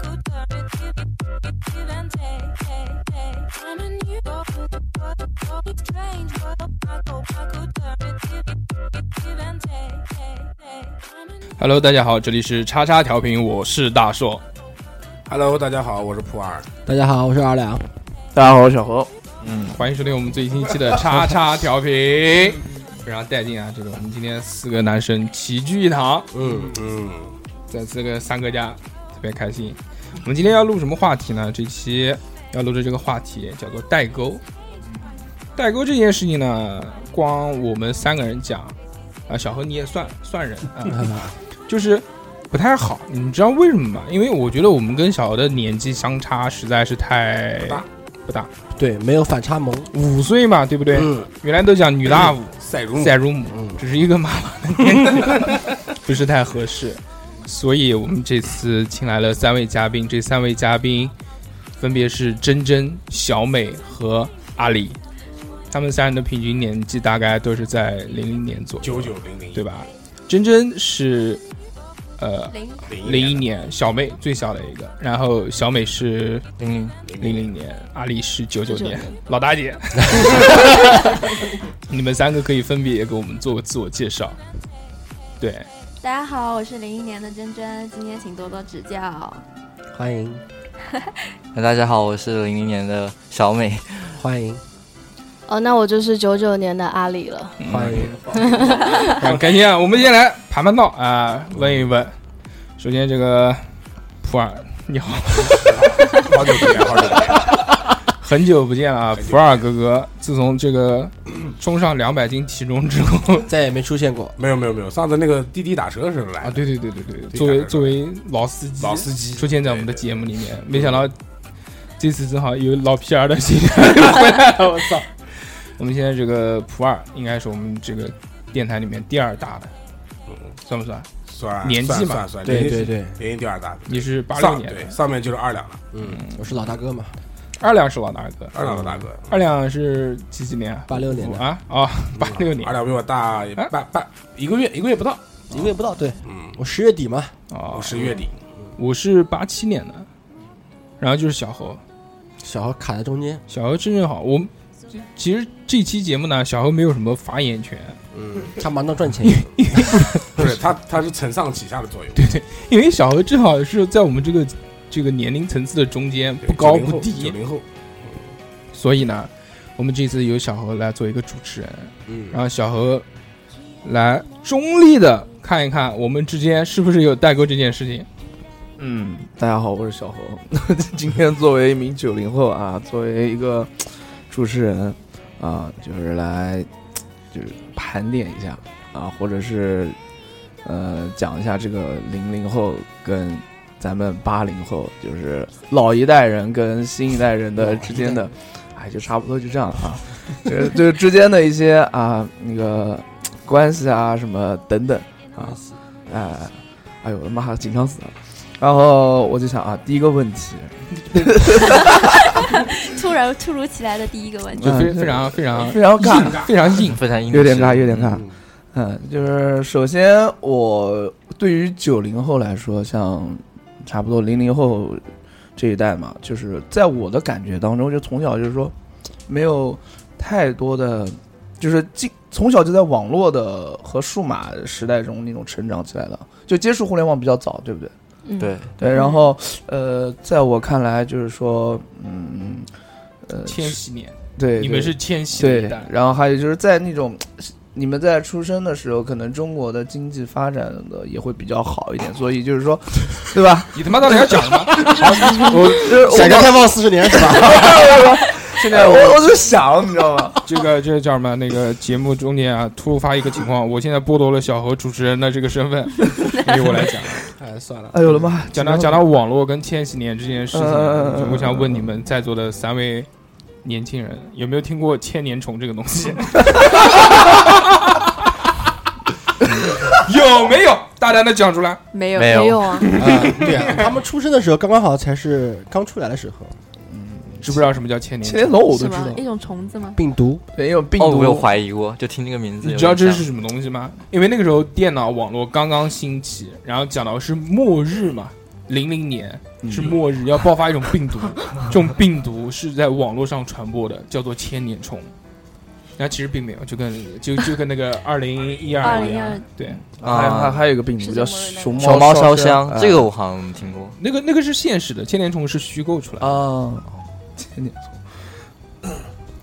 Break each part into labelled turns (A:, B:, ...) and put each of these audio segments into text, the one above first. A: could turn it, give it, give, give and take, take, take. I'm a new strange world. I hope I could turn it, give it, give, give and take, take, take. I'm a new
B: Hello，大家好，这里是叉叉调频，我是大硕。
C: Hello，大家好，我是普洱。
D: 大家好，我是二两。
E: 大家好，我是小何。
B: 欢迎收听我们最新一期 的叉叉调频，非常带劲啊！这个我们今天四个男生齐聚一堂，
C: 嗯嗯，
B: 在这个三哥家，特别开心。我们今天要录什么话题呢？这期要录的这个话题叫做代沟。代沟这件事情呢，光我们三个人讲啊，小何你也算算人啊，就是不太好。你知道为什么吗？因为我觉得我们跟小何的年纪相差实在是太
C: 不大
B: 不大，
D: 对，没有反差萌，
B: 五岁嘛，对不对？
D: 嗯
B: 原来都讲女大五，
C: 赛荣
B: 赛如母，
C: 嗯
B: 只是一个妈妈的年纪，不是太合适。所以我们这次请来了三位嘉宾，这三位嘉宾分别是珍珍、小美和阿里，他们三人的平均年纪大概都是在零零年左右，
C: 九九零零
B: 对吧？珍珍是呃
F: 零
B: 零一
C: 一
B: 年，小妹最小的一个，然后小美是
E: 零零，
B: 零零年，阿里是九九年，老大姐。 你们三个可以分别也给我们做个自我介绍。对，
F: 大家好，我是零一年的珍珍，今天请多多指教。
D: 欢迎
E: 大家好，我是零零年的小美。
D: 欢迎
G: 哦，那我就是九九年的阿里了。
B: 嗯
D: 欢迎，
B: 啊，赶紧啊，我们先来盘盘道啊，问一问。首先，这个普洱，你好，
C: 好久不见，好久不见。
B: 很久不见了啊，普洱哥哥，自从这个冲上两百斤体重之后
D: 再也没出现过。
C: 没有没有没有，上次那个滴滴打车的时候来
B: 啊，
C: 的
B: 对对对对对，作为作为老司机，
C: 老司机
B: 出现在我们的节目里面。没想到这次正好有老屁儿的形象又回来了，我操！ 我们现在这个普洱应该是我们这个电台里面第二大的，算不算？
C: 算
B: 年纪嘛
C: 算算，
D: 对对对，
C: 年纪第二大，
B: 你是八六
C: 上
B: 年的
C: 对，上面就是二两了，
D: 嗯，我是老大哥嘛，
B: 二两是老大哥，
C: 二两的大哥，
B: 二两是几几年啊？
D: 86年的
B: 啊啊，八六年
C: 二两比我大
B: 啊
C: 半半一个月，一个月不到。
D: 一个月不到，对
C: 嗯，
D: 我十月底嘛，
B: 啊
C: 我，是月底，
B: 我是八七年的，然后就是小侯，
D: 小号卡在中间，
B: 小侯真正好，我们其实这期节目呢，小侯没有什么发言权，
D: 他忙 着赚钱，
C: 不是他，他是承上启下的作用，
B: 因为小何正好是在我们这个这个年龄层次的中间，不高不
C: 九
B: 低，
C: 零后，
B: 所以呢，我们这次由小何来做一个主持人，
C: 嗯，
B: 然后小何来中立的看一看我们之间是不是有代沟这件事情。
E: 嗯，大家好，我是小何。 今天作为一名九零后啊， 作为一个主持人啊，就是来就是盘点一下啊，或者是呃讲一下这个零零后跟咱们八零后，就是老一代人跟新一代人的之间的，哎，就差不多就这样了啊， 就是就是之间的一些啊那个关系啊什么等等啊，哎，哎呦我的妈，紧张死了。然后我就想啊，第一个问题，
F: 突然突如其来的第一个问题，
B: 就非
E: 嗯
B: 非常非常
E: 非常尬，
B: 非常硬，
H: 非常硬
E: 有点尬，有点尬。嗯，就是首先我对于九零后来说，像差不多零零后这一代嘛，就是在我的感觉当中，就从小就是说没有太多的，就是进从小就在网络的和数码时代中那种成长起来的，就接触互联网比较早，对不对？
G: 嗯，
H: 对，
E: 对，然后呃，在我看来就是说，嗯，呃，
B: 千禧年，
E: 对，
B: 你
E: 对
B: 们是千禧年
E: 对
B: 一代，，
E: 然后还有就是在那种你们在出生的时候，可能中国的经济发展的也会比较好一点，所以就是说，对吧？
B: 你他妈到底要讲什么？
E: 我就是我
D: 改革开放四十年是吧？
E: 现在我我就想，你知道吗？
B: 这个这个叫什么？那个节目 中间啊，突发一个情况，我现在剥夺了小何主持人的这个身份，由我来讲。哎，算了。
E: 哎呦我的妈！
B: 讲到讲到网络跟千禧年这件事情，
E: 嗯嗯嗯嗯
B: 我想问你们在座的三位年轻人有没有听过千年虫这个东 西？有没有？大胆的讲出来。
I: 没有
H: 没有
I: 有啊，
D: 啊，对啊，他们出生的时候刚刚好才是刚出来的时候，
B: 知不知道什么叫千年
E: 千
B: 虫？
E: 年龙我都
F: 是
E: 知
F: 吗哎
E: 道？，
F: 一种虫子吗？
D: 病毒
E: 没有病
H: 哦，我有
E: 毒，
H: 怀疑过，就听这个名字
B: 你
H: 有点像，
B: 知道这是什么东西吗？因为那个时候电脑网络刚刚兴起，然后讲到是末日嘛，零零年是末日，要爆发一种病毒，这种病毒是在网络上传播的，叫做千年虫。那其实并没有，就跟就就跟那个二零一二一样
F: 2012，
B: 对，
E: 还还嗯
H: 啊？
E: 还有一个病毒叫
I: 是
E: 熊
H: 熊猫烧香
E: 香，，
H: 这个我好像听过。
B: 那个那个是现实的，千年虫是虚构出来的
E: 啊，千年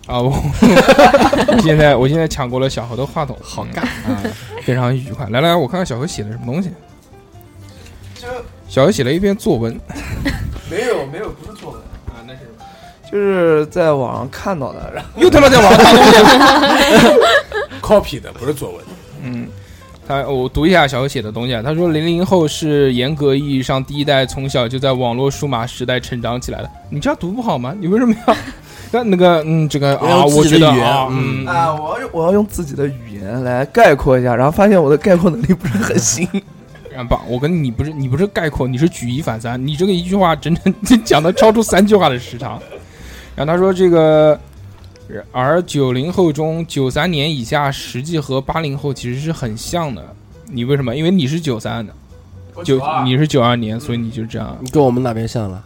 B: 啊！我 我现在我现在抢过了小何的话筒，好尬啊，非常愉快。来来，我看看小何写了什么东西。小何写了一篇作文，
C: 没有没有，不是错的。
B: 啊，那是
E: 就是在网上看到的，然后
B: 又他妈在网上打东西。
C: copy 的，不是作文。
B: 嗯，他我读一下小何写的东西啊，他说零零后是严格意义上第一代从小就在网络数码时代成长起来的。你这样读不好吗？你为什么要？ 那那个嗯，这个啊，
D: 要用
B: 我
D: 自
B: 觉
D: 己的
B: 得
D: 语言
B: 啊，
D: 嗯
B: 嗯，
E: 啊，我要用我要用自己的语言来概括一下，然后发现我的概括能力不是很 行，
B: 然后吧，我跟你不是你不是概括，你是举一反三，你这个一句话整整 讲的超出三句话的时长。然后他说这个，而九零后中九三年以下实际和八零后其实是很像的，你为什么？因为你是九三的，九
E: 啊
B: 你是九二年，所以你就这样。
D: 你跟我们哪边像了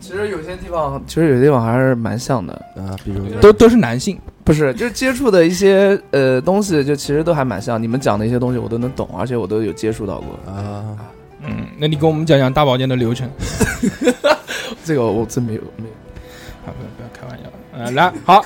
E: 其实有些地方，其实有些地方还是蛮像的，
D: 啊？比如
B: 都都是男性，
E: 不是，就是接触的一些呃东西，就其实都还蛮像。你们讲的一些东西我都能懂，而且我都有接触到过。
D: 啊，
B: 嗯，那你跟我们讲讲大保健的流程。
E: 这个我真没有没有。
B: 啊，不要不要开玩笑，呃，来，好，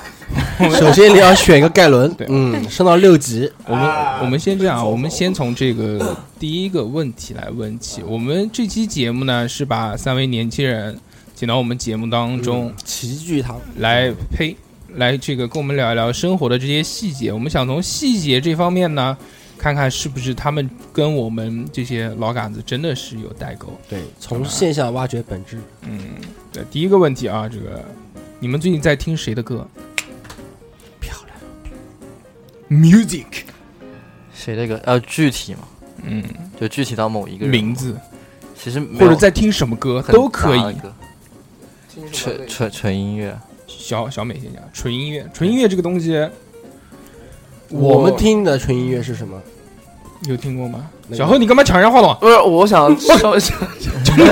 D: 首先你要选一个盖伦
B: 对，
D: 嗯，升到六级，
B: 我们我们先这样啊，我们先从这个 第一个问题来问起。我们这期节目呢，是把三位年轻人请到我们节目当中
D: 嗯齐聚堂，
B: 来，呸，来这个跟我们聊一聊生活的这些细节。我们想从细节这方面呢，看看是不是他们跟我们这些老杆子真的是有代沟。
D: 对，从现象挖掘本质。
B: 嗯，对，第一个问题啊，这个你们最近在听谁的歌？漂亮，music，
H: 谁那个？呃，具体嘛，
B: 嗯，
H: 就具体到某一个人
B: 名，字
H: 其实没
B: 或
H: 有
B: 者在听什么歌
H: 很
B: 都可
H: 杂的
B: 以。
H: 歌。纯纯纯音乐，
B: 小小美先讲，纯音乐，纯音乐这个东西
D: 我们听的纯音乐是什么？
B: 有听过吗？
D: 那个
B: 小何，你干嘛抢人家话 筒？啊
E: 不是，我想稍微想
B: 你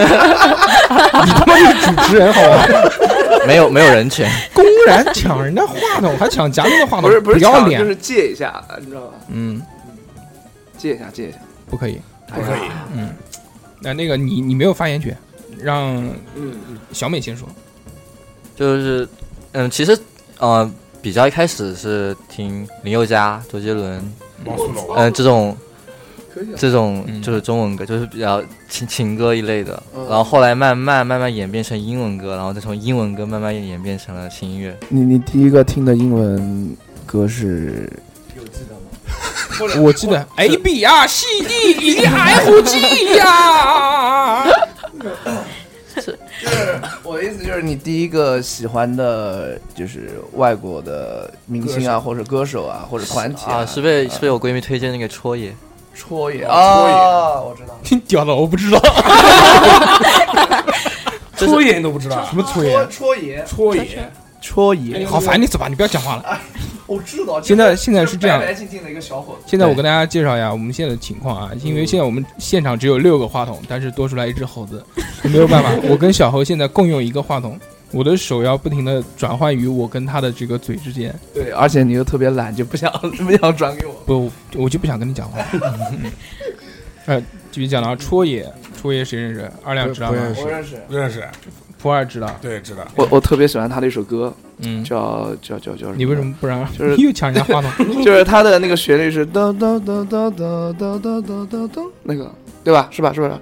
B: 他妈是主持人好吧？
H: 没有没有人权，
B: 公然抢人家话筒，还抢嘉宾的话筒，
E: 不是 不是
B: 不要
E: 抢
B: 脸
E: 就。是借一下，你知道吧？
B: 嗯，
E: 借一下，借一下。哎
B: 不可以。
C: 不可以，
B: 嗯，那那个你你没有发言权，让
E: 嗯，
B: 小美先说。
H: 就是嗯，其实呃，比较一开始是听林宥嘉、周杰伦，
C: 王苏龙
H: 嗯、
B: 呃
H: 这种
E: 可以啊。
H: 这种
B: 嗯
H: 就是中文歌，就是比较情情歌一类的，
E: 嗯
H: 然后后来慢慢慢慢演变成英文歌，然后再从英文歌慢慢演变成了轻音乐。
E: 你你第一个听的英文歌是？
B: 我记得哎啊 A B R C D E F G 呀，
E: 我的意思就是，你第一个喜欢的就是外国的明星啊，或者歌手啊，或者团体
H: 啊，是被是被我闺蜜推荐那个戳爷，
E: 戳爷
C: 戳爷
E: 啊，我知道。
B: 挺屌的，我不知道
H: 就是
C: 戳眼你都不知道，
B: 什么粗
E: 戳戳爷，
C: 戳眼
E: 戳爷，
B: 好烦，你走吧，你不要讲话了。
E: 我知道。
B: 现在现在是这样
E: 白白净净的一个小伙子。
B: 现在我跟大家介绍一下我们现在的情况啊，因为现在我们现场只有六个话筒，但是多出来一只猴子，没有办法，我跟小猴现在共用一个话筒，我的手要不停的转换于我跟他的这个嘴之间，
E: 对，而且你又特别懒，就不想 不想转给我。
B: 不，我就不想跟你讲话。呃，继续讲了啊，戳爷，戳爷谁认识？二亮知道
D: 不
B: 吗
D: 认？识
E: 认识，
C: 不认识，
B: 普洱知道，
C: 对，知道。
E: 我我特别喜欢他的一首歌，
B: 嗯，
E: 叫叫叫叫。
B: 你为什？么不让？
E: 就是
B: 又抢人家话筒。
E: 就是他的那个旋律是噔噔噔噔噔噔噔噔噔噔，那个对吧？是吧？是不是？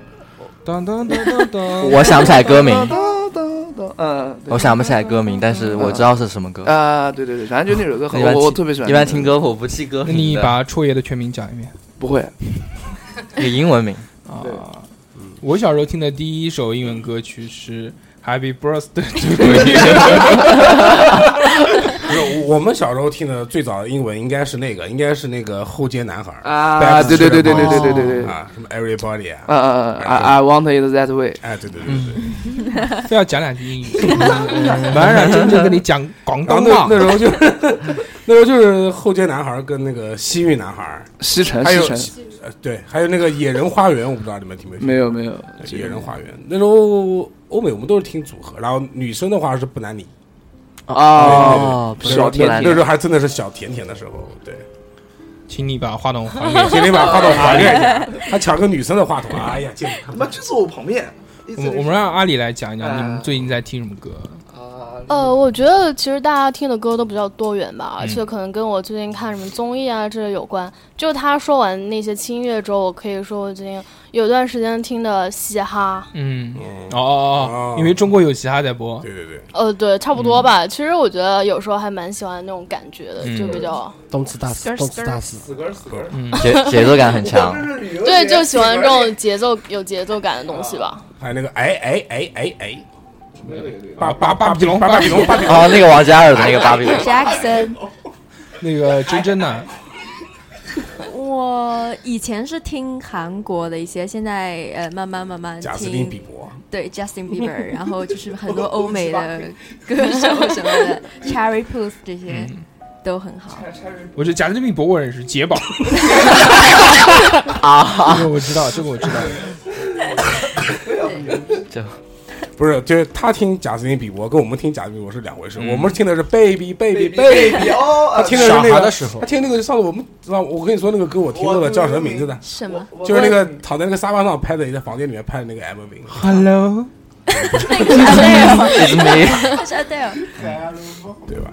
B: 当当当当当，
H: 我想不起来歌名，
E: 噔噔噔，嗯，对
H: 我想不起来歌名，但是我知道是什么歌。
E: 啊，对对对，反正就那首歌很，
H: 一般
E: 我我
H: 听
E: 特别喜欢。
H: 一般听歌我不记歌
B: 那
H: 名的，
B: 你把戳爷的全名讲一遍
E: 不会，
H: 一个英文名，
B: 啊
E: 对？
B: 我小时候听的第一首英文歌曲是 Happy Birthday to You。
C: 不是，我我们小时候听的最早的英文应该是那个，应该是那个后街男孩儿
J: 啊对对对对对对对对对
C: 啊，什么 Everybody 啊，
J: 啊啊啊！I I want it that way。
C: 哎，对对对
J: 嗯
C: 对对，
B: 非要讲两句英语，完然真正跟你讲广
C: 然后
B: 东
C: 那
B: 话。
C: 那时候就是 那时候就是后街男孩儿跟那个西域男孩儿，
J: 西城
C: 还有
J: 西城
C: 西呃对，还有那个野人花园，我不知道你们听没听？
J: 没有没有
C: 对野人花园那时候欧美我们都是听组合，然后女生的话是布兰妮
E: 啊
J: 哦
C: 对对对
J: 小甜甜
C: 那时候还真的是小甜甜的时候，对，
B: 请你把话筒还给
C: 对，请你把话筒还给人家， 他抢个女生的话筒，哎呀，见
J: 他妈就坐我旁边。
B: 我们我们让阿里来讲一讲，你们最近在听什么歌？
K: 呃，我觉得其实大家听的歌都比较多元吧，而
B: 嗯
K: 且可能跟我最近看什么综艺啊这类有关。就他说完那些轻音乐之后，我可以说我最近有段时间听的嘻哈，
B: 嗯，哦哦哦，因为中国有嘻哈在播。
C: 对对对，
K: 呃，对，差不多吧。其实我觉得有时候还蛮喜欢那种感觉的，
B: 嗯
K: 就比较
E: 动次打次，动次打次，
B: 嗯
H: 节节奏感很强。
K: 对，就喜欢这种节奏有节奏感的东西吧。
C: 还有那个哎哎哎哎哎，巴巴巴比龙，巴巴比龙，巴比龙，
H: 哦，那个王嘉尔的那个芭比，
F: Jackson，
B: 那个真真呢？
F: 我以前是听韩国的一些，现在呃慢慢慢慢
C: 贾斯汀比
F: 听
C: 伯，
F: 对 Justin Bieber，然 后就是很多欧美的歌手什么的，Cherry Puth 这些都很好。
B: 我是贾斯汀比伯，我认识杰宝。啊，这个我知道，这个我知道。
C: 不是，就是他听贾斯汀比伯跟我们听贾斯汀比伯是两回事，
B: 嗯
C: 我们听的是 baby baby baby，
E: 哦
C: 他听的是那
D: 小孩
C: 个
D: 的时候
C: 他听那个上次我们知道，我跟你说那个歌我听过了，叫什么名字的？
F: 什么？
C: 就是那个躺在那个沙发上拍的，在房间里面拍的那个 MV。
B: Hello，
F: 那个 Adele，那是 Adele，
C: 对吧？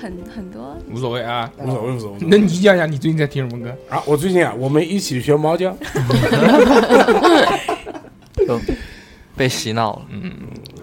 F: 很很多
B: 无所谓啊。
C: 无所谓，无所谓无所谓。
B: 那你讲讲你最近在听什么歌？
C: 啊，我最近啊，我们一起学猫叫
H: 被洗脑了。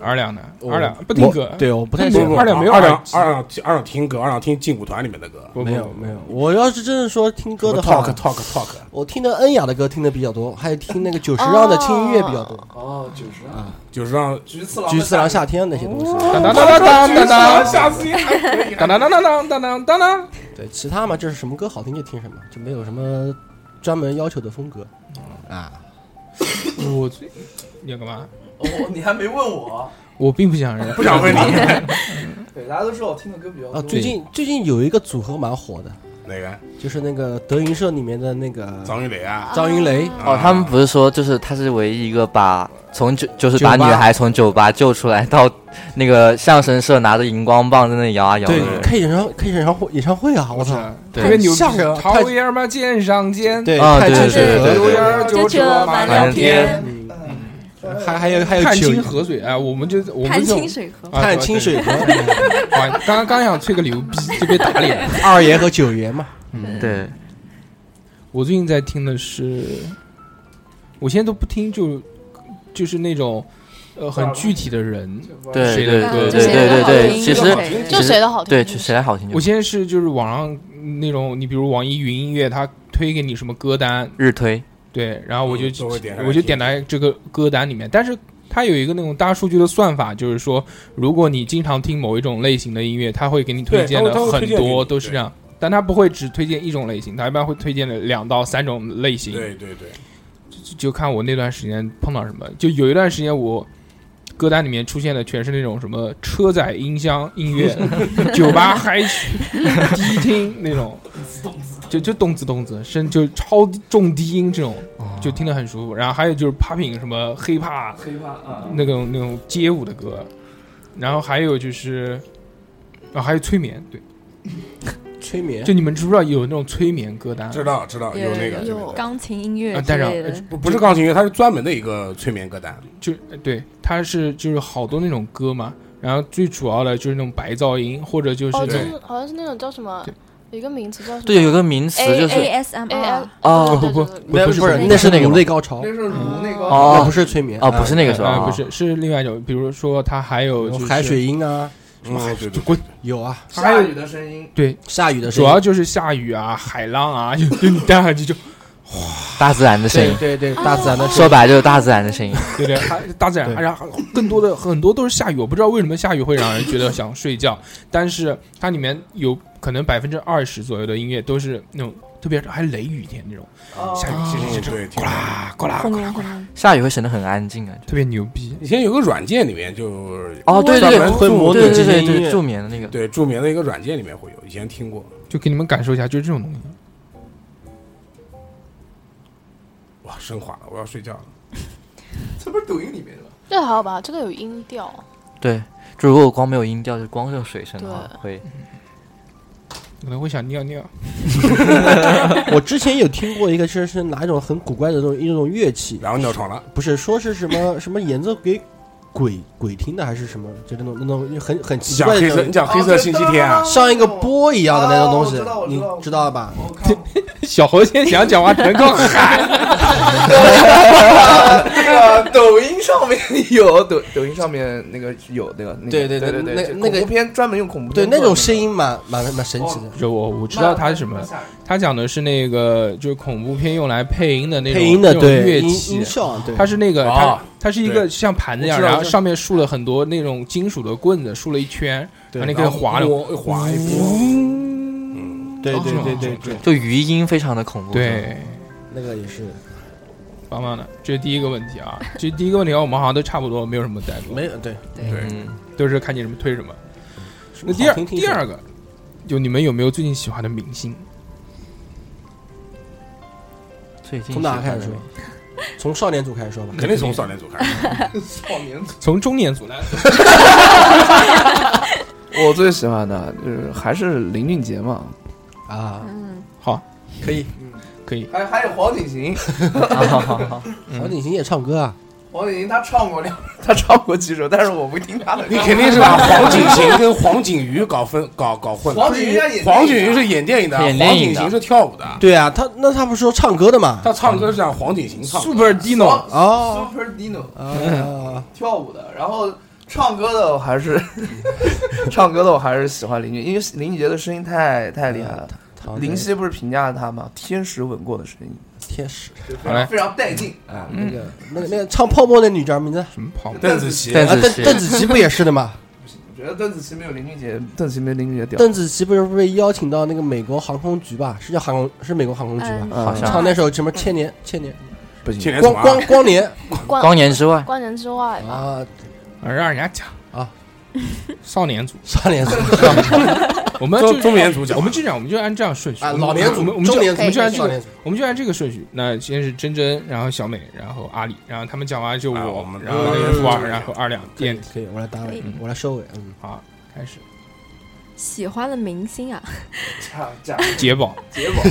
B: 二两呢？
D: 我
B: 二两不听歌
D: 我，对，我不太
B: 不
D: 喜
B: 不
D: 欢
B: 不。二两没有
C: 二两
B: 耳，机
C: 二两二两听歌，二两听劲舞团里面的歌，
B: 不
D: 没有没有，我要是真的说听歌
C: 什么
D: 的
C: talk
D: 话，
C: talk talk，
D: 我听的恩雅的歌听的比较多，还有听那个九十让的轻音乐比较多，
J: 哦，九十啊，
C: 就是让
B: 哦
D: 菊次郎夏天那些东西。
B: 当当当当当当
C: 下次也还可以啊
B: 当当当当当当当当。
D: 对，其他嘛，就是什么歌好听就听什么，就没有什么专门要求的风格。
B: 我最你要干嘛？
J: 哦，你还没问我。
B: 我并不想认
C: 不。想问 你
J: 对，大家都知道我听的歌比较
D: 啊，最近最近有一个组合蛮火的，
C: 哪个
D: 就是那个德云社里面的那个
C: 张云雷啊，
D: 张云雷，
H: 哦，他们不是说就是他是唯一一个把从酒就是把
D: 酒
H: 女
D: 吧
H: 孩从酒吧救出来到那个相声社拿着荧光棒在那里摇啊摇的
D: 对
H: 人。
D: 开演唱开演唱会演唱会啊，我操！
H: 对
B: 特别牛逼
D: 吓人啊！
B: 桃
D: 太
B: 爷们儿肩上肩，
D: 对，
H: 啊
D: 太
H: 对
D: 清
H: 对
D: 水
H: 对
D: 河
H: 对，
F: 就这满聊天，
D: 嗯还还有还有
B: 探
D: 九
B: 清河水啊！我们就我
F: 看
B: 们就
F: 清水河。
B: 啊
D: 探清水河，
B: 对哇，刚刚刚想吹个牛逼就被打脸。 嗯
D: 二爷和九爷嘛，
H: 对，
B: 我最近在听的是，我现在都不听就就是那种呃很具体的人，
H: 对
B: 谁
H: 对
B: 的
F: 啊
B: 歌
H: 对对对对，其实
K: 就谁的好听？
H: 对去谁来好听就
B: 我现在是就是网上嗯那种你比如网易云音乐，它推给你什么歌单，
H: 日推
B: 对，然啊后我就
C: 嗯都会点开来
B: 我就
C: 听
B: 点来这个歌单里面，但是它有一个那种大数据的算法，就是说，如果你经常听某一种类型的音乐，它会给你推
C: 对
B: 荐
C: 它
B: 的
C: 会它会
B: 很
C: 推荐给
B: 多
C: 你
B: 都是这样，但它不会只推荐一种类型，它一般会推荐了两到三种类型，
C: 对对对，
B: 就就看我那段时间碰到什么。就有一段时间我。歌单里面出现的全是那种什么车载音箱音乐、酒吧嗨曲、低听那种，就就动次动次，声就超重低音这种，就听得很舒服。然后还有就是 popping 什么 hip hop
J: 黑怕啊，
B: 那种那种街舞的歌，然后还有就是，啊、还有催眠，对，
D: 催眠
B: 就你们知不知道有那种催眠歌单？
C: 知道知道啊有那个有那个，
F: 钢琴音乐
B: 啊
F: 之
B: 带上
F: 类的，
C: 不不是钢琴乐，它是专门的一个催眠歌单，
B: 就呃对，它是就是好多那种歌嘛，然后最主要的就是那种白噪音，或者就是
K: 哦，
B: 那
K: 就
B: 种
K: 是好像是那种叫什么，有一个名词叫什么？
H: 对有一个名哎词
F: A
H: 就是
F: A S
K: A
F: M
K: L
F: R，
H: 哦
K: 对
B: 不
K: 对对
B: 不不是不
D: 那是颅内高潮，
J: 是颅内高
H: 哦
D: 那不是催眠
H: 哦，不是那个是吧？
B: 啊、不是是另外一种，比如说它还有就是
D: 海水音啊，
C: 嗯，对对，
B: 滚
D: 有啊，
B: 它还有
J: 的声音，
B: 对，
D: 下雨的时
B: 主
D: 候
B: 要就是下雨啊、海浪啊，就就你戴上去就，
H: 大自然的声音，
D: 对对对大自然的声音
H: 说白了就是大自然的声音。
B: 对对，还大自然，
H: 对
B: 然后更多的很多都是下雨，我不知道为什么下雨会让人觉得想睡觉，但是它里面有可能百分之二十左右的音乐都是那种，特别是还雷雨天那种，
C: 哎
B: 下雨
C: 哦
J: 啊
B: 这这这，哗啦哗啦哗
F: 哦
B: 啦哗
F: 啊
B: 啦，
H: 下雨会显得很安静啊，
B: 特别牛逼。
C: 以前有个软件里面就
H: 哦对对对
C: 专门
H: 会模拟
C: 对
H: 这些
C: 对
H: 音乐
C: 对对
H: 助眠的那个
C: 对助眠的一个软件里面会有，以前听过。
B: 就给你们感受一下，就是这种东西。
C: 哇，升华了，我要睡觉了。
K: 这不是抖音里面的吗？这还好吧，这个有音调。
H: 对，就如果光没有音调，就光是水声的话，会
B: 可能会想尿 尿。
D: 我之前有听过一个，是是拿一种很古怪的那种一种乐器，
C: 然后尿床了。
D: 不是说是什么什么演奏给鬼鬼听的，还是什么？就那种那种很很奇怪的那
C: 讲黑色
D: 种。
C: 你讲黑色星期天啊
D: 像一个波一样的那种东西，你哦知道哦吧？
B: 小猴现在想讲话，能够喊。
J: 那个抖音上面有抖抖音上面那个有那个那个
D: 对对
J: 对
D: 对
J: 对，
D: 那
J: 就
D: 那个
J: 恐怖片专门用恐怖
D: 对
J: 片
D: 那
J: 做
D: 种
J: 的
D: 声音蛮蛮蛮神奇的。
B: 就我我知道它是什么，它讲的是那个就是恐怖片用来配音的那种
D: 配音的
B: 那种
D: 对
B: 乐
D: 音
B: 器啊
D: 音效对
B: 它是那个它
D: 哦
B: 它是一个
D: 对
B: 像盘子一样，
D: 我知道
B: 然后
D: 这
B: 上面竖了很多那种金属的棍子，竖了一圈，然后你可以滑
C: 然
B: 溜
C: 后摸滑一波嗯
D: 对对
B: 哦
D: 对对对，
H: 就余音非常的恐怖。
B: 对，
D: 那个也是。
B: 棒棒的，这是第一个问题啊，这第一个问题啊，我们好像都差不多，没有什么代沟，
D: 没有对
B: 对
H: 嗯
B: 都是看见什么推什么。
D: 么
B: 那第二
D: 好听听
B: 第
D: 什么
B: 二个，就你们有没有最近喜欢的明星？
H: 最近
D: 从哪开始说？ 从少年组开始说吧，
B: 肯定从少年组开
D: 始。
J: 少年组
B: 从中年组来，
J: 我最喜欢的就是还是林俊杰嘛，
D: 啊，
J: 嗯，
B: 好，
J: 可以，
B: 可以，
J: 还还有黄景行，
H: 啊
B: 嗯
D: 黄景行也唱歌啊，
J: 黄景行他唱过两， 他唱过几首，但是我不听他的歌。
C: 你肯定是 把黄景行跟黄景瑜搞分搞搞混了。
J: 黄景瑜要演电影的
C: 黄景瑜是演电影的，
D: 演
C: 黄
D: 电影
C: 景
D: 的
C: 行是跳舞的。
D: 对啊，他那他不是说唱歌的嘛？
C: 他唱歌是让黄景行唱的。
B: Super Dino
D: 哦
J: ，Super Dino
D: 啊，
J: 跳舞的，然后唱歌的我还 是唱歌的我还是喜欢林俊，因为林俊杰的声音太太厉害了。林夕不是评价他吗？天使吻过的声音，
D: 天使，
J: 非
C: 哎
J: 常非常带劲
D: 啊！那个那个那个唱泡沫那女叫什么名字？
B: 什么泡沫
J: 邓紫棋
D: 啊，
J: 邓紫
D: 邓
J: 棋
D: 邓紫棋不也是的 吗？
J: 我觉得邓紫棋没有林俊杰，邓紫棋没林俊杰屌。
D: 邓紫棋不是被邀请到那个美国航空局吧？是叫航空是美国航空局
F: 呃
D: 吧？
J: 嗯好像
D: 唱那首什么《千年千年》
J: 不
H: 行千
C: 嗯
H: 年
D: 光
H: 什么
D: 光光年
K: 光
H: 光年之外
K: 光年之外吧。
D: 啊，
B: 让人家讲
D: 啊，
B: 少年 组，
D: 少年组
B: 我们就
D: 中中年组讲
B: 我们就这样，我们就按这样顺序
D: 啊
B: 我们
D: 老年组
B: 我们我们
D: 中
B: 就
D: 年
B: 我
D: 组
B: 们就按这
D: 少
B: 个
D: 年组，
B: 我们就按这个顺序。那先是珍珍，然后小美，然后阿里，然后他们讲完就啊我，然后那个
D: 嗯
B: 富二，然后二两
D: 可以
B: 电，
D: 可以，我来搭
F: 可以
D: 尾，我来收尾，嗯，
B: 好，开始，
F: 喜欢的明星啊，
B: 杰宝，
J: 杰 宝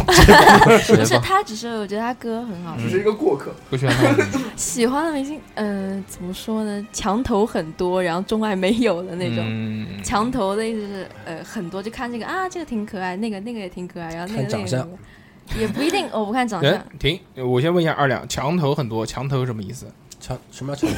F: 不 是他，只是我觉得他歌很好听，
J: 只是一个过客。
B: 不 嗯喜欢他的
F: 喜欢的明星，嗯、怎么说呢？墙头很多，然后中外没有的那种。
B: 嗯
F: 墙头的意思是，呃，很多就看这个啊，这个挺可爱，那个那个也挺可爱，然后那个
B: 看长
F: 那个
B: 相
F: 那个也不一定，我不看长相
B: 人。
D: 哎
B: 哎停，我先问一下二两，墙头很多，墙头什么意思？
D: 墙什 么墙？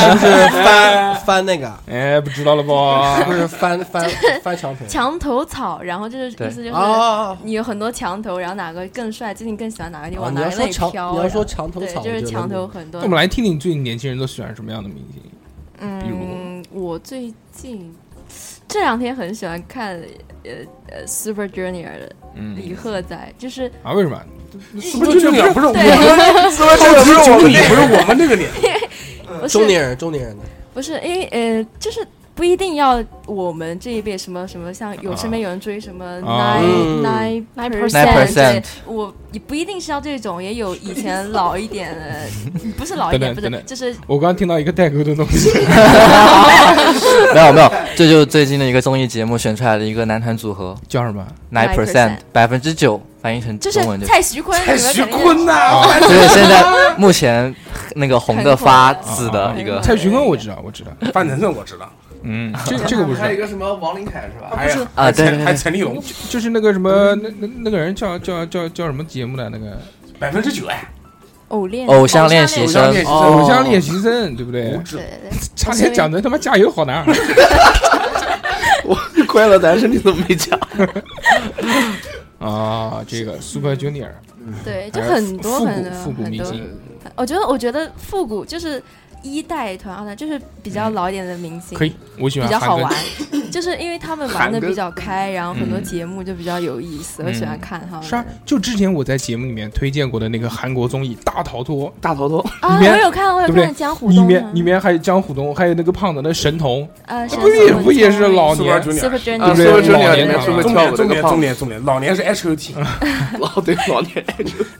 D: 是不是翻翻那个？
B: 哎，不知道了吧？
D: 是不是翻翻翻墙头？
F: 墙头草，然后就是意思就是
D: 哦
F: 你有很多墙头，然后哪个更帅，最近更喜欢哪个，你
D: 哦
F: 往
D: 你
F: 哪
D: 要
F: 个
D: 说
F: 那里
D: 墙
F: 飘。
D: 你要
F: 然后
D: 说墙头
F: 对
D: 草
F: 就
D: 我
F: 是
D: 觉得
F: 墙
D: 那
F: 头
D: 个
F: 很
B: 那
F: 多。
B: 我们来听听最近年轻人都喜欢什么样的明星？
F: 嗯，我最近这两天很喜欢看呃呃 Super Junior 的
B: 嗯
F: 李赫宰， 就是
B: 啊，为什么？
F: Super
C: Junior 不是我们
F: 对
C: Super Junior 不是我们这个不是我们这个年
F: 不是
D: 中年人，中年人的
F: 不是因为呃，就是不一定要我们这一辈什么什么，像
B: 啊
F: 有身边有人追什么
K: 啊
F: nine
K: 嗯
F: nine
K: 9%
F: 对我也不一定是要这种，也有以前老一点的， 不是老一
B: 等等
F: 点，不
B: 等
F: 是
B: 等，
F: 就是
B: 我刚刚听到一个代沟的东西。
H: 没有没有，这就是最近的一个综艺节目选出来的一个男团组合，
B: 叫什么
H: Nine percent，百分之九，翻译成
F: 就是
H: 中文就
F: 蔡徐坤，蔡 徐坤
D: 哦
C: 呐
H: 啊，就是现在目前那个红的发紫的一 个
B: 啊蔡徐坤我知道，我知道，
C: 范丞丞我知 道，哎
B: 嗯，这这个不
J: 还有一
B: 是，
J: 个什么王林凯是吧？
C: 还有
H: 啊对对对
C: 还有陈立农，
B: 就就是那个什么，那那那个人叫叫叫叫什么节目的那个
C: 百分之九哎，
F: 偶练
H: 偶像练习生
E: 哦
C: 哦
B: 偶像练习生，对不对？差点讲成他妈加油好啊男儿。
J: 快乐男生你怎么没讲？
B: 啊，这个 Super Junior，
F: 对，哎就
B: 还有
F: 很多
B: 复
F: 很
B: 古
F: 多
B: 呃复古
F: 很
B: 明
F: 多。
B: 星，
F: 我觉得，我觉得复古就是一代团、二代，就是比较老一点的明星，
B: 可以，我喜欢
F: 比较
B: 韩
F: 好
B: 庚
F: 玩， 就是因为他们玩的
B: 韩庚
F: 比较开，然后很多
B: 嗯
F: 节目就比较有意思，我喜欢看他们。
B: 是啊，就之前我在节目里面推荐过的那个韩国综艺《大逃脱》，
J: 大逃脱
F: 啊
B: 里面
F: 我有看我有
B: 对不对
F: 看江虎
B: 里
F: 东
B: 面
F: 啊
B: 里面还有江虎东，还有那个胖子那神童，
J: 啊
F: 呃，
B: 不是也不也是老年
F: Super Junior
B: 对
J: Super
B: 不对？
J: Junior
B: 老年
J: 里面
B: 团
J: 是会
C: 重
J: 跳舞的
C: 点重
J: 那
C: 点
J: 个胖
C: 重哦
J: 子
C: 点重点，老年是 H O T，
J: 老对老年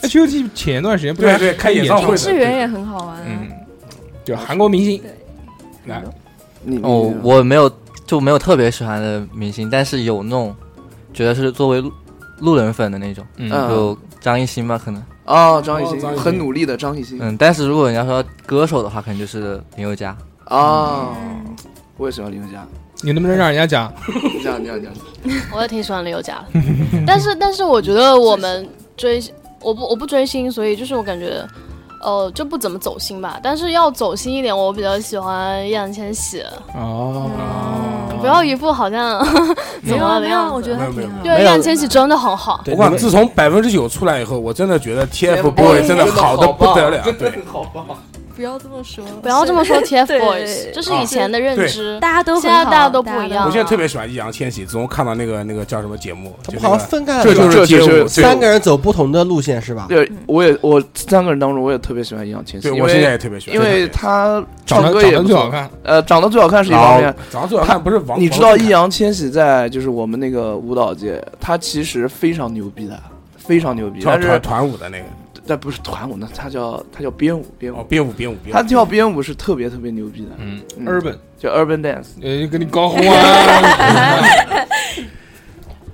B: H O T 前段时间不是
C: 对对开
B: 演
C: 演唱会的
F: 是源也很好玩啊，
B: 嗯，就韩国明星，来，
J: 你
H: 哦，我没有就没有特别喜欢的明星，但是有那种觉得是作为路路人粉的那种，
B: 嗯
J: 嗯
H: 就张艺兴吧，可能。
J: 哦，张艺兴
C: 张艺兴
J: 很努力的张艺兴
H: 嗯，但是如果你要说歌手的话，可能就是林宥嘉。
J: 哦，
F: 嗯
J: 我也喜欢林宥嘉。
B: 你能不能让人家讲？
J: 你讲，你讲，你讲。
K: 我也挺喜欢林宥嘉的， 但是但是我觉得我们追我不我不追星，所以就是我感觉。呃，就不怎么走心吧，但是要走心一点，我比较喜欢易烊千玺。
J: 嗯
B: 哦，
K: 不要一副好像
F: 没
K: 怎
F: 有
K: 么
F: 啊
K: 了的
F: 没有啊，
K: 样
F: 我
K: 子。
F: 觉得
C: 没
F: 还
C: 有没有
F: 挺好
K: 对，易烊千玺真的很好。
C: 我
D: 你
C: 管
D: 们
C: 自从百分之九出来以后，我真的觉得 TFBOYS 真的好的不得了。对，
J: 好棒！
F: 不要这么说，
K: 不要这么 说 TFBOYS，
F: 对
K: 这是以前的认知。
F: 大家都很
K: 现在
F: 好
K: 大家都不一样
C: 我
J: 啊
C: 现在特别喜欢易烊千玺，自从看到那个那个叫什么节目，
D: 他
C: 就
D: 们
C: 那
D: 好
C: 个
D: 像分开了，
C: 这
D: 是吧
C: 就是
J: 这
C: 街
J: 就是
C: 舞，
J: 这
C: 对
D: 三个人走不同的路线是吧？
J: 对，我也我三个人当中，我也特别喜欢易烊千玺，
C: 对
J: 因
C: 我现在
J: 为
C: 也特别喜欢，
J: 因为他
B: 长
J: 唱
B: 得
J: 歌
B: 长
J: 也
B: 得
J: 不
B: 最好
J: 错，
B: 看，
J: 呃，长得最好看是一方面，
C: 长得最好看不是王，
J: 你知道
C: 易
J: 易烊千玺在就是我们那个舞蹈界，他其实非常牛逼的，非常牛逼，
C: 跳
J: 但
C: 团
J: 是
C: 团舞的那个
J: 但不是团舞呢，他叫他叫编舞编
C: 哦
J: 舞，，
C: 编舞编舞编舞，
J: 他跳编舞是特别特别牛逼的，
B: 嗯
J: 嗯
B: ，Urban，
J: 叫 urban dance。
B: 呃，跟你搞混 啊，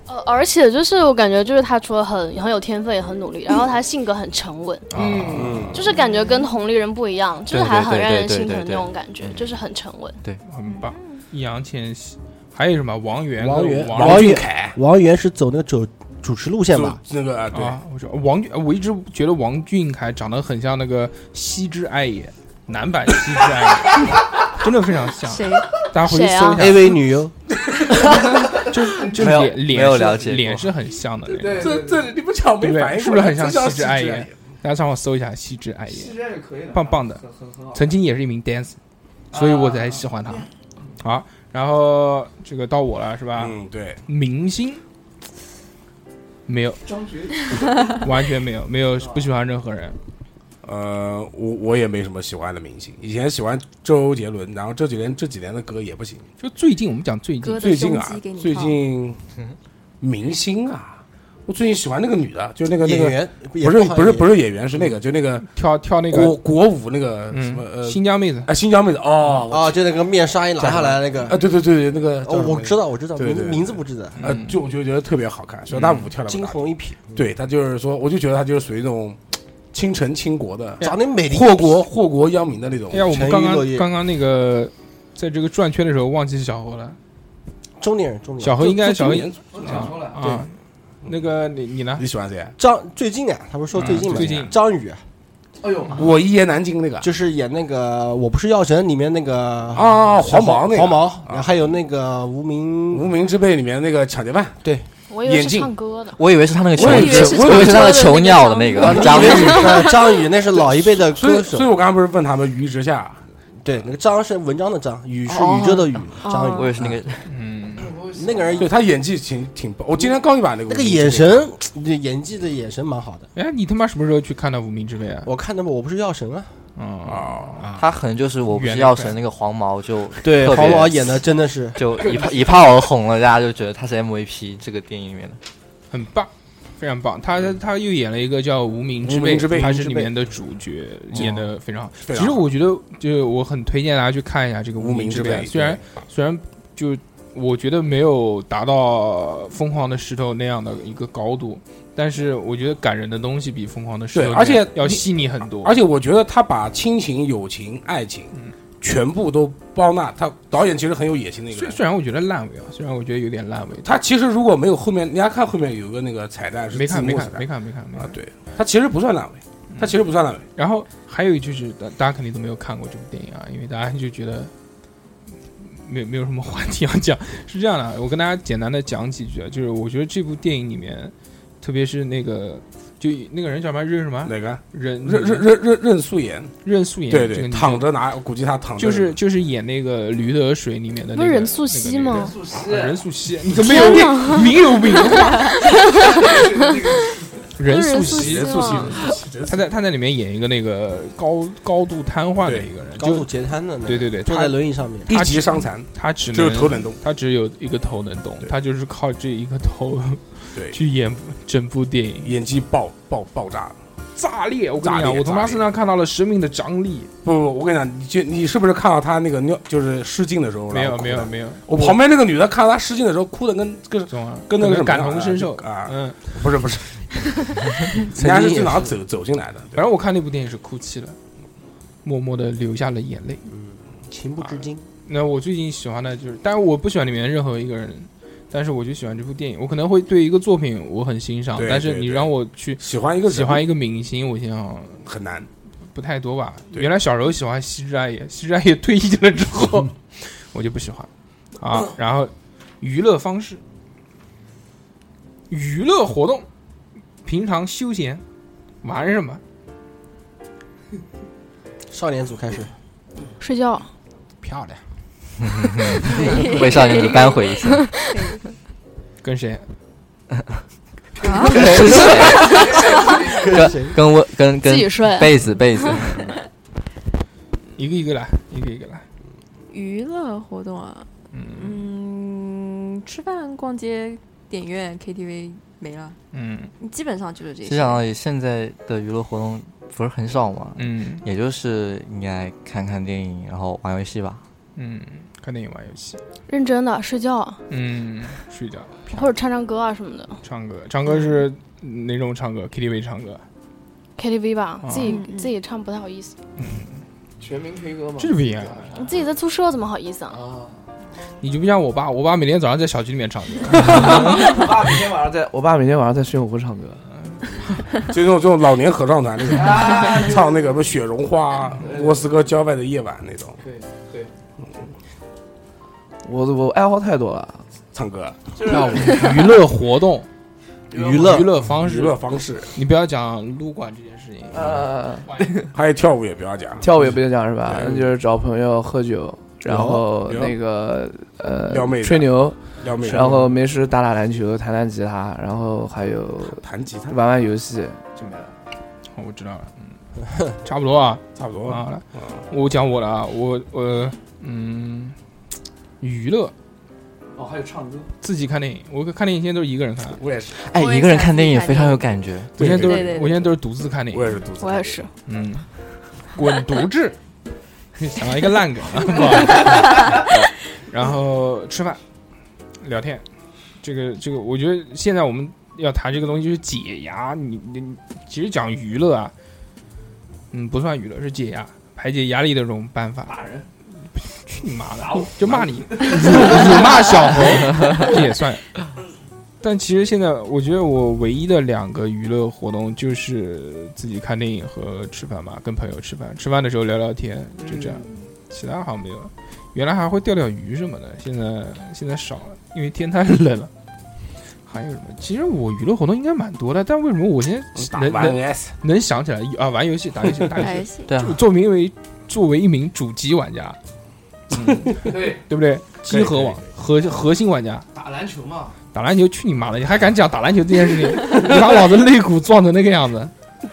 K: 呃，而且就是我感觉，就是他除了很很有天分，也很努力，
F: 嗯
K: 然后他性格很沉稳，
F: 啊
B: 嗯，
C: 嗯，
K: 就是感觉跟同龄人不一样，就是还很让人心疼那种感觉
H: 对对对对，对
K: 就是很沉稳。
B: 很棒，易烊千玺，还有什么王源跟
D: 王源
B: 王
C: 王
D: 王
C: 俊
D: 源
C: 凯
D: 王源是走那个主主持路线
C: 就
D: 吧？
C: 那个啊对，
B: 啊，我说王俊，我一直觉得王俊凯长得很像那个《西之爱也》男版《西之爱也》，真的非常像。
F: 谁
B: 大家回去
K: 谁
B: 搜
K: 啊
B: 一
D: A
B: 下，
D: 位女优，
J: 啊
B: 就是就
H: 没有
B: 脸脸
H: 没有
B: 是
H: 了解过
B: 脸是很像的那种。
C: 这这你们抢
B: 对不
C: 没
B: 对
C: 反应
B: 是
C: 过
B: 不是
C: 来，
B: 很像
C: 这叫
B: 西之爱
C: 西
B: 也
C: 之？
B: 大家上网搜一下《西之爱也》，
J: 这是可以的
B: 棒棒的，
J: 很很好
B: 曾经也是一名 dancer，所以我才喜欢他。好，然后这个到我了是吧？
C: 嗯，对，
B: 明星没有，
J: 张学友
B: 完全没有，没有不喜欢任何人。
C: 呃，我我也没什么喜欢的明星，以前喜欢周杰伦，然后这几年这几年的歌也不行。
B: 就最近我们讲最近
F: 歌的
C: 最近啊
F: 胸肌给，你
C: 最
F: 放
C: 近明星啊，我最近喜欢那个女的，就那个那
D: 演
C: 个
D: 员
C: 不是不是不
D: 是
C: 是演员，是那个就那个
B: 跳跳那
C: 国
B: 个
C: 国舞那个什
B: 嗯
C: 么哦呃
B: 新疆妹子，
C: 啊新疆妹子哦
D: 啊，就那个面纱一拿下来那个
C: 啊，对对对对那个
D: 哦，我知
C: 道
D: 道我知道
C: 对对
D: 名
C: 对
D: 名字不记得，
C: 呃
B: 嗯
C: 就我就觉得特别好看，所以她舞跳的
D: 惊鸿一瞥，
C: 对她就是说我就觉得她就是属于那种倾城倾国的
D: 长得美丽
C: 祸啊国祸国殃民的那种
B: 哎。呀，我们
D: 沉鱼
B: 刚刚
D: 落雁
B: 刚刚那个，在这个转圈的时候忘记小何了。
D: 中年人中年人
B: 小何应该小何
C: 嗯年
B: 啊，那个你你呢？
C: 你喜欢谁？
D: 张最近啊，他不是说最近
B: 嗯
D: 吗？
B: 最近
D: 张宇啊
J: 哎呦，
C: 我一言难尽那个
D: 就是演那个《我不是药神》里面那个
C: 啊黄毛那个啊
D: 黄毛，还有那个无
C: 无
D: 名
C: 名之辈里面那个抢劫犯。
K: 我以为
C: 眼
K: 是
C: 镜
K: 唱歌的，
H: 我以为是他那个囚，
C: 我
H: 我
C: 以为是
H: 以为是他那个囚鸟的那个
D: 啊
H: 加
D: 张
H: 入
D: 宇，啊 张宇那是老一辈的
C: 所以，
D: 歌手
C: 所以，我刚刚不是问他们鱼之下，
D: 对，那个张是文章的张，宇是
C: 哦
D: 宇宙的宇，张宇
H: 我以为是那个
B: 嗯，
D: 那个人
C: 对他演技挺挺棒。我今天刚一把那
D: 那
C: 个无
D: 个
C: 名
D: 眼
C: 之辈
D: 神，演技的眼神蛮好的。
B: 哎，你他妈什么时候去看的《无名之辈》啊？
D: 我看那部《我不是药神》啊，
B: 啊
C: 啊，
H: 他可能就是我不是药神那个黄毛 就
D: 对
H: 特别
D: 黄毛演的真的是
H: 就一炮一炮而红了，大家就觉得他是 MVP 这个电影里 面的。
B: 很棒，非常棒。他他又演了一个叫《嗯无名之
C: 无
B: 辈嗯啊
C: 名之》，辈
B: 他是里面的主角，演的非常好。
C: 非
B: 其
C: 常
B: 实我觉得，就是我很推荐大家去看一下这个《
C: 啊无名
B: 之
C: 之
B: 辈》啊，
C: 辈，
B: 虽然虽然就我觉得没有达到《疯狂的石头》那样的一个高度，但是我觉得感人的东西比《疯狂的石头
C: 对》
B: 要
C: 而且
B: 要
C: 你
B: 细腻很多。
C: 而且我觉得他把亲情、友情、爱情
B: 嗯
C: 全部都包纳。他导演其实很有野心的一个
B: 虽
C: 人。
B: 虽然我觉得烂尾啊，虽然我觉得有点烂尾，
C: 他其实如果没有后面，你要看后面有个那个彩蛋是
B: 没看
C: 字幕
B: 没
C: 彩
B: 看
C: 蛋
B: 没看没看没嗯
C: 啊
B: 看。，
C: 对，他其实不算烂尾，他其实不算烂尾。
B: 然后还有就是大大家肯定都没有看过这部电影啊，因为大家就觉得没有没有什么话题要讲。是这样的，我跟大家简单的讲几句啊，就是我觉得这部电影里面特别是那个就那个人叫什么任什么
C: 哪个
B: 任
C: 任任任任任素妍，
B: 任嗯素妍
C: 对
B: 这个
C: 对，
B: 女
C: 躺
B: 生
C: 着拿，我估计他躺着
B: 就是就是演那个《驴得水》里面的那
K: 不
B: 个
K: 是任素汐吗？
B: 任素汐，你怎么有
K: 天哪
B: 病？名有病。任
K: 任
B: 素
K: 素
B: 汐，
K: 汐任素汐啊
B: 他在他在里面演一个那个高高度瘫痪的一个人，
D: 高
B: 就
D: 度截瘫的那个
B: 对对对，
D: 坐
B: 他
D: 在轮椅上面
B: 他
D: 一级
B: 只
D: 伤残
B: 他只
D: 只有
B: 能
D: 头能动，
B: 他只有一个头能动，他就是靠这一个头
C: 对
B: 去演整部电影，
C: 演技爆爆爆炸，
B: 炸裂！我跟
C: 炸
B: 你
C: 裂
B: 讲，我从
C: 炸
B: 他
C: 裂
B: 身上看到了生命的张力。
C: 不不，我跟你讲，你就你是不是看到他那个尿就是失禁的时候？
B: 没有
C: 然后哭
B: 没
C: 的
B: 有没有啊
C: 我旁边那个女的看到他失禁的时候，哭的跟跟跟那个什么
B: 感
C: 一样
B: 同身受
C: 啊，
B: 嗯，
C: 不是不 是，人家是从哪走走进来的？
B: 反正我看那部电影是哭泣了，默默的流下了眼泪。
D: 情不至今。
B: 那我最近喜欢的就是，但是我不喜欢里面任何一个人，但是我就喜欢这部电影。我可能会对一个作品我很欣赏
C: 对，
B: 但是
C: 对
B: 你
C: 对
B: 让我去
C: 喜欢一个人
B: 喜欢一个明星，我想
C: 很难，
B: 不太多吧。原来小时候喜欢西之爱也，西之爱也退役了之后， 我就不喜欢啊。然后娱乐方式，娱乐活动，平常休闲玩什么？
D: 少年组开始，
K: 睡觉。
B: 漂亮。
H: 为少年组扳回一城。
B: 跟谁？
H: 跟跟我跟跟
K: 自己睡
H: 被子被子，
B: 一个一个来，一个一个来。
F: 娱乐活动啊，嗯，吃饭、逛街、电影院、KTV 没了，
B: 嗯，
F: 基本上就是这
H: 其
F: 些。
H: 实相当于现在的娱乐活动不是很少嘛，
B: 嗯，
H: 也就是应该看看电影，然后玩游戏吧。
B: 嗯，看电影、玩游戏，
K: 认真的睡觉，
B: 嗯，睡觉，
K: 或者唱唱歌啊什么的
B: 唱歌，唱歌是哪种唱歌？KTV 唱歌，
K: ，KTV 吧，
B: 啊
K: 自己自己唱不太好意思，
J: 全民 K 歌嘛
B: 这就不一样了。
K: 你自己在宿舍怎么好意思啊？
B: 你就不像我爸，我爸每天早上在小区里面唱歌，
J: 我爸每天晚上在，我爸每天晚上在炫舞会唱歌，
C: 就那种这种老年合唱团那种，唱那个什么《雪绒花》《莫斯科郊外的夜晚》那种，
B: 对对，
J: 我我爱好太多了，
C: 唱歌、
B: 跳舞、娱乐活动、
C: 娱乐
B: 娱乐方式、
C: 娱乐方式，
B: 你不要讲撸管这件事情，
F: 啊
J: 呃，
C: 还有跳舞也不要讲，
J: 跳舞也不用讲是吧？
C: 对
J: 那就是找朋友喝酒，然后
C: 聊
J: 那个呃
C: 撩妹的
J: 吹牛，
C: 撩妹的
J: 然后没事打打篮球、弹弹吉他，然后还有
C: 弹吉他
J: 玩玩游戏就没了。
B: 哦我知道了，嗯， 差不多啊，
C: 差不多
B: 好了
C: 啊。，
B: 我讲我的啊，我我嗯，娱乐
J: 哦，还有唱歌，
B: 自己看电影，我看电影现在都是一个人看，
C: 我也是，
H: 哎，
F: 我也
H: 一个人
F: 想
H: 看电影
F: 自己看
H: 非常有感觉。
B: 我现在都
F: 对对
B: 是
F: 对
B: 我现在都是独自看
J: 哎
B: 电影
C: 我，也是独自
K: 我也是，
B: 嗯，滚犊子！想到一个烂梗啊，不好意思然后吃饭、聊天，这个这个，我觉得现在我们要谈这个东西就是解压。你你你其实讲娱乐啊，嗯，不算娱乐，是解压、排解压力的这种办法。骂人， 去你妈的！就骂你，辱辱骂小 猴，这 也算。但其实现在，我觉得我唯一的两个娱乐活动就是自己看电影和吃饭嘛，跟朋友吃饭，吃饭的时候聊聊天，就这样，其他好像没有了。原来还会钓钓鱼什么的，现在现在少了，因为天太冷了。还有什么？其实我娱乐活动应该蛮多的，但为什么我现在
C: 嗯打
B: 能
C: 玩
B: 能
C: NS，
B: 能想起来啊？玩游戏，打游戏，打游
F: 打游
B: 戏。
F: 戏，
H: 对啊
B: 就，作为一为作为一名主机玩家，
J: 对，
B: 对不对？
C: 嗯可
B: 机
C: 以
B: 核网核核心玩家，
J: 打篮球嘛，
B: 打篮球去你妈的！你还敢讲打篮球这件事情？ 你把老子肋骨撞成那个样子，
C: 嗯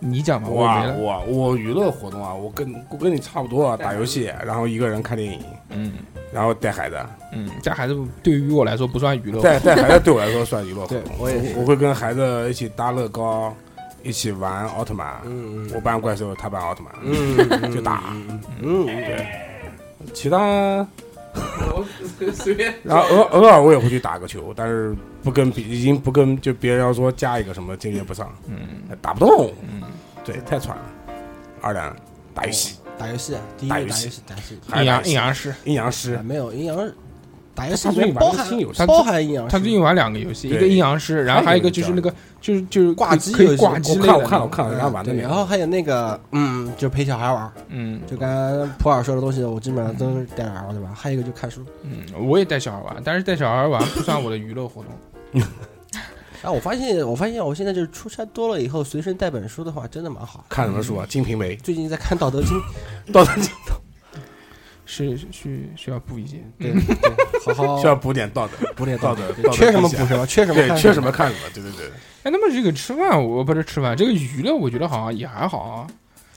B: 你讲
J: 啊
B: 吧，我
C: 哇
B: 没了。
C: 我我娱乐活动啊，我跟我跟你差不多啊，打游戏，然后一个人看电影，
B: 嗯
C: 然后带孩子，啊
B: 嗯，这孩子对于我来说不算娱乐，
C: 带带孩子对我来说算娱乐活
J: 对
C: 动。
J: 我也是
C: 我，会跟孩子一起搭乐高，一起玩奥特曼，
D: 嗯
C: 我扮怪兽，他扮奥特曼，
D: 嗯
C: 就打。
D: 嗯，
C: 其他，
J: 我随便
C: 然后偶偶尔我也会去打个球，但是不跟别已经不跟就别人要说加一个什么，坚决不上，
B: 嗯
C: 打不动，
B: 嗯，
C: 对，太喘了。二两打游戏，
D: 打游戏啊，第一
C: 打
D: 个
C: 游
D: 打
C: 戏
D: 游戏，打游戏。
C: 还
B: 阴
C: 是打
B: 阳
C: 游
B: 阴
C: 戏
B: 阳师，
C: 阴阳师
D: 啊，没有阴阳，打游戏
C: 他最近玩
D: 包
C: 的新
D: 含
C: 游戏
B: 他，
D: 包含阴阳师，
B: 他最近玩两个游戏，一
C: 对
B: 个阴阳师，然后还有一个就是那个就是就是
D: 挂机
B: 可以可以
D: 游戏
B: 挂机
C: 我
B: 类
C: 看
B: 的，
C: 我看我看了人家玩的
D: 嗯对哦
C: 那
D: 然
C: 个，
D: 后还有那个，嗯，就陪小孩玩，
B: 嗯
D: 就刚刚普洱说的东西，我基本上都是带着玩对吧？还有一个就看书，
B: 嗯，我也带小孩玩，但是带小孩玩不算我的娱乐活动。
D: 但啊我发现，我发现我现在就是出差多了以后，随身带本书的话，真的蛮好。
C: 看什么书啊？《金瓶梅》
D: 最近在看《道 德经》，
C: 《道德经》
B: 是需需要补一些，
D: 对对，好 好
C: 需要补点道德，
D: 哦补点
C: 道
D: 德
C: 德，
D: 对
C: 道德
D: 缺什么
C: 底
D: 补
C: 线
D: 什么啊缺什么
C: 对，
D: 看
C: 缺
D: 什
C: 什
D: 么
C: 么看什么，对对啊对，
B: 哎，那么这个吃饭，我不是吃饭，这个娱乐，我觉得好像也还好啊，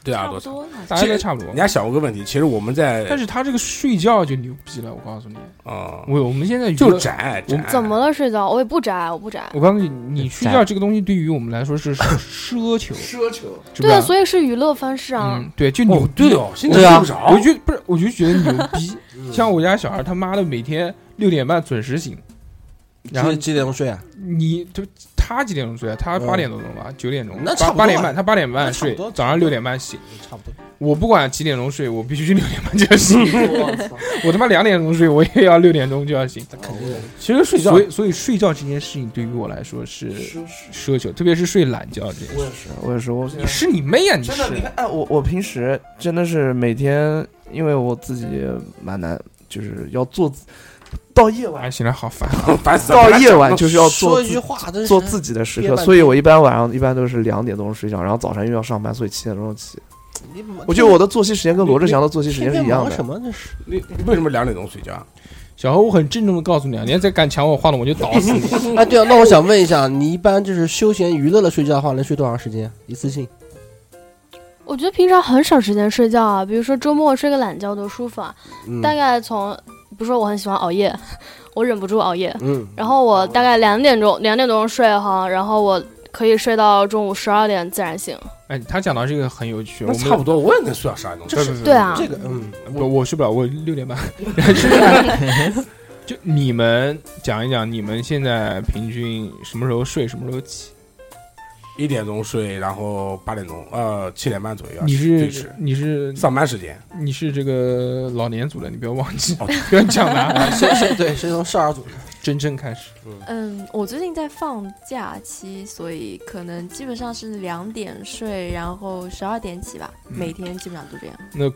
C: 对啊，
B: 差
C: 多
B: 不多
C: 少
B: 大家都差不多
C: 人家想过个问题，其实我们在，
B: 但是他这个睡觉就牛逼了，我告诉你，
C: 啊，
B: 我我们现在娱
C: 就
B: 乐
C: 宅
B: 我
C: 宅
B: 们
K: 哎怎么了？睡觉我也不宅，我不宅。
B: 我告诉你，你睡觉这个东西对于我们来说是奢 奢求，
J: 奢求，
B: 是
K: 对啊，
B: 吧？
K: 所以是娱乐方式啊。
B: 嗯，对，就牛
C: 对
B: 逼
C: 哦现在对啊 睡不着
B: 我就不是，我就觉得牛逼。像我家小孩他妈的每天六点半准时醒，然后
D: 几几点钟睡啊？
B: 你就他几点钟睡啊？他八点多钟吧，九点钟，
D: 那
B: 八
D: 差不多
B: 八
D: 啊
B: 点半，他八点半睡
D: 差不多，
B: 早上六点半醒。
D: 差不多。
B: 我不管几点钟睡，我必须六点半就要醒。我他妈两点钟睡，我也要六点钟就要醒。
C: 其实睡觉
B: 所以所以睡觉这件事情对于我来说是奢求，特别是睡懒觉这件事。
J: 是我也是，我
B: 你是你妹呀、啊你是
J: 真的，你看，哎，我我平时真的是每天，因为我自己蛮难，就是要做自到夜晚，
B: 哎醒来好烦， 啊
C: 烦死了
J: 到夜晚就是要做
D: 说一
J: 自
D: 句话真是
J: 做自己的时
D: 憋
J: 刻，
D: 半天
J: 所以我一般晚上一般都是两点钟睡觉，然后早上又要上班，所以七点钟起。
D: 你
J: 我觉得我的作息时间跟罗志祥的作息时间是
D: 天
J: 一
D: 天
J: 样
D: 忙
J: 的。
D: 什么？这是
C: 你你为什么两点钟睡觉啊？
B: 小何，我很郑重的告诉你啊，你要再敢抢我话筒，我就打死 你。
D: 哎，对啊，那我想问一下，你一般就是休闲娱乐的睡觉的话，能睡多长时间一次性？
K: 我觉得平常很少时间睡觉啊，比如说周末睡个懒觉多舒服啊。
D: 嗯
K: 大概从，比如说我很喜欢熬夜， 我忍不住熬夜，
D: 嗯，
K: 然后我大概两点钟两点钟睡哈，然后我可以睡到中午十二点自然醒。
B: 哎，他讲到这个很有趣，我
C: 那
B: 们
C: 差不多，我也能睡到十二点钟。
B: 不不不
K: 对啊
B: 不
D: 这个嗯，
B: 不，我睡不了，我六点半。 就你们讲一讲，你们现在平均什么时候睡，什么时候起？
C: 一点钟睡，然后八点钟，呃，七点半左右要
B: 你
C: 最
B: 是
C: 迟
B: 你是
C: 上班时间。
B: 你是这个老年组的，你不要忘 记，不要讲了，啊
D: 谁谁对谁从少儿组？
B: 真正开始。
F: 嗯，我最近在放假期，所以可能基本上是两点睡，然后十二点起吧，
B: 嗯
F: 每天基本上都这样。
B: 那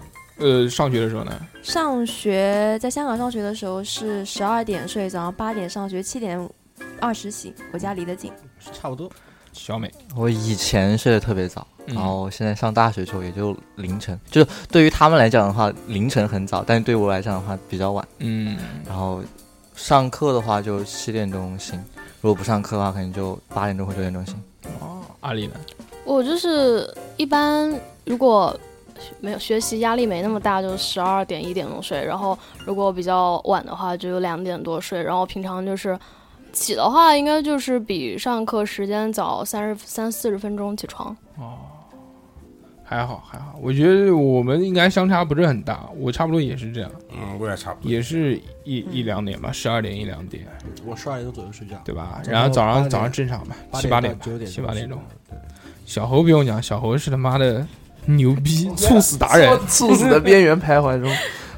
B: 呃，上学的时候呢？
F: 上学在香港上学的时候是十二点睡，早上八点上学，七点二十醒。我家离得近，
D: 差不多。
B: 小美，
H: 我以前睡得特别早，
B: 嗯
H: 然后现在上大学之后也就凌晨，就是对于他们来讲的话，凌晨很早，但是对我来讲的话比较晚。
B: 嗯，
H: 然后上课的话就七点钟醒，如果不上课的话，可能就八点钟或九点钟醒。
B: 哦，阿丽呢？
K: 我就是一般如果没有学习压力没那么大，就十二点一点钟睡，然后如果比较晚的话，就两点多睡，然后平常就是。起的话，应该就是比上课时间早三十三四十分钟起床。
B: 还好还好，我觉得我们应该相差不是很大，我差不多也是这样，
C: 嗯，我也差不多。
B: 也是一一两点吧，十二点一两点，
D: 我十二点钟左右睡觉，
B: 对吧？
D: 早上
B: 然后早
D: 八
B: 上
D: 点
B: 早上正常吧，七
D: 八
B: 八点
D: 点到
B: 吧
D: 九点，
B: 七八点钟。
D: 对。
B: 小猴不用讲，小猴是他妈的牛逼，猝死达人。
J: 猝死的边缘徘徊中。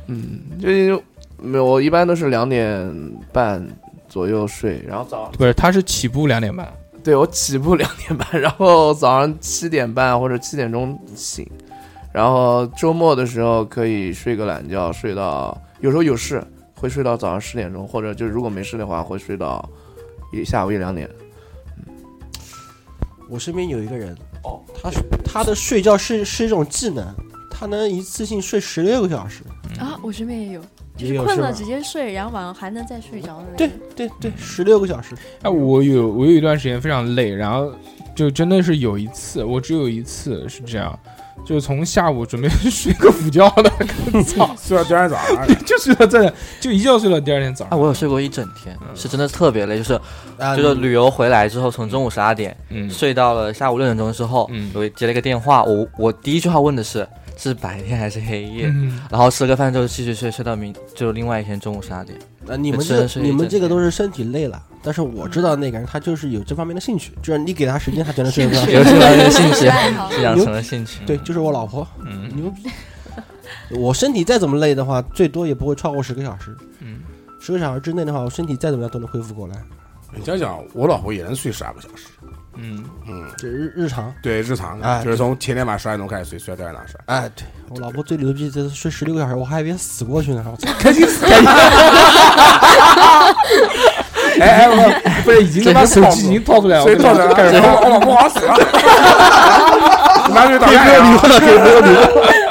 J: 嗯，就是没有，我一般都是两点半左右睡，然后早
B: 不是，他是起步两点半，
J: 对我起步两点半，然后早上七点半或者七点钟醒，然后周末的时候可以睡个懒觉，睡到有时候有事会睡到早上十点钟，或者就如果没事的话会睡到一下午一两点。
D: 我身边有一个人，哦，他是他的睡觉是是一种技能，他能一次性睡十六个小时，
B: 嗯
F: 啊，我身边也有，就
D: 也
F: 是
D: 有
F: 困
D: 是
F: 了
D: 吧
F: 直接睡，然后晚上还能再睡着的那
D: 对
F: 种。
D: 对对，十六个小时，
B: 哎，我有我有一段时间非常累，然后就真的是有一次，我只有一次是这样，就是从下午准备 睡个午觉的，操，
C: 睡到第二天早上，
B: 就睡到这里，就一觉睡到第二天早
H: 啊，
B: 上。
H: 我有睡过一整天，
F: 嗯
H: 是真的特别累，就是
D: 啊
H: 就是旅游回来之后，从中午十二点
B: 嗯
H: 睡到了下午六点钟之后
B: 嗯，
H: 我接了一个电话，我我第一句话问的是是白天还是黑夜，
B: 嗯，
H: 然后吃个饭之后继续睡，睡到明就另外一天中午十二点。
D: 啊，你们
H: 只
D: 这个
H: 能睡
D: 你
H: 一
D: 们
H: 整
D: 这个
H: 天
D: 都是身体累了，但是我知道那个人他就是有这方面的兴趣，就是你给他时间，他就 能睡
H: 有
D: 觉。
H: 这方面的兴趣
F: 爱好，
H: 是养成了兴趣。
D: 对，就是我老婆，
B: 嗯
D: 牛逼。我身体再怎么累的话，最多也不会超过十个小时。
B: 嗯，
D: 十个小时之内的话，我身体再怎么样都能恢复过来。
C: 你这样讲，我老婆也能睡十二个小时。
B: 嗯，
C: 嗯，
D: 这日日常，
C: 对，日常
D: 哎
C: 的，就是从前天晚上十二点钟开始睡，睡到第二天早上十二
D: 哎，对我老婆最牛逼，就是睡十六个小时，我还以为死过去呢。我操，
C: 点，开心死了。
B: 哎哎，我不是已经他妈手机已经掏出来了，
C: 谁套的？
B: 开始
C: 我老婆好像 死了，你妈就打架
B: 给我离婚了给
C: 我离婚。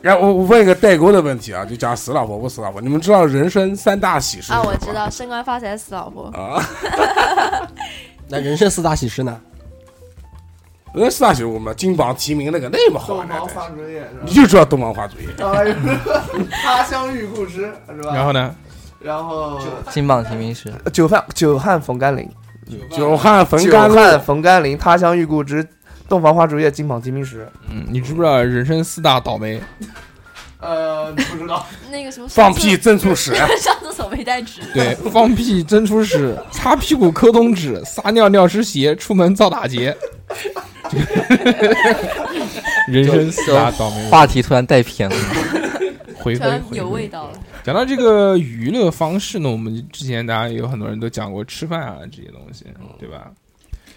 C: 然后我我问一个代沟的问题啊，就讲死老婆不死老婆，你们知道人生三大喜事是
F: 啊，
C: 什么
F: 我
C: 吗
F: 知道，升官发财死老婆，
C: 啊，
D: 那人生四大喜事呢？
C: 那四大喜事我们金榜题名那个那么
B: 哦
C: 好玩的，
E: 毛发主演
C: 你就知道东方花烛夜。
F: 哦
E: 哎呦，他乡遇故知是吧？
B: 然后呢？
E: 然后
H: 金榜题名是
J: 呃久旱久旱逢甘霖，
C: 久旱逢
J: 久
C: 甘露
J: 旱逢甘霖，他乡遇故知，洞房花烛夜，金榜题名时。
B: 嗯，你知不知道人生四大倒霉？
E: 呃不知道，
F: 那个什么
B: 放屁啊赠促使
F: 上厕所没带纸，
B: 对， 放屁真出屎，擦屁股抠通纸，撒尿尿湿鞋，出门遭打劫。 人生四大倒霉，
H: 话题突然带偏了。
B: 回
F: 突
B: 归
F: 然
B: 回
F: 有
B: 归
F: 味道了。
B: 讲到这个娱乐方式呢，我们之前大家也有很多人都讲过吃饭啊这些东西，对吧？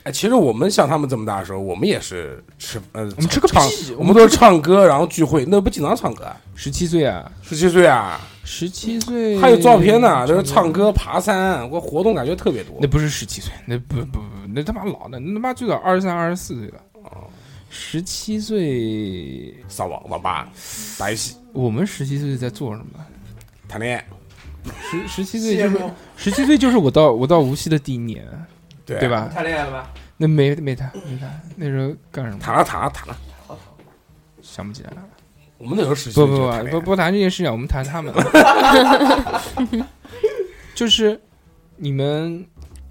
C: 哎，其实我们像他们这么大的时候，我们也是吃，呃，我
B: 们吃个
C: 唱
B: 屁，
C: 我们都是唱歌，然后聚会，那不经常唱歌啊？
B: 十七岁啊，
C: 十七岁啊，
B: 十七岁
C: 还有照片呢，就是唱歌、爬山，我活动感觉特别多。
B: 那不是十七岁，那不不不，那他妈老了，那他妈最早二十三、二十四岁了。
C: 哦
B: 十七岁
C: 上网网吧打游戏，
B: 我们十七岁在做什么？
C: 谈恋爱，
B: 十十七岁就是
E: 羡慕
B: 十七岁就是我到我到无锡的第一年，
C: 对啊
B: 对吧？
E: 谈恋爱了吧？
B: 那没没谈没谈，那时候干什么？
C: 谈了谈了谈了，
B: 想不起来了。
C: 我们那时候十七
B: 不
C: 岁
B: 不不
C: 就谈恋爱
B: 不不谈这件事情，我们谈他们。 就是你们，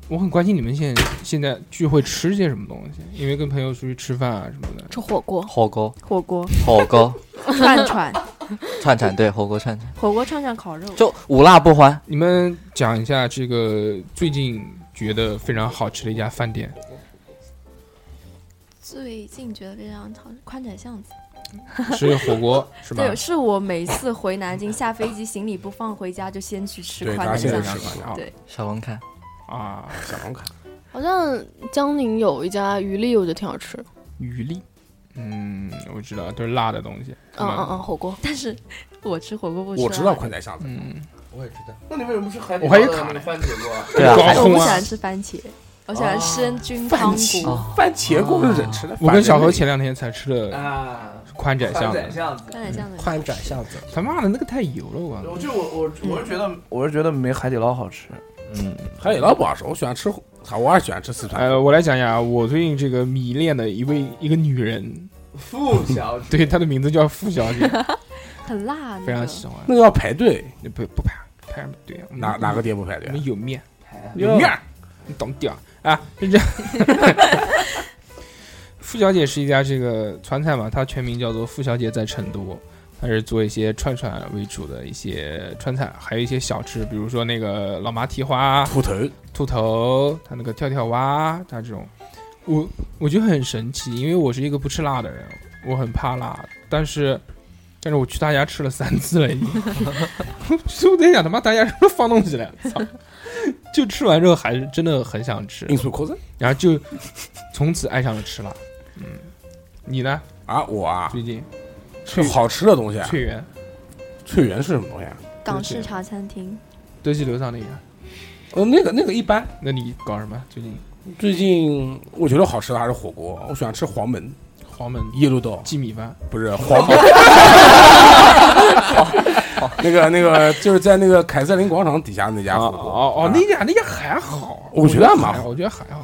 B: 我很关心你们现在现在聚会吃些什么东西，因为跟朋友出去吃饭啊什么的。
K: 吃火锅，
H: 火锅，
F: 火 锅、
H: 火锅，
F: 串串、
H: 串串，对，火锅串串，
F: 火锅串串烤肉，
H: 就无辣不欢。
B: 你们讲一下这个最近觉得非常好吃的一家饭店，
F: 最近觉得非常好，宽窄巷子。
B: 吃火锅是吧？
F: 对，是我每次回南京下飞机，行李不放回家，就先去吃
C: 对
F: 宽
C: 大家
F: 窄
C: 现在
F: 巷
C: 吃宽
F: 子
C: 窄。
F: 对，
H: 小龙坎，
B: 啊，
C: 小龙坎，
K: 好像江宁有一家鱼粒，我觉得挺好吃。
B: 鱼粒，嗯，我知道，都是辣的东西。
K: 嗯
B: 是吧
K: 嗯嗯，火锅。
F: 但是我吃火锅不吃辣，啊
C: 我知道宽窄巷子，
B: 嗯，
D: 我也知道，
E: 那你为什么不是海底
B: 我还
E: 捞
B: 有
E: 的
B: 卡
E: 那
B: 嘞
E: 个番茄锅啊？
H: 对啊，
B: 高
F: 我
B: 红
F: 不喜
B: 啊
F: 欢！吃番茄，我喜欢吃菌
C: 番
F: 汤
C: 茄
H: 哦
F: 骨。
C: 番茄锅是人吃的，
B: 啊我跟小何前两天才吃了
E: 啊，
B: 宽窄巷
E: 宽
B: 的
E: 窄，巷子。
F: 宽窄巷子，
D: 宽窄巷子，
B: 他妈的那个太油了，我
E: 我
B: 告
E: 就我我我是觉得
J: 嗯我是觉得没海底捞好吃，
H: 嗯，
C: 还有老不好吃，我喜欢吃，我还是喜欢吃四
B: 诉。
C: 川。
B: 呃，我来讲一下我最近这个迷恋的一位一个女人，
E: 付小姐
B: 对，她的名字叫付小姐，
F: 很辣，
B: 非
F: 那
B: 常
F: 个
B: 喜欢。
C: 那个要排队，
B: 不不排排什么队啊？我们
C: 哪哪个店不排队
B: 我
C: 啊？
B: 们有面，
E: 排
B: 有面儿，你懂不懂啊？是这 样。付小姐是一家这个川菜嘛，它全名叫做付小姐在成都，它是做一些串串为主的一些川菜，还有一些小吃，比如说那个老麻蹄花、啊
C: 秃头，
B: 兔头，它那个跳跳蛙，它这种，我我觉得很神奇，因为我是一个不吃辣的人，我很怕辣，但是但是我去他家吃了三次了，已经，所以我在啊想他妈他家是不是放东西了，操！就吃完之后还是真的很想吃，
C: 罂粟口子
B: 然后就从此爱上了吃辣。嗯，你呢？
C: 啊，我啊，
B: 最近
C: 吃好吃的东西，啊，
B: 翠园
C: 翠园是什么东西啊？
F: 港式茶餐厅，
B: 德基楼上那家，
C: 呃，那个那个一般。
B: 那你搞什么？最近
C: 最近我觉得好吃的还是火锅，我喜欢吃黄焖
B: 黄焖
C: 耶鲁豆，
B: 鸡米饭，
C: 不是黄 焖。那个那个就是在那个凯瑟琳广场底下那家火
B: 哦
C: 锅
B: 哦哦
C: 啊，
B: 那家那家还好，
C: 我觉得还蛮好
B: 我觉得还好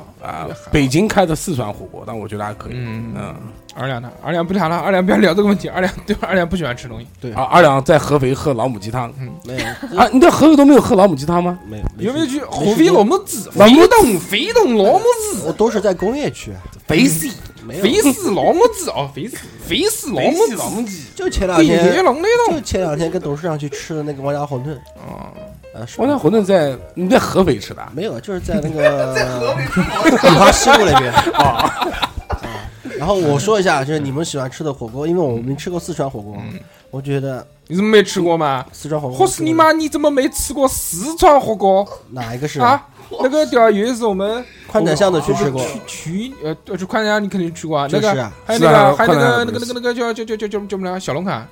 D: 哦
C: 啊
B: 我觉得还好，
C: 北京开的四川火锅，但我觉得还可以。
B: 嗯
C: 嗯，
B: 二两呢？二两不谈了，二两不要聊这个问题。二两对二两不喜欢吃东西，
C: 啊，二两在合肥喝老母鸡汤
D: 没 有
C: 啊，你在合肥都没有喝老母鸡汤吗？
D: 没
B: 有没有去合
D: 没
B: 肥
D: 时间
B: 老母子？
C: 老
B: 肥
C: 母
B: 东肥东老母子，
D: 我都是在工业区，啊
B: 肥死
D: 没有
B: 肥死老母子哦，肥死肥死老母子，
D: 就前两
B: 肥爷
D: 天，
B: 老那
D: 就
B: 种。
D: 前两天跟董事长去吃的那个王家馄饨，
B: 哦
D: 啊，是
C: 王家馄饨在你在合肥吃的啊，
D: 没有，就是在那个在河北五华西路那边啊。然后我说一下，就是你们喜欢吃的火锅，因为我没吃过四川火锅，我觉得
B: 你怎么没吃过嘛？
D: 四川火锅。
B: 我是你！妈，你怎么没吃过四川火锅
D: 哪一个是？
B: 啊？那个钓鱼是我们
D: 宽窄巷子去吃过，
B: 去去呃，就宽窄你肯定吃过啊。那
D: 就是
B: 个
D: 啊
B: 还有那个
C: 是啊
B: 还有那个
C: 宽窄
B: 那个那个那个叫叫叫叫叫叫什么来着？小龙坎，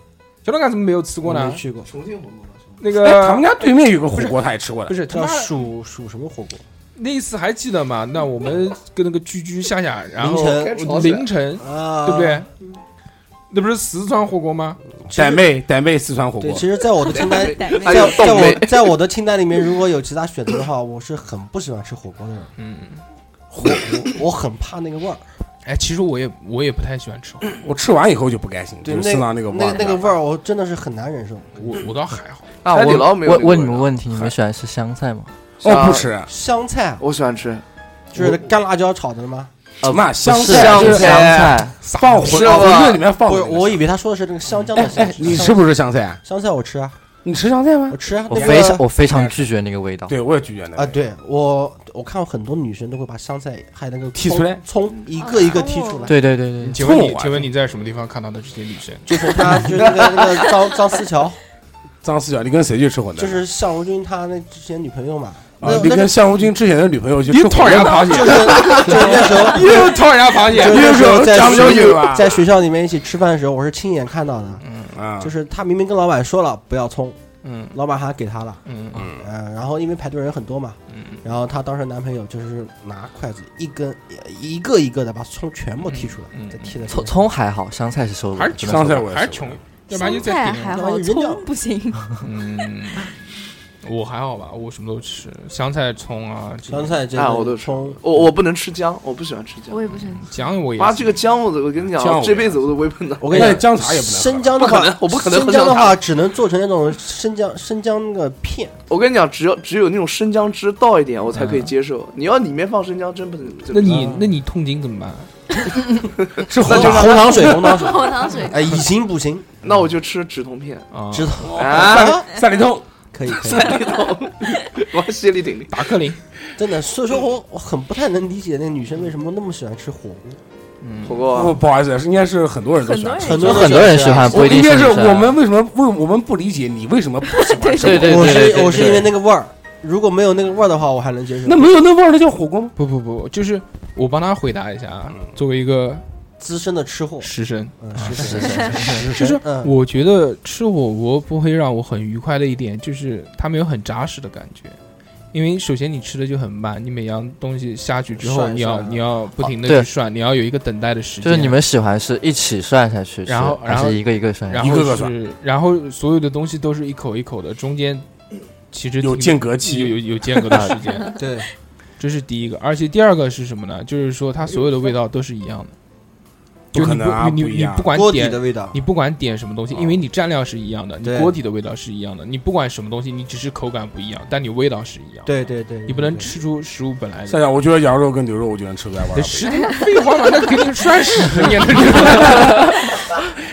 B: 小龙坎怎么没有吃过呢
D: 没？去过。
E: 重庆火锅嘛，重
B: 那
D: 呃
C: 哎
B: 个
C: 他们家对面有个火锅，他也吃过的，
B: 不是他
D: 叫
B: 妈的
D: 蜀蜀什么火锅？
B: 那一次还记得吗？那我们跟那个居居夏夏，然后
D: 凌
E: 晨
B: 我凌晨，
D: 啊，
B: 对不对？那不是四川火锅吗？
C: 傣妹傣妹四川火
D: 对，
C: 锅
D: 其，实，在我的清单，在
H: 还有
D: 在
H: 冻妹
D: 我在我的清单里面，如果有其他选择的话， 我是很不喜欢吃火锅的人。
B: 嗯，
D: 火锅我很怕那个味儿，
B: 哎，其实我也我也不太喜欢吃火锅，
C: 我吃完以后就不开心，
D: 对
C: 就是身上那个味
D: 那
C: 儿，
D: 那个味儿，我真的是很难忍受。
B: 我我倒还好。
H: 那
J: 海底捞
H: 啊我
J: 没有那个味
H: 问问你们
J: 道
H: 问题，你们喜欢吃香菜吗？
C: 哦，
D: 啊
C: 不吃，
D: 香菜啊
J: 我喜欢吃，
D: 就是干辣椒炒的吗？
C: 什么啊香
H: 是
C: 菜
H: 香
C: 就是
H: 菜，
C: 放馄
J: 是
C: 馄
J: 吧
C: 饨里面放
D: 不
C: 的
D: 是，
C: 那个。
D: 啊我以为他说的是那个香蕉的香
C: 哦哎
D: 菜。，
C: 你
D: 香
C: 吃不吃香菜啊？
D: 香菜我吃啊，
C: 你吃香菜吗？
D: 我吃啊。
H: 我
D: 那个
H: 非常我非常拒绝那个味道。
C: 对，我也拒绝那个
D: 啊，对我我看很多女生都会把香菜还有那个
C: 剔
D: 葱
C: 出来哦
D: 葱一个一个剔出来。
H: 对对对对，
B: 请问你
C: 臭啊
B: 请问你在什么地方看到的这些女生？
D: 就是 他，就是那个那个张张思乔，
C: 张四角，你跟谁去吃馄饨？
D: 就是向荣军他那之前女朋友嘛。
C: 啊
D: 那，
C: 你
D: 那
C: 跟向红军之前的女朋友去吃
B: 你讨
C: 火
B: 厌
C: 锅
B: 他
C: 螃
D: 就是
C: 蟹，
D: 就是那时候，
B: 又掏人家螃蟹
D: 就是
C: 你
D: 那
C: 有
D: 时
C: 时候
D: 候在
C: 加不了
D: 学
C: 酒啊
D: 在学校里面一起吃饭的时候，我是亲眼看到的。
C: 啊，
D: 就是他明明跟老板说了不要葱，
B: 嗯
D: 老板还给他了。
B: 嗯嗯
D: 嗯，然后因为排队人很多嘛，
B: 嗯，
D: 然后她当时男朋友就是拿筷子一根一个一个的把葱全部剔出
B: 嗯
D: 来，
B: 嗯
D: 再剔的
H: 葱葱还好，香菜是收
B: 还
H: 的
B: 是，
H: 真
B: 穷
H: 的
C: 香菜
H: 收
C: 我也
B: 还是
C: 是
B: 穷，要不然就
F: 香
B: 再
F: 菜
B: 给你
F: 还
B: 点。
D: 要不
F: 好，
D: 然就扔掉
F: 葱不行。
B: 嗯，我还好吧，我什么都吃，香菜、葱啊，这些
D: 香菜这
J: 啊我
D: 个
J: 都吃
D: 葱，
E: 哎我我不能吃姜，我不喜欢吃姜。
F: 我也不是很，
B: 姜我也
E: 妈，
B: 喜
E: 这个姜我我跟你
C: 姜我
E: 讲，
C: 也
E: 这辈子我都不会碰到。
D: 我跟你
C: 那
D: 讲
C: 你，姜茶也不能喝吧
D: 生姜的话，
E: 不可能我不可能
D: 生
E: 喝
D: 姜的
E: 姜茶
D: 话，只能做成那种生姜生姜那个片，
E: 我跟你讲，只要只有那种生姜汁倒一点，我才可以接受。你要里面放生姜，真不能。真
B: 那
E: 不能
B: 你那你痛经怎么办？
C: 是
D: 红
C: 就
D: 红糖水，红糖水，
F: 红糖水
D: 哎，以形补形，
E: 那我就吃止痛片
B: 啊，
D: 知道
E: 啊，
C: 三里屯，
D: 可以 可以，
E: 三里头，往血里顶顶。
B: 达克林，
D: 真的，所以说我我很不太能理解那女生为什么那么喜欢吃火锅，
E: 火锅啊
C: 不，不好意思，是应该是很多人都喜欢吃。
D: 很
H: 有
D: 多
H: 很多人喜欢，
D: 吃
H: 不
C: 我
H: 一定
C: 应该是
H: 女生
C: 我们为什么为我们不理解你为什么不喜欢吃火
H: 对
D: 我
H: 对
C: 锅？
H: 对对
D: 是
H: 对，
D: 我是因为那个味儿，如果没有那个味儿的话，我还能接受。
C: 那没有那味儿，那叫火锅吗？
B: 不不不，就是我帮他回答一下啊，作为一个
D: 资深的吃货，
B: 食神，
D: 嗯，是是
H: 是是是
D: 是，
B: 就是
D: 嗯，
B: 我觉得吃火锅不会让我很愉快的一点，就是它没有很扎实的感觉。因为首先你吃的就很慢，你每样东西下去之后，
D: 涮一
B: 你要
D: 涮
B: 你要不停的
H: 对
B: 去涮，你要有一个等待的时间。
H: 就是你们喜欢是一起涮下去吃，
B: 然后然后
H: 还是一个一个涮下
B: 然
H: 去？
B: 后
C: 一个个
B: 是，然后所有的东西都是一口一口的，中间其实
C: 有
B: 挺
C: 间隔期
B: 有有有间隔的时间，
D: 对，
B: 这是第一个。而且第二个是什么呢？就是说它所有的味道都是一样的，就
C: 不可
B: 你
C: 能啊
B: 你
C: 不一
B: 你
C: 样
B: 不管
D: 锅底的
B: 点。
D: 味道，
B: 你不管点什么东西，
C: 啊
B: 因为你蘸料是一样的，你
D: 对
B: 锅底的味道是一样的，你不管什么东西，你只是口感不一样，但你味道是一样。，
D: 对对对，
B: 你不能
D: 对
B: 吃出食物本来
C: 夏
B: 的。
C: 夏，我觉得羊肉跟牛肉，我就能吃出来味儿。
B: 十天废话嘛，那给你涮屎你也能吃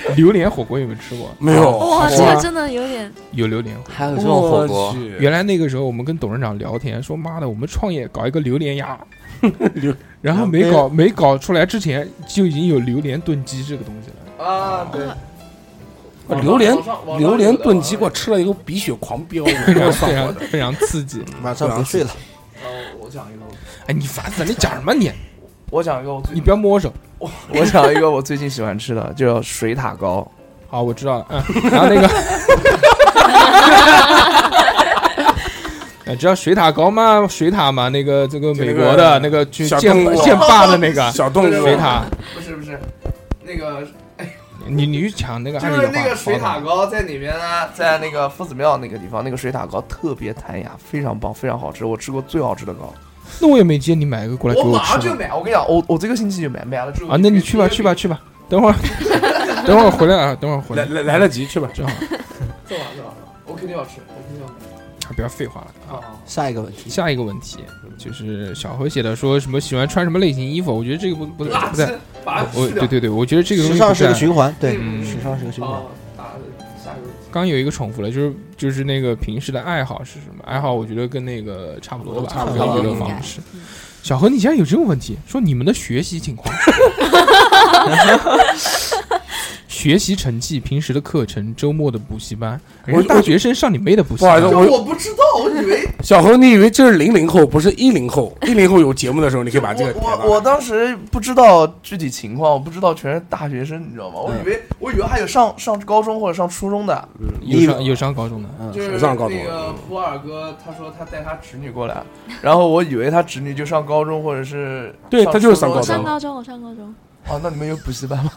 B: 榴莲火锅有没有吃过？
C: 没有，
F: 哇，
C: 好
F: 这
C: 吃吗
F: 个真的有点
B: 有榴莲火锅。
H: 还有这种火
C: 我
H: 锅，
C: 去
B: 原来那个时候，我们跟董事长聊天，说妈的，我们创业搞一个榴莲鸭，
C: 榴
B: 然后没搞没搞出来之前，就已经有榴莲炖鸡这个东 西了。
E: 啊，对，
C: 榴莲
E: 网上
C: 榴莲炖鸡，我吃了以后鼻血狂飙，
B: 非常
C: 我
B: 非
C: 操！
B: 常非常刺激！
D: 晚上不睡了，
E: 呃，我讲一个，
B: 哎，你烦死了！你讲什么你？
E: 我讲一个，我最
B: 你不要摸手。
E: 我讲一个我最近喜欢吃的，叫水塔糕。
B: 好，我知 道了。嗯，然后那个， 哎，知道水塔糕吗？水塔嘛，那个这个美国的
C: 就那个
B: 那个去
C: 小
B: 见
C: 动 物啊
B: 见爸的那个
C: 小动物啊
B: 水塔，
E: 不是不是，那个
B: 你你去抢那个，
E: 就是那个水塔糕在哪边呢？在那个夫子庙那个地方，那个水塔糕特别弹牙，非常棒，非常好吃，我吃过最好吃的糕。
B: 那我也没见你买一个过来给
E: 马上
B: 吃
E: 就
B: 呢。
E: 买，我跟你讲，我我这个星期就买，买了之后
B: 啊，那你去吧，去吧，，去吧，等会儿， 等会儿回来啊，等会儿回
C: 来
B: 来，
C: 来来得及，去吧。
B: 正好，
E: 做完做完，我肯定要吃，我肯定要买
B: 啊不要废话了啊。
E: 啊！
D: 下一个问题，
B: 下一个问题就是小何写的说什么喜欢穿什么类型衣服，我觉得这个不不不
E: 垃
B: 不在
E: 圾，，把它
B: 我
E: 吃掉
B: 对。对对，我觉得这个东
D: 啊时
B: 西
D: 尚
B: 不
D: 是个
B: 在。
D: 循环，对，
E: 嗯
D: 时尚是个循环。
E: 哦，打下一个问题
B: 刚有一个重复了，就是就是那个平时的爱好是什么？爱好我觉得跟那个哦差不多吧，
D: 差不
B: 跟
D: 多
B: 娱乐
F: 应该
B: 方式。小何，你现在 有这种问题，说你们的学习情况，学习成绩、平时的课程、周末的补习班，
C: 我
B: 人家大学生上你妹的补习
C: 不好
B: 班。
C: 意思，
E: 我不知道，我以为
C: 小何，你以为这是零零后，不是一零后？一零后有节目的时候，你可以把这个
E: 我我当时不知道具体情况，我不知道全是大学生，你知道吗？我
B: 嗯
E: 以为我以为还有上上高中或者上初中的，
C: 嗯
B: 有上有嗯上高中嗯的，
E: 就是那个普洱哥，他说他带他侄女过来， 然后我以为他侄女就上高中或者是
C: 对
E: 上
C: 他就是
E: 初中
C: 上高中
K: 上高中，我上高中。
E: 哦，那你们有补习班 吗？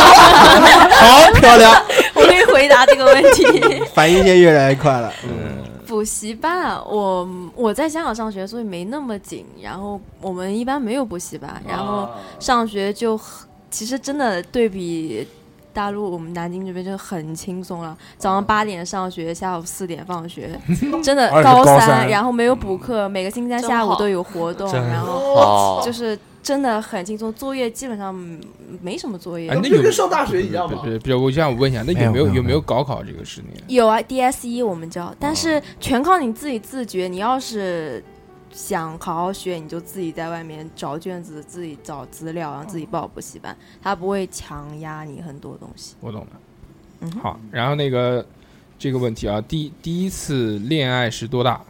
D: 好漂亮，
F: 我可以回答这个问题。
D: 反应线越来越快了。嗯，
F: 补习班啊，我我在香港上学，所以没那么紧。然后我们一般没有补习
H: 啊
F: 班，然后上学就很其实真的对比大陆，我们南京这边就很轻松了。早
H: 啊
F: 上八点上学，下午四点放 学，真的
K: 而且
F: 高
K: 高三
F: 然后没有补课，每个星期三
K: 真
F: 下午
K: 好
F: 都有活动，
H: 嗯真
F: 然
H: 好
F: 后就是真的很轻松，作业基本上没什么作业。
B: 哎，那有
E: 学一样
B: 吗？对，比较我想问一下，那有没有有没有高考这个事情？
F: 有啊，DSE 我们
B: 哦
F: 教，但是全靠你自己自觉。你要是想好好学，你就自己在外面找卷子，自己找资料，然后自己报补习班，他不会强压你很多东西。嗯
B: 我懂了。好，然后那个这个问题啊，第第一次恋爱是多大？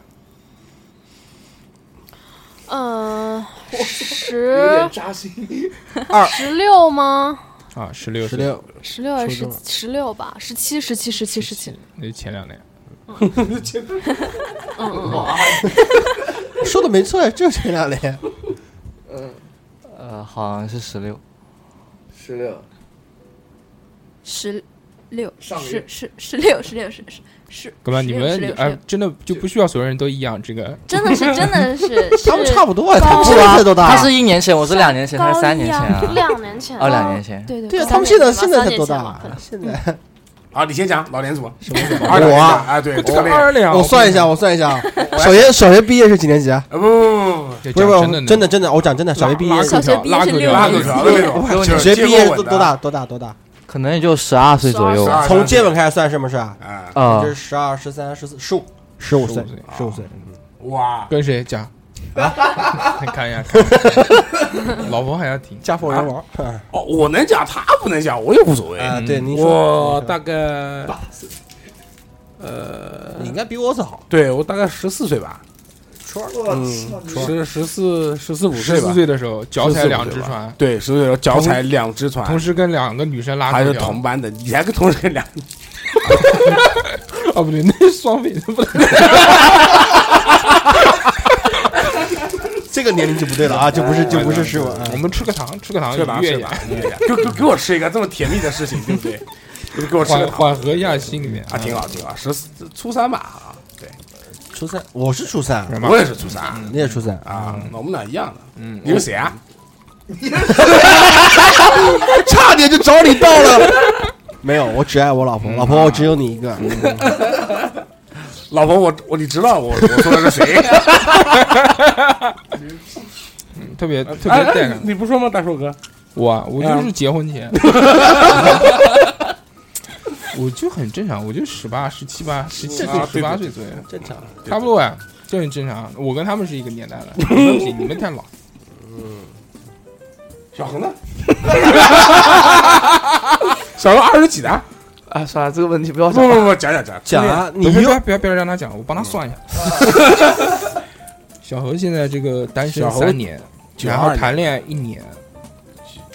K: 嗯，
E: 有
K: 十
E: 点扎心。
K: 十六吗？
B: 啊，十六，
D: 十六，
K: 十六还是
B: 初
K: 十
B: 中
K: 十六吧？十七，十七，十七，十七。
B: 那就前两年。
K: 嗯嗯嗯。
D: 说的没错，就前两年。
E: 嗯，
H: 呃，好像是十六，
E: 十六，
F: 十六，
E: 上个
F: 十
E: 月
F: 十十六，十六，十十十，
B: 哥们，
F: 十
B: 你
F: 六
B: 们
F: 十六十
B: 哎
F: 六，
B: 真的就不需要所有人都一样，这个
F: 真的是真的 是，
D: 他们
F: 是
D: 差不多啊，
F: 高
D: 他们现在都大。
H: 他是一年前，我是两年前，他是三年前
K: 就
H: 啊，
K: 两年前。
H: 哦，两年前，
F: 对对
D: 对啊，
F: 高
D: 他们
F: 三
D: 现在
F: 年级
D: 现
F: 嘛
D: 在
F: 三
D: 才
F: 年
D: 多
F: 级
D: 大
F: 嘛可能
D: 啊？现在
C: 啊，你先讲老年组，什么组？
D: 我啊
C: 啊，对，
B: 这
C: 我
B: 个
C: 那
B: 二两，
D: 我算一下，我算一下啊，小学小学毕业是几年级啊？
C: 啊不
B: 这
D: 不是
B: 讲真的
D: 不是，
B: 呢
D: 真的真的，我讲真的，小学毕业
B: 拉
D: 是
B: 口条，拉口条，
C: 拉个条的那种，
D: 小学毕业是多多大？多大多大？
H: 可能也就十二岁左右
C: 12
H: 啊
C: 啊
D: 从接吻开始算是不是啊？
C: 啊？
B: 嗯
H: 啊
D: 就是十二、十三、十四、十五、十五岁，
B: 啊
D: 十五岁。
C: 哇，
B: 跟谁 讲？你 看一下，看一下老婆还要听。
D: 家破人亡啊！
C: 哦，我能讲，他不能讲，我也无所谓。
D: 啊
B: 嗯
D: 对，您
C: 我
D: 说，
C: 大概，
D: 你应该比我早，
C: 对我大概十四岁吧，
D: 初二。
E: 我操！
C: 十十四十四五
B: 十
C: 岁吧
B: 四，岁的时候，脚踩
C: 14
B: 两只
C: 岁吧
B: 船，
C: 对，十四岁脚踩两只船，
B: 同时跟两个女生拉
C: 还
B: 口
C: 是
B: 条。
C: 同班的，你还跟同事跟两
B: 哦，不对，那是双飞，那不能。
D: 这个年龄就不对了啊，就不是就不是十五啊。
B: 我们吃个糖，吃个糖，
C: 吃吧
B: 愉悦
C: 吃
B: 一下
C: 吧，愉悦一下就就给我吃一个这么甜蜜的事情，对不对？就给我吃个
B: 缓
C: 糖
B: 缓和一下心里面
C: 啊，挺。好挺好。十四初三吧，啊，对，
D: 初三，我是初三，
B: 嗯
C: 我也是初三啊
D: 你也初三，
C: 啊，那我们俩一样的。嗯，你是谁啊？
D: 差点就找你到了。没有，我只爱我老婆，老婆我只有你一个。
C: 老婆，我我你知道我我说的是谁？
B: 嗯特
D: 啊
B: 别特别
C: 哎
B: 带
C: 哎
B: 感。
C: 你不说吗，大寿哥？
B: 我啊我就是结婚前， 我就很正常，我就十八、十七八、十
C: 啊
B: 七八、十八岁左右，
D: 正常，
B: 差不多啊，这很正常。我跟他们是一个年代的， 你们不行，你们太老。
C: 小恒呢？小恒二十几的？
E: 啊，算了，这个问题不要
C: 不
E: 讲
C: 不
E: 了。
C: 不，讲讲讲。
D: 讲啊，你
B: 不要不
D: 又
B: 要不要不要让他讲，我
C: 嗯
B: 帮他算一下。 小何现在这个单身
C: 小何
B: 三年，然后谈恋爱一年，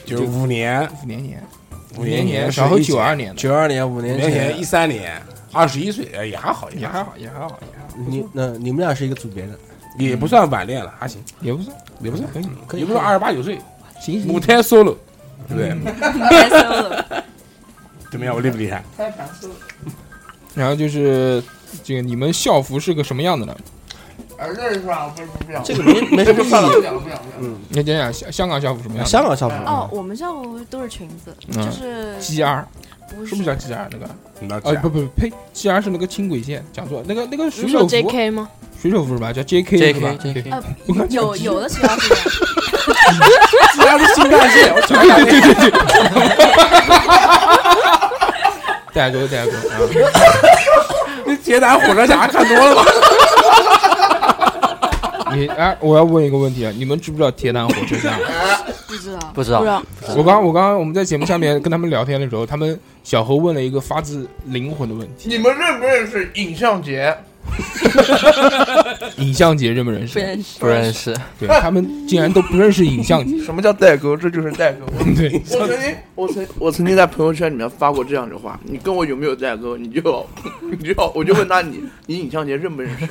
C: 就是五年，
B: 五年年，
C: 五年年，
B: 小何九二，年的，
D: 九二年五
C: 五
D: 年
C: 年
D: 前
C: 前一，三年，二十一岁，哎也还好，
B: 也
C: 也
B: 还
C: 还
B: 好，也还好，也还好，
D: 你那你们俩是一个组别的，
C: 也不算晚恋了，还行，
B: 也不算，
C: 也不算，
B: 可以，嗯
D: 可以
C: 也不是二十八九岁，
B: 行行
C: 母胎 solo，对不对？
F: 太 solo
C: 怎么样，我厉不厉害？
B: 然后就是这个你们校服是个什么样的呢？
E: 儿子是吧？不是不是
D: 这个 没没什么意
E: 不
D: 义。
E: 讲了不讲了。
B: 你讲讲香香港校服什么样的？
D: 香港校服
F: 哦，我们校服都是裙子，
B: 嗯
F: 就是
B: G R
F: 不
B: 是不是叫 G R 那个？
C: 那
B: 啊不不呸，G R 是那个轻轨线，讲错了，那个那个
K: 你
B: 水
K: 说
B: 手服啊
K: J.K. 吗？
B: 水手服是吧？叫 J K 是吧
H: JK JK，
F: 呃有有的学校是这样
C: 既然是新干线，我
B: 对啊对对对对。代沟代沟啊！
C: 你铁胆火车侠看多 了吧？
B: 你哎，我要问一个问题啊，你们知不知道铁胆火车站？
F: 不知道，
H: 不知道
F: 不知道，
B: 我刚我刚刚我们在节目下面跟他们聊天的时候，他们小何问了一个发自灵魂的问题：
E: 你们认不认识尹相杰？
B: 影像节认不认识？
E: 不认识
H: 不认识。
B: 对他们竟然都不认识影像 节。
E: 什么叫代沟？这就是代沟。
B: 对，
E: 我曾经，我曾我曾经在朋友圈里面发过这样的话：你跟我有没有代沟？你就要， 你就要，我就问他你你尹相杰认不认识？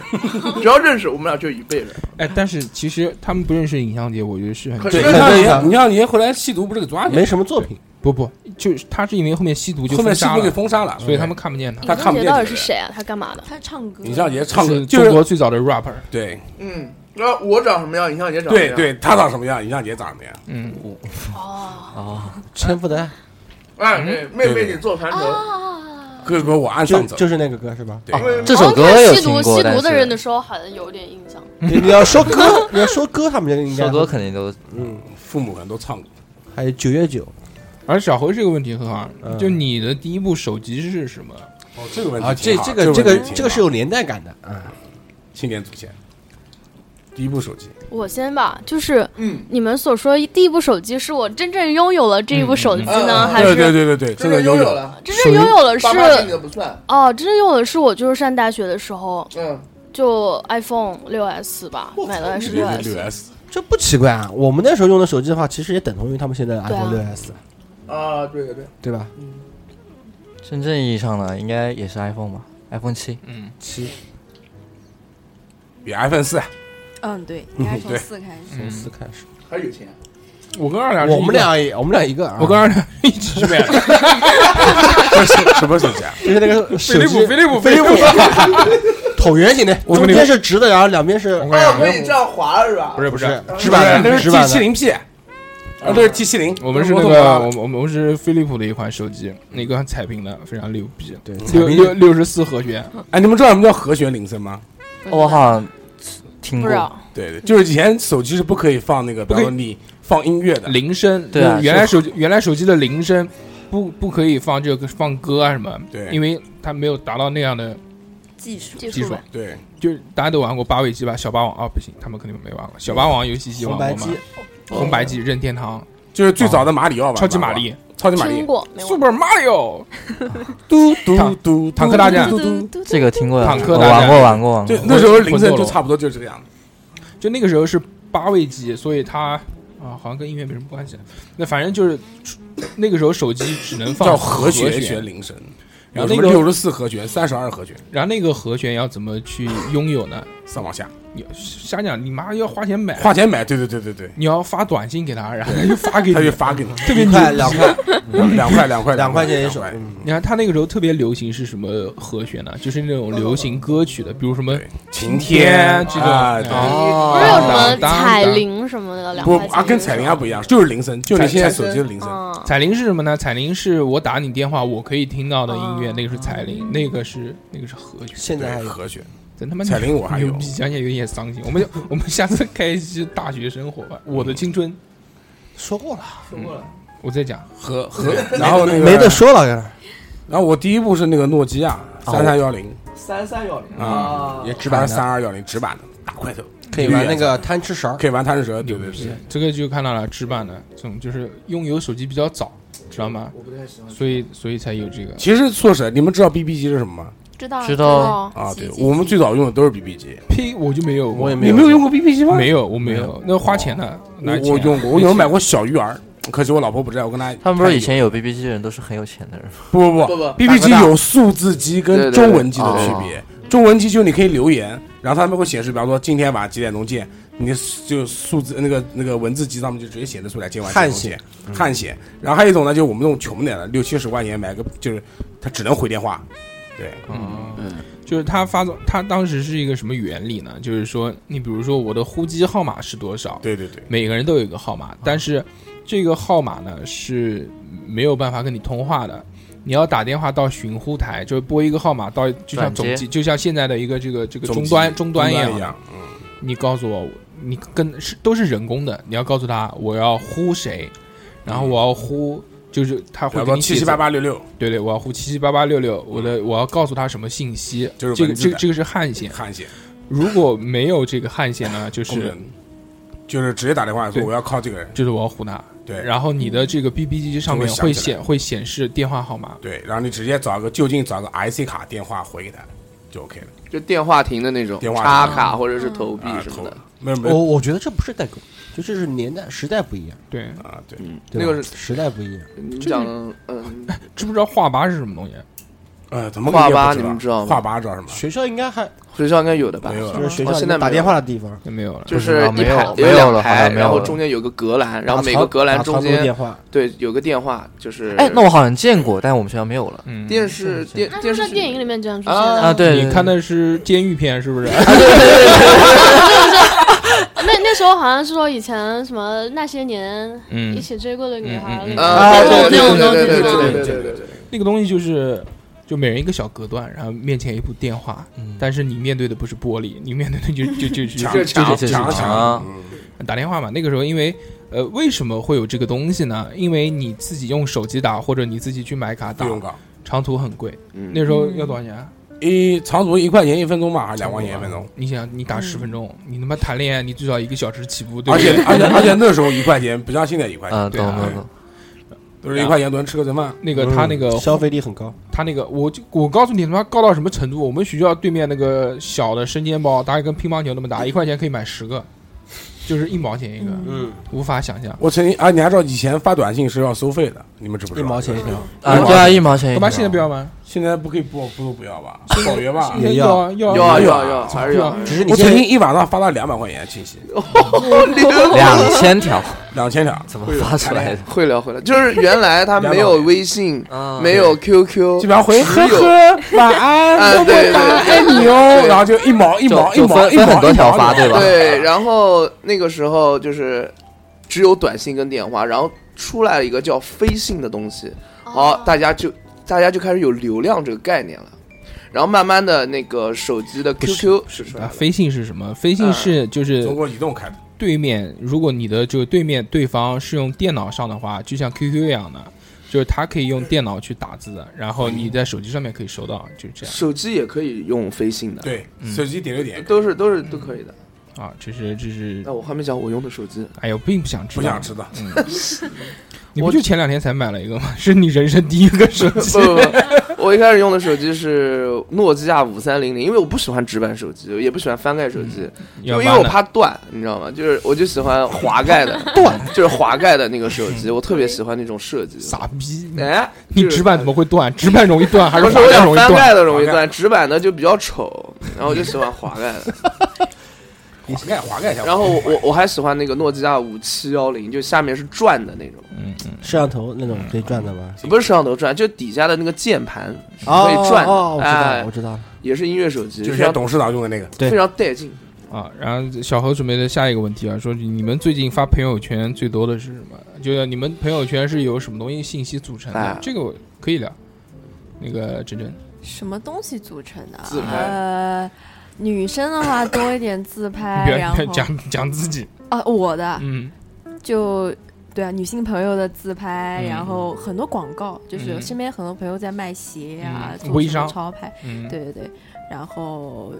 E: 只要认识，我们俩就一辈人。
B: 哎，但是其实他们不认识尹相杰，我觉得是很
E: 可
C: 对，你像爷，你像爷后来吸毒不是给抓起来，
B: 作品。不不，就是他是因为后面吸毒就
C: 后面
B: 封杀
C: 吸毒
B: 了
C: 给封杀了
B: 所以他们
C: 对
B: 看不见他。
K: 尹相杰到底是谁啊？他干嘛的？
F: 他唱歌
C: 尹相杰唱的
B: 是
C: 就是
B: 中国最早的 rapper。
C: 对
E: 嗯，那我长什么样，尹相杰长什么
C: 对
E: 样？
C: 对，他长什么样，尹相杰长什么样？
B: 嗯，
C: 哦
D: 千不得，
E: 哎，对，妹妹你做盘头，
C: 哥哥我岸上走，
D: 就是那个歌是 吧？
C: 对
K: 啊
E: 对
H: 这首歌有
K: 吸
H: 听
K: 毒
H: 过，
K: 吸
H: 但
K: 毒的
H: 是
K: 人的时候好像有点印象。
D: 你要说歌，你要说歌，他们就应该
H: 说歌肯定都
D: 嗯，
C: 父母可能都唱过。
D: 还有九月九，
B: 而小何这个问题很好，啊就你的第一部手机是什么？
C: 哦，这个问题
D: 啊，这
C: 挺好
D: 这个这
C: 问
D: 个
C: 题挺
D: 这个
C: 好
D: 是有年代感的啊。
C: 青年祖先，第一部手机，
K: 我先吧，就是你们所说第一部手机是我真正拥有了这一部手机呢，还
C: 嗯对
K: 是
C: 对对对对，真的拥有了，
K: 真正拥有了是
E: 爸妈给你的不算。
K: 哦，真正拥有的是我就是上大学的时候，
E: 嗯，
K: 就 iPhone 六 S 吧，买的还是六 S。
C: S，
D: 这不奇怪啊。我们那时候用的手机的话，其实也等同于他们现在的
K: 对啊
D: iPhone 六 S，
E: 啊，对对对，
D: 对吧？
H: 真正意义上的应该也是 iPhone 吧，iPhone 七。
B: 嗯，
D: 七
C: 比 iPhone 四，啊
F: 嗯，对，应该是从
C: 对
F: 四开始。
D: 从四开始。
E: 还是有钱。
B: 我跟二两是一
D: 我
B: 个，
D: 们俩也，我们俩一个啊。
B: 我跟二两一起去 买的，
C: 什么手机啊？
D: 就是那个手
B: 飞利
D: 机
B: 浦，飞利浦，
D: 飞利浦，椭圆形的，
B: 我
D: 中
B: 跟你
D: 间是直的，然后两边是
B: 我跟
E: 哦，
B: 你
E: 所
B: 讲
E: 以你这样划了是吧？
B: 不是不是，
D: 直板
C: 那
D: 的，
C: 是
D: 直
C: G
D: 板
C: 七
D: 的。
C: 零 P，啊，这是 G 七零，
B: 我们是那
C: 摩托罗
B: 个，
C: 拉
B: 我们我们是飞利浦的一款手机，那个彩屏的，非常牛逼，
D: 对，
B: 六
D: 彩屏
B: 六六十四和弦，
C: 哎，你们知道什么叫和弦铃声吗？
B: 嗯哦
H: 哦我好像听
K: 不
H: 过
K: 知，道，
C: 对对，就是以前手机是不可以放那个，比
B: 不
C: 如
B: 可以
C: 说你放音乐的，
B: 铃声，
H: 对啊
B: 就是原来手机原来手机的铃声不不可以放这个放歌啊什么，
C: 对
B: 因为它没有达到那样的
F: 技术
K: 技
B: 技
K: 术
B: 术
K: 吧。，
C: 对，
B: 就是大家都玩过八位机吧，小霸王啊、不行，他们肯定没玩过，小霸王游戏机玩
D: 红白
B: 过吗
D: 机？，
B: 红白机、任天堂、
C: 就是最早的马里奥吧，
B: 超级玛丽、
C: 超级玛
K: 听
C: 丽，
K: 过没有？
B: Super Mario，
C: 嘟嘟
B: 坦
C: 嘟，
B: 坦克大战
C: 嘟嘟嘟
H: 这个听过，
B: 坦克
H: 我
B: 大
H: 玩
B: 战
H: 过玩过玩过
C: 就。那时候铃声就差不多就是这个样子。
B: 就那个时候是八位机，所以它啊好像跟音乐没什么关系。那反正就是那个时候手机只能放
C: 叫和弦
B: 弦
C: 铃声，
B: 然后
C: 然后
B: 那
C: 那
B: 个
C: 个六十四和弦、三十二和弦，
B: 然后那个和弦要怎么去拥有 呢？
C: 上往下
B: 你瞎讲，你妈要花钱买，
C: 花钱买，对对对对对，
B: 你要发短信给他，然后他就发给
C: 他就
B: 你。
C: 发给 你
B: 特别
D: 一
B: 牛
D: 块
B: 逼
D: 两块
C: 两块两块
D: 两块钱一首，
C: 两块
D: 嗯
B: 你看他那个时候特别流行是什么和弦呢？就是那种流行歌曲的，比如什么
C: 对晴天
B: 这种
C: 啊，
B: 哎
C: 对
K: 不是有什么
B: 当当
K: 彩铃什么的，两
C: 不
K: 块钱
C: 啊，跟彩铃还不一样，就是铃声，就是你现在手机的铃声。
K: 啊，
B: 彩铃是什么呢？彩铃是我打你电话我可以听到的音乐，
K: 哦
B: 那个是彩铃，那个是那个是和弦。
D: 现在还
C: 对，
D: 有
C: 和弦，
B: 真他妈
C: 彩铃我还有
B: 牛逼，讲起来有点伤心。我们我们下次开一期大学生活吧，我的青春，
D: 说过了，
B: 我再讲。
C: 和和，然后那个
D: 没得，说了，原来
C: 然后我第一部是那个诺基亚三三幺零
E: 三三幺零
C: 啊，
D: 哦也直板的
C: 三二幺零直板的大块头，
D: 可以玩那个贪吃蛇，
C: 可以玩贪吃蛇，对对对
B: 是，这个就看到了置办的这种，就是拥有手机比较早，知道吗？
E: 我不太喜欢。
B: 所以所以才有这个。
C: 其实说实在，你们知道 BB 机是什么吗？
F: 知道
H: 知道
C: 啊，对
F: 几，几
C: 我们
F: 几
C: 最早用的都是 BB 机，
B: 呸，我就没有过，
D: 我也没
C: 你没有用过 BB 机吗？
B: 没有，我没有
C: 有，
B: 那花钱的，拿
C: 我
B: 钱啊
C: 我 用过，我有买过小鱼儿，可惜我老婆不在，我跟她
H: 他们不是以前有 BB 机的人都是很有钱的人吗？
C: 不不
E: 不不
C: b
D: 大
C: b
D: 哥
C: 机
D: 大
C: 有数字机
E: 对
C: 跟
E: 对
C: 中文机的区
H: 对
C: 别，中文机就你可以留言，然后他们会显示，比方说今天晚上几点钟见，你就数字那个那个文字机上面就直接显示出来今晚几点钟见，汉显。然后还有一种呢，就是我们这种穷点的，六七十块钱买个，就是他只能回电话，对，
B: 嗯就是它发送，它当时是一个什么原理呢？就是说，你比如说我的呼机号码是多少，
C: 对对对，
B: 每个人都有一个号码，但是这个号码呢是没有办法跟你通话的。你要打电话到寻呼台，就是拨一个号码到，就像
H: 转
B: 总
H: 接
B: 机，就像现在的一个这个这个
C: 总
B: 终
C: 机
B: 端终端
C: 一
B: 一样。
C: 样，嗯，
B: 你告诉我，你跟是都是人工的，你要告诉他我要呼谁，然后我要呼，就是他
C: 比
B: 会
C: 方
B: 给
C: 说
B: 你
C: 七
B: 写
C: 七八，八六六
B: 对对，我要呼七七八八六六，我的我要告诉他什么信息，
C: 嗯就是
B: 这个
C: 文字
B: 这个
C: 的
B: 这个是汉显，
C: 汉显
B: 如果没有这个汉显呢，就
C: 功
B: 是
C: 能，就是直接打电话说我要靠这个人，
B: 就是我要唬他。
C: 对，
B: 然后你的这个 B B 机上面
C: 就
B: 会
C: 会响起来
B: 显会显示电话号码，
C: 对，然后你直接找个就近找个 IC 卡电话回给他就 OK 了。
E: 就电话亭的那种
C: 电话亭嗯啊
E: 插卡或者是投币什么的，
C: 没有
D: 我我觉得这不是代沟，就这是年代时代不一样。
B: 对
C: 啊，对，
D: 对
E: 那
D: 吧
E: 个是
D: 时代不一样。
E: 你
B: 就是
E: 讲嗯，
B: 知不知道话拔是什么东西？
C: 呃，怎么
E: 话
C: 也不
E: 吧
C: 知
E: 你
C: 道
E: 们知道吗
C: 话吧知道什么？
D: 学校应该还
E: 学校应该有的吧？
C: 没有了
D: 就是啊学校
E: 哦现在没有
D: 打电话的地方，
B: 也没有了。
E: 就是
H: 不
E: 一
H: 知道
E: 排
H: 没有没有了好
E: 两排，
H: 像没有
E: 然后
H: 了
E: 中间有个隔栏，然后
D: 打
E: 每
D: 长
E: 个隔栏
D: 打
E: 中
D: 长途
E: 间
D: 电话
E: 对有个电话，就是
H: 哎，那我好像见过，但我们学校没有了。
B: 嗯，
E: 电视电
K: 那
E: 电
K: 就
E: 视
K: 在
E: 剧
K: 电影里面这样出现
E: 啊
K: 的。
H: 啊，对，
B: 你看的是监狱片是不是？
K: 那那时候好像是说以前什么那些年
B: 嗯
K: 一，起追过的女孩儿
B: 嗯嗯嗯
K: 那
E: 对
K: 种那
E: 呃对
K: 种
E: 对
K: 那
E: 对
K: 种
E: 对对
K: 东西吗？
E: 对对对，
B: 那个东西就是就每人一个小隔断，然后面前一部电话，
H: 嗯
B: 但是你面对的不是玻璃，你面对的就就就就
C: 墙
B: 就
C: 墙
B: 就
C: 墙
H: 墙
C: 嗯
B: 打电话嘛。那个时候因为。呃，为什么会有这个东西呢？因为你自己用手机打，或者你自己去买卡打
C: 不，用搞，
B: 长途很贵。
E: 嗯
B: 那时候要多少钱啊？
C: 一长途一块钱一分钟吧，还是啊两块钱一分钟？
B: 你想，你打十分钟，你他妈谈恋爱，你最少一个小时起步，对
C: 而
B: 不嗯对
C: 且而且而且那时候一块钱不像现在一块钱，
H: 嗯，
B: 对啊
H: 懂懂懂。
C: 都是一块嗯钱都能吃个顿饭。
B: 那个他那个
D: 嗯消费力很高，
B: 他那个，我就我告诉你他妈高到什么程度？我们学校对面那个小的生煎包，大概跟乒乓球那么
C: 嗯
B: 大，一块钱可以买十个，就是一毛钱一个，
D: 嗯，
B: 无法想象。
C: 我曾经啊，你还知道以前发短信是要收费的，你们知不知
D: 一
C: 道？
D: 毛钱一条，
B: 哎
H: 啊，对啊，一毛钱一
B: 干嘛。
H: 条
B: 现在不要吗？
C: 现在不可以不不都不要吧？保约吧
B: 现。在
D: 也
B: 要
D: 要
B: 啊要
E: 要
B: 啊
E: 啊
C: 有
E: 要
C: 啊
E: 啊要啊，还是 要啊。
D: 只是你
C: 我
D: 现
C: 曾经
D: 在哦
C: 一晚上发了两百块钱信息，
H: 两千条，
C: 两千条，
H: 怎么发出来的？
E: 会聊会聊，就是原来他没有微信，
H: 啊
E: 没有 QQ，
C: 基本上回
E: 只
C: 呵
E: 有
C: 呵，晚安，
E: 啊
C: 么么
E: 对
C: 哒，爱你哦。然后就一毛一毛一
H: 就就
C: 毛
H: 分
C: 一
H: 分
C: 毛
H: 很多条发，
C: 一毛
H: 对吧？
E: 对，然后那个时候就是只有短信跟电话，然后出来一个叫飞信的东西，
K: 啊哦
E: 好，大家就大家就开始有流量这个概念了，然后慢慢的那个手机的
B: 不是
E: QQ 是出来
B: 啊，
E: 了，
B: 飞信是什么？飞信
E: 嗯
B: 是就是
C: 中国移动开的，
B: 对面，如果你的就对面对方是用电脑上的话，就像 QQ 一样的，就是他可以用电脑去打字，然后你在手机上面可以收到，就是这样
E: 手机也可以用飞信的，
C: 对，手机点对点，
E: 都是都是都可以的。
B: 啊。这是这是
E: 那，我还没讲我用的手机，
B: 哎呦，并不想知
C: 不
B: 道，
C: 想知道。
B: 你不就前两天才买了一个吗？是你人生第一个手 机
E: 不不不，我一开始用的手机是诺基亚五三零零，因为我不喜欢直板手机，也不喜欢翻盖手机，
B: 要
E: 就
B: 弯
E: 因为我
B: 的
E: 怕断，你知道吗？就是我就喜欢 滑盖的，断就是滑盖的那个手机，我特别喜欢那种设计。
B: 傻逼，
E: 哎，
B: 嗯你
E: 就是
B: 直板怎么会断？直板容易断还是
E: 不
B: 滑
E: 是我
B: 盖
E: 想
B: 容易
E: 翻
B: 断？
E: 盖的容易断，直板的就比较丑，然后我就喜欢滑盖的。
C: 滑盖滑盖一下，
E: 然后我我我还喜欢那个诺基亚五七幺零，就下面是转的那种，
B: 嗯，嗯
D: 摄像头那种可以转的吗？
E: 不是摄像头转，就底下的那个键盘是
D: 哦
E: 可以转的，
D: 哦，我知道
E: 哎
D: 了，我，知道了。
E: 也是音乐手机，
C: 就是
E: 非
C: 现在
E: 常
C: 董事长用的那个，
D: 对
E: 非常带劲。
B: 啊，然后小何准备的下一个问题啊，说你们最近发朋友圈最多的是什么？就是你们朋友圈是由什么东西信息组成的？
E: 哎
B: 这个我可以聊。那个珍珍，
F: 什么东西组成的啊？
E: 自拍
F: 呃，女生的话多一点自
B: 你
F: 拍，
B: 不
F: 啊然
B: 要
F: 后
B: 讲讲自己，
F: 啊，我的
B: 嗯，
F: 就对啊，女性朋友的自拍，
B: 嗯
F: 然后很多广告，就是
B: 嗯
F: 身边很多朋友在卖鞋啊
B: 嗯，
F: 做
B: 微
F: 什么
B: 商
F: 潮牌，
B: 嗯，
F: 对对对，然后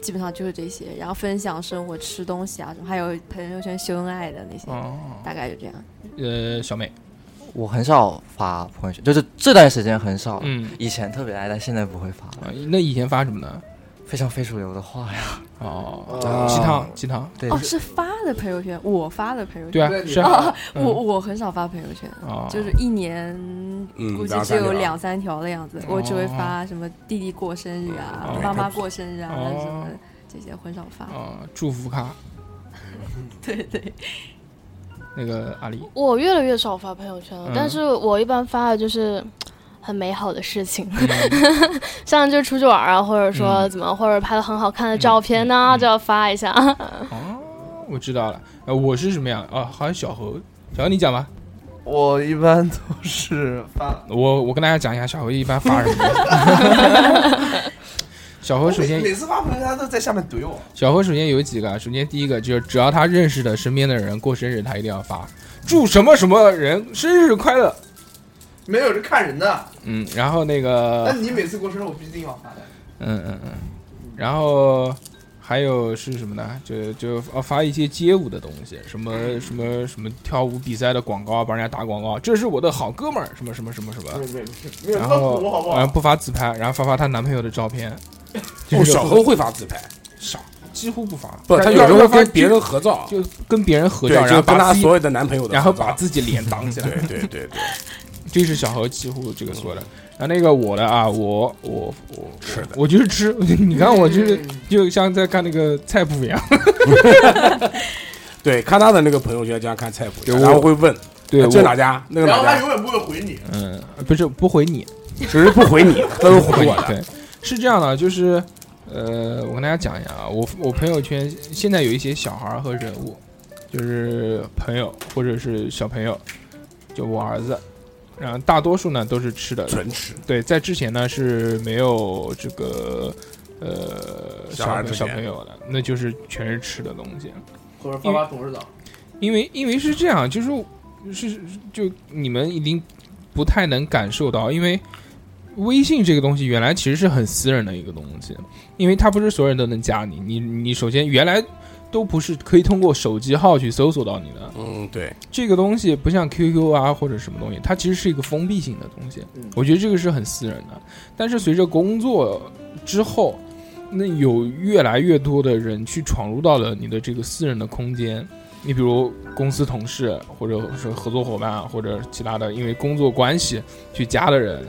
F: 基本上就是这些，然后分享生活、吃东西啊什么，还有朋友圈秀恩爱的那些，
B: 哦，
F: 大概就这样。
B: 呃，小美，
H: 我很少发朋友圈，就是这段时间很少。
B: 嗯，
H: 以前特别爱，但现在不会发了。
B: 啊那以前发什么呢？
H: 非常非主流的话呀，
B: 哦，
D: 啊
B: 鸡汤，鸡汤，
H: 对，
F: 哦，是发的朋友圈，我发的朋友
B: 对
F: 圈，
B: 啊，
E: 对你
B: 是啊，
F: 哦，
B: 嗯
F: 我我很少发朋友圈，
B: 哦
F: 就是一年
C: 嗯
F: 估计
C: 两
F: 只
C: 三啊
F: 有
C: 条
F: 两三条的样子，我只会发什么弟弟过生日啊
B: 哦，
F: 爸妈过生日啊
B: 哦
F: 什么这些很少发。
B: 啊，祝福卡，
F: 对对，
B: 那个阿里，
K: 我越来越少发朋友圈了，
B: 嗯
K: 但是我一般发的就是很美好的事情， 像就出去玩啊，或者说
B: 嗯
K: 怎么，或者拍了很好看的照片呐、
B: 嗯嗯
K: 就要发一下。
B: 我知道了，呃，我是什么样啊？好像小何，小何你讲吧，
E: 我一般都是发
B: 我我跟大家讲一下小何一般发什么。小何首先，
E: 次发朋友圈都在下面怼我，
B: 小何首先有几个啊，首先第一个就是只要他认识的身边的人过生日，他一定要发，祝什么什么人生日快乐。
E: 没有是看人的。
B: 嗯，然后那个，
E: 你每次过生日我必定要发的。
B: 嗯嗯嗯，然后还有是什么呢？就就啊发一些街舞的东西，什么什么什么跳舞比赛的广告，帮人家打广告，这是我的好哥们儿，什么什么什么什么，
L: 没有
B: 然
L: 那么
B: 后
L: 土好不好
B: 然后不发自拍，然后发发她男朋友的照片。
C: 哦，小何会发自拍，
B: 少，几乎不发。
C: 不，他有时候跟别人合照，
B: 就跟别人合照，
C: 对
B: 然
C: 就
B: 后
C: 跟
B: 把
C: 他
B: 自己
C: 所有的男朋友的合照，
B: 然后把自己脸挡起来。
C: 对对对对，
B: 这是小何几乎这个说的。然后那个我的啊，我我我
C: 是的，
B: 我就是吃， 你看我就是就像在看那个菜谱一样。
C: 对，看他的那个朋友圈，这样看菜谱，
B: 对我
C: 然后会问，
B: 对
C: 啊这
B: 我
C: 哪家，那个
L: 然
C: 哪
L: 后他
C: 家，
L: 永远不会回你，
B: 嗯，不是不回你，
C: 只呃是不 回你，都是回我的。
B: 对，是这样的，就是呃，我跟大家讲一下啊，我我朋友圈现在有一些小孩儿和人物，就是朋友或者是小朋友，就我儿子，然后大多数呢都是吃的，
C: 纯吃，
B: 对，在之前呢是没有这个呃
C: 小
B: 小
C: 孩儿之
B: 小
C: 前
B: 朋友的，那就是全是吃的东西，
E: 或者发发董事长，
B: 因为因为是这样，就是是就你们已经不太能感受到，因为微信这个东西原来其实是很私人的一个东西，因为它不是所有人都能加你，你你首先原来都不是可以通过手机号去搜索到你的，
C: 嗯，对，
B: 这个东西不像 QQ 啊或者什么东西，它其实是一个封闭性的东西
E: 嗯，
B: 我觉得这个是很私人的。但是随着工作之后，那有越来越多的人去闯入到了你的这个私人的空间。你比如公司同事，或者是合作伙伴，或者其他的，因为工作关系去加的人，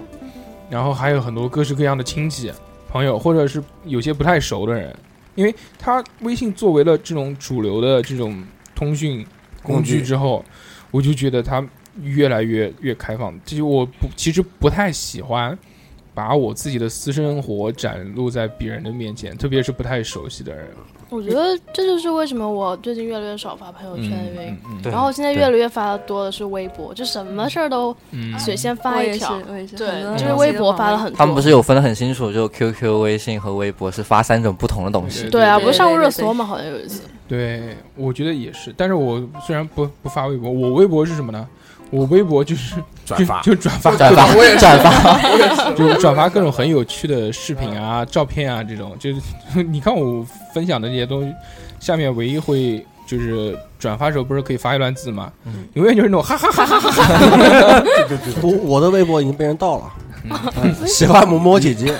B: 然后还有很多各式各样的亲戚、朋友，或者是有些不太熟的人，因为他微信作为了这种主流的这种通讯工具
C: 工具
B: 之后，我就觉得它越来越越开放。这就我不其实不太喜欢把我自己的私生活展露在别人的面前，特别是不太熟悉的人。
K: 我觉得这就是为什么我最近越来越少发朋友圈的原因。
B: 嗯嗯
H: 对
K: 然后现在
H: 对
K: 越来越发的多的是微博，就什么事儿都
B: 嗯，
K: 随先
F: 我
K: 发
F: 也
K: 一
F: 是，
K: 条。
F: 我也是，
K: 对嗯
F: 很多，东
K: 就是
F: 西
K: 微
F: 都
K: 博
F: 往
K: 发
F: 外
K: 了很多。
H: 他们不是有分得很清楚，就 QQ、微信和微博是发三种不同的东西。
K: 对啊，
F: 对
K: 不是上过
F: 对对
K: 热搜吗？好像有一次。
B: 对，我觉得也是。但是我虽然不不发微博，我微博是什么呢？我微博就是
C: 转发
B: 就就转发
H: 转发，转发，
B: 就转发各种很有趣的视频啊、照片啊这种，就是 你看我分享的这些东西，下面唯一会就是转发时候不是可以发一段字吗？永远就是那种哈哈哈哈哈哈，
D: 我我的微博已经被人盗了，嗯喜欢某某姐姐，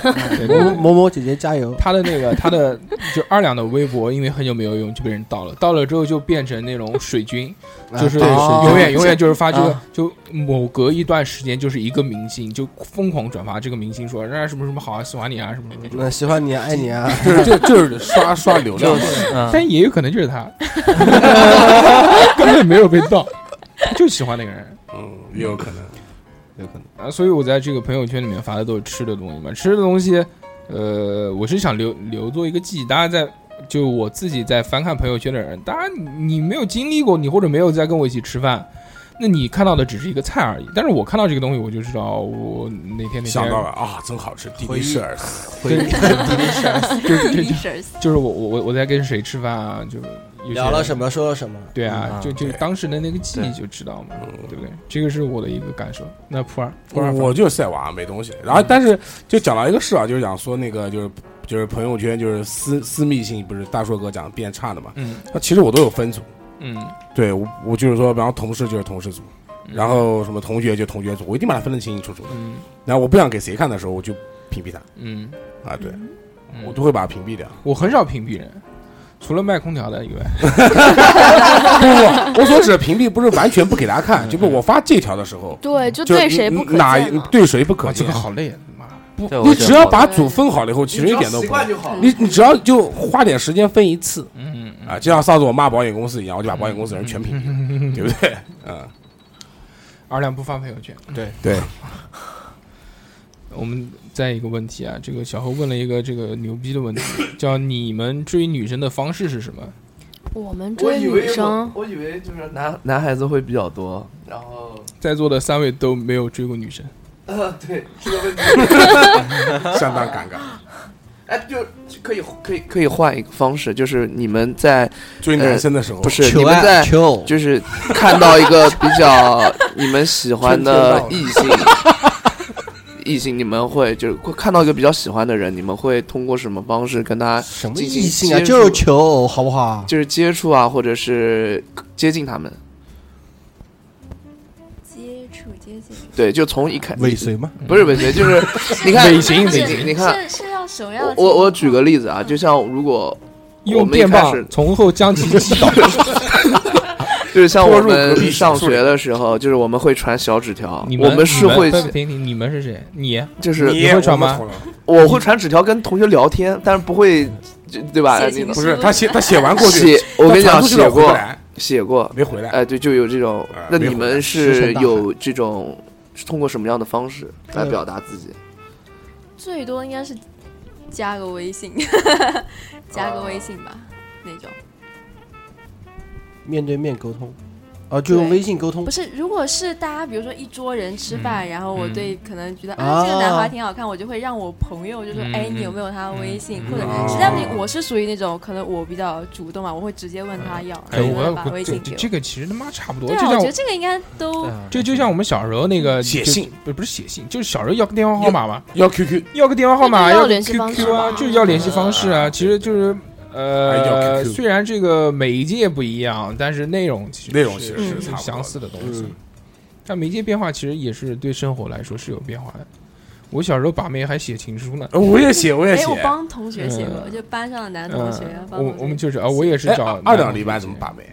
D: 某某某姐姐加油！
B: 他的那个他的 就二两的微博，因为很久没有用就被人盗了，盗了之后就变成那种水军，
D: 啊
B: 就是
D: 对
B: 永
D: 是
B: 永远永远就是发这个
D: 啊，
B: 就某隔一段时间就是一个明星就疯狂转发这个明星说人家什么什么好啊，喜欢你啊什么什么什么，
D: 那喜欢你啊，爱你啊，
C: 就是 就就是刷刷流量
H: 就，是嗯，
B: 但也有可能就是他，根本没有被盗，他就喜欢那个人。
C: 嗯，也有可能。
D: 有可能
B: 啊，所以我在这个朋友圈里面发的都是吃的东西嘛，吃的东西，呃，我是想留留作一个记忆。大家在就我自己在翻看朋友圈的人，当然你没有经历过，你或者没有在跟我一起吃饭，那你看到的只是一个菜而已。但是我看到这个东西，我就知道哦我哪天哪天
C: 想到了啊，真好吃，滴滴是饵丝，
B: 对，就是就就 就是我我我我在跟谁吃饭啊，就有些
D: 聊了
B: 人
D: 什么，说了什么，
B: 对啊，
H: 嗯
B: 就就
C: 对
B: 当时的那个记忆就知道嘛，
C: 嗯
B: 对不对？这个是我的一个感受。那普洱，普洱，
C: 我就是晒娃没东西。然后但是就讲到一个事啊，就是讲说那个就是就是朋友圈就是私私密性，不是大硕哥讲变差的嘛？
B: 嗯
C: 那其实我都有分组，
B: 嗯，
C: 对我我就是说，然后同事就是同事组，然后什么同学就同学组，我一定把它分得清清楚楚的。
B: 嗯
C: 然后我不想给谁看的时候，我就屏蔽他
B: 嗯，
C: 啊，对
B: 嗯
C: 我都会把它屏蔽掉。
B: 我很少屏蔽人，除了卖空调的以外。
C: 不不，我所指的屏蔽不是完全不给他看，就是我发这条的时候，
K: 对，就
C: 就
K: 对谁不可
C: 哪
K: 见啊了
C: 对谁不可
B: 哇，这
C: 见
B: 个。好累啊！妈的，
H: 对我
C: 你
H: 觉得
C: 只要
H: 我
C: 把组分好了以后，其实一点都
E: 习
C: 不
E: 惯就好了。
C: 你你只要就花点时间分一次
B: 嗯，
C: 啊，就像上次我骂保险公司一样，我就把保险公司人全屏
B: 嗯
C: 蔽，对不 对？嗯，
B: 二两不发朋友圈。
C: 对对，
B: 我们再一个问题啊，这个小何问了一个这个牛逼的问题，叫你们追女生的方式是什么？
K: 我们
E: 我
K: 追
E: 以
K: 女
E: 为
K: 生
E: 我，我以为就是男男孩子会比较多，然后
B: 在座的三位都没有追过女生，
E: 呃， 对这个问 题，
C: 相当尴尬。
E: 哎，就可以可以可以换一个方式，就是你们在
C: 追男生的时候
E: 呃不，是
D: 求
E: 你们
D: 爱
E: 在
D: 求偶，
E: 就是看到一个比较你们喜欢的异性，异性，你们会就是会看到一个比较喜欢的人，你们会通过什么方式跟他
D: 什么
E: 进行
D: 异性啊？
E: 接触
D: 就是求偶，好不好？
E: 就是接触啊，或者是接近他们？
F: 接触接近，
E: 对，就从一开
D: 尾随吗？
E: 不是尾随，就是你看
B: 尾行
E: 你
B: 尾
E: 你
B: 行
E: 你看，
F: 是是要首
E: 我我我举个例子啊，就像如果我
B: 用
E: 们一
B: 电
E: 开
B: 棒
E: 始
B: 从后将其击倒。
E: 就是像我
C: 拖入隔
E: 们
C: 壁
E: 上
C: 小树
E: 学的时候，就是我们会传小纸条，
B: 你
E: 我
B: 们
E: 是
B: 你
E: 会
B: 不不停停，你们是谁？你
E: 就是
B: 你会传吗？
C: 我们同
E: 我会传纸条跟同学聊天，但是不会，就对吧？
F: 写情
E: 那
C: 不
E: 种
F: 书
C: 是他写他写完过去
E: 写，，我跟你
C: 他传
E: 讲，
C: 出去
E: 写
C: 了回不
E: 过，
C: 来
E: 写过，
C: 没回来。
E: 哎，对，就有这种
C: 啊。
E: 那
C: 没
E: 你
C: 回来
E: 们
D: 石
E: 是
D: 沉大海
E: 有这种是通过什么样的方式来表达自己？
F: 最多应该是加个微 信，加个微信吧，那种。
D: 面对面沟通，啊，就用
F: 对
D: 微信沟通
F: 不。是，如果是大家比如说一桌人吃
B: 嗯
F: 饭，然后我对可能觉得、
D: 啊
F: 啊这个男
C: 哦
F: 孩挺好看，我就会让我朋友就说，
B: 嗯
F: 哎、你有没有他的微信？或者
C: 嗯
F: 实在不行，我是属于那种可能我比较主动嘛，我会直接问他要，
B: 哎，
F: 然后
B: 我
F: 他把微
B: 这
F: 信
B: 这这
F: 给我。
B: 个其实他妈差不多，
F: 对
B: 就
F: 啊，我
B: 像我
F: 觉得这个应该都
H: 啊
B: 这就像我们小时候那个
C: 写
B: 就
C: 信，
B: 不不是写信，就是小时候要个电话号码嘛，
C: 要 QQ，
B: 要个电话号码，
K: 就要
B: 个
K: 联系方式
B: QQ 啊，
K: 吧
B: 就是要联系方式啊。其实就是
C: 哎
B: 呃，
C: 要 QQ
B: 虽然这个媒介不一样，但是内容其实
C: 内容
B: 是
C: 其实
B: 是
C: 是差不多
B: 相似的东西
D: 嗯。
B: 但媒介变化其实也是对生活来说是有变化的。我小时候把妹还写情书呢，
C: 呃我也写，我也
F: 哎，
C: 写。
F: 我帮同学写过，
B: 嗯
F: 就班上的男同
B: 嗯
F: 学，，帮
B: 我
F: 同学
B: 我们就是啊，我也是
C: 哎
B: 找
C: 二二两礼拜怎么把妹？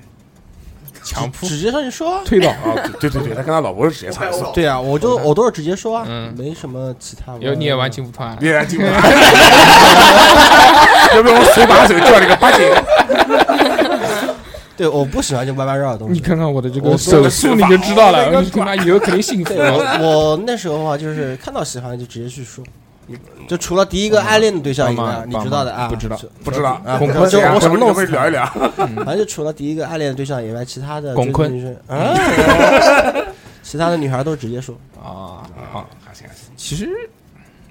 B: 强扑
D: 直接上去说啊。
B: 推倒。
C: 啊，对对对对，他跟他老婆是直接上手。
D: 对啊，我就我都是直接说啊
B: 嗯，
D: 没什么其他。
B: 有你也玩情妇团啊？
C: 你来听 我，要不然我手把手叫你个八戒。
D: 对，我不喜欢这歪歪绕的东西。
B: 你看看我的这
C: 我
B: 个
C: 做
B: 手
C: 的
B: 速，
C: 手
B: 你
C: 法
B: 就知道
C: 我
B: 了。
C: 的
B: 你他妈以后肯定幸福
D: 对。 我我那时候的话，就是看到喜欢就直接去说，就除了第一个暗恋的对象以
B: 帮
D: 外
B: 忙，
D: 你知道嗯的啊，
B: 不知道
D: 就
C: 不知道
D: 啊，
B: 恐
D: 不知
B: 怖
D: 道就
B: 片
D: 我
C: 什
D: 想
C: 么
D: 弄
C: 东
D: 死
C: 西
D: 他
C: 聊一聊？
D: 反正就除了第一个暗恋的对象以外，其他的
B: 巩
D: 就是
B: 坤
D: 女生啊，其他的女孩都直接说，
B: 啊，好
C: 好，，还行还行。
B: 其实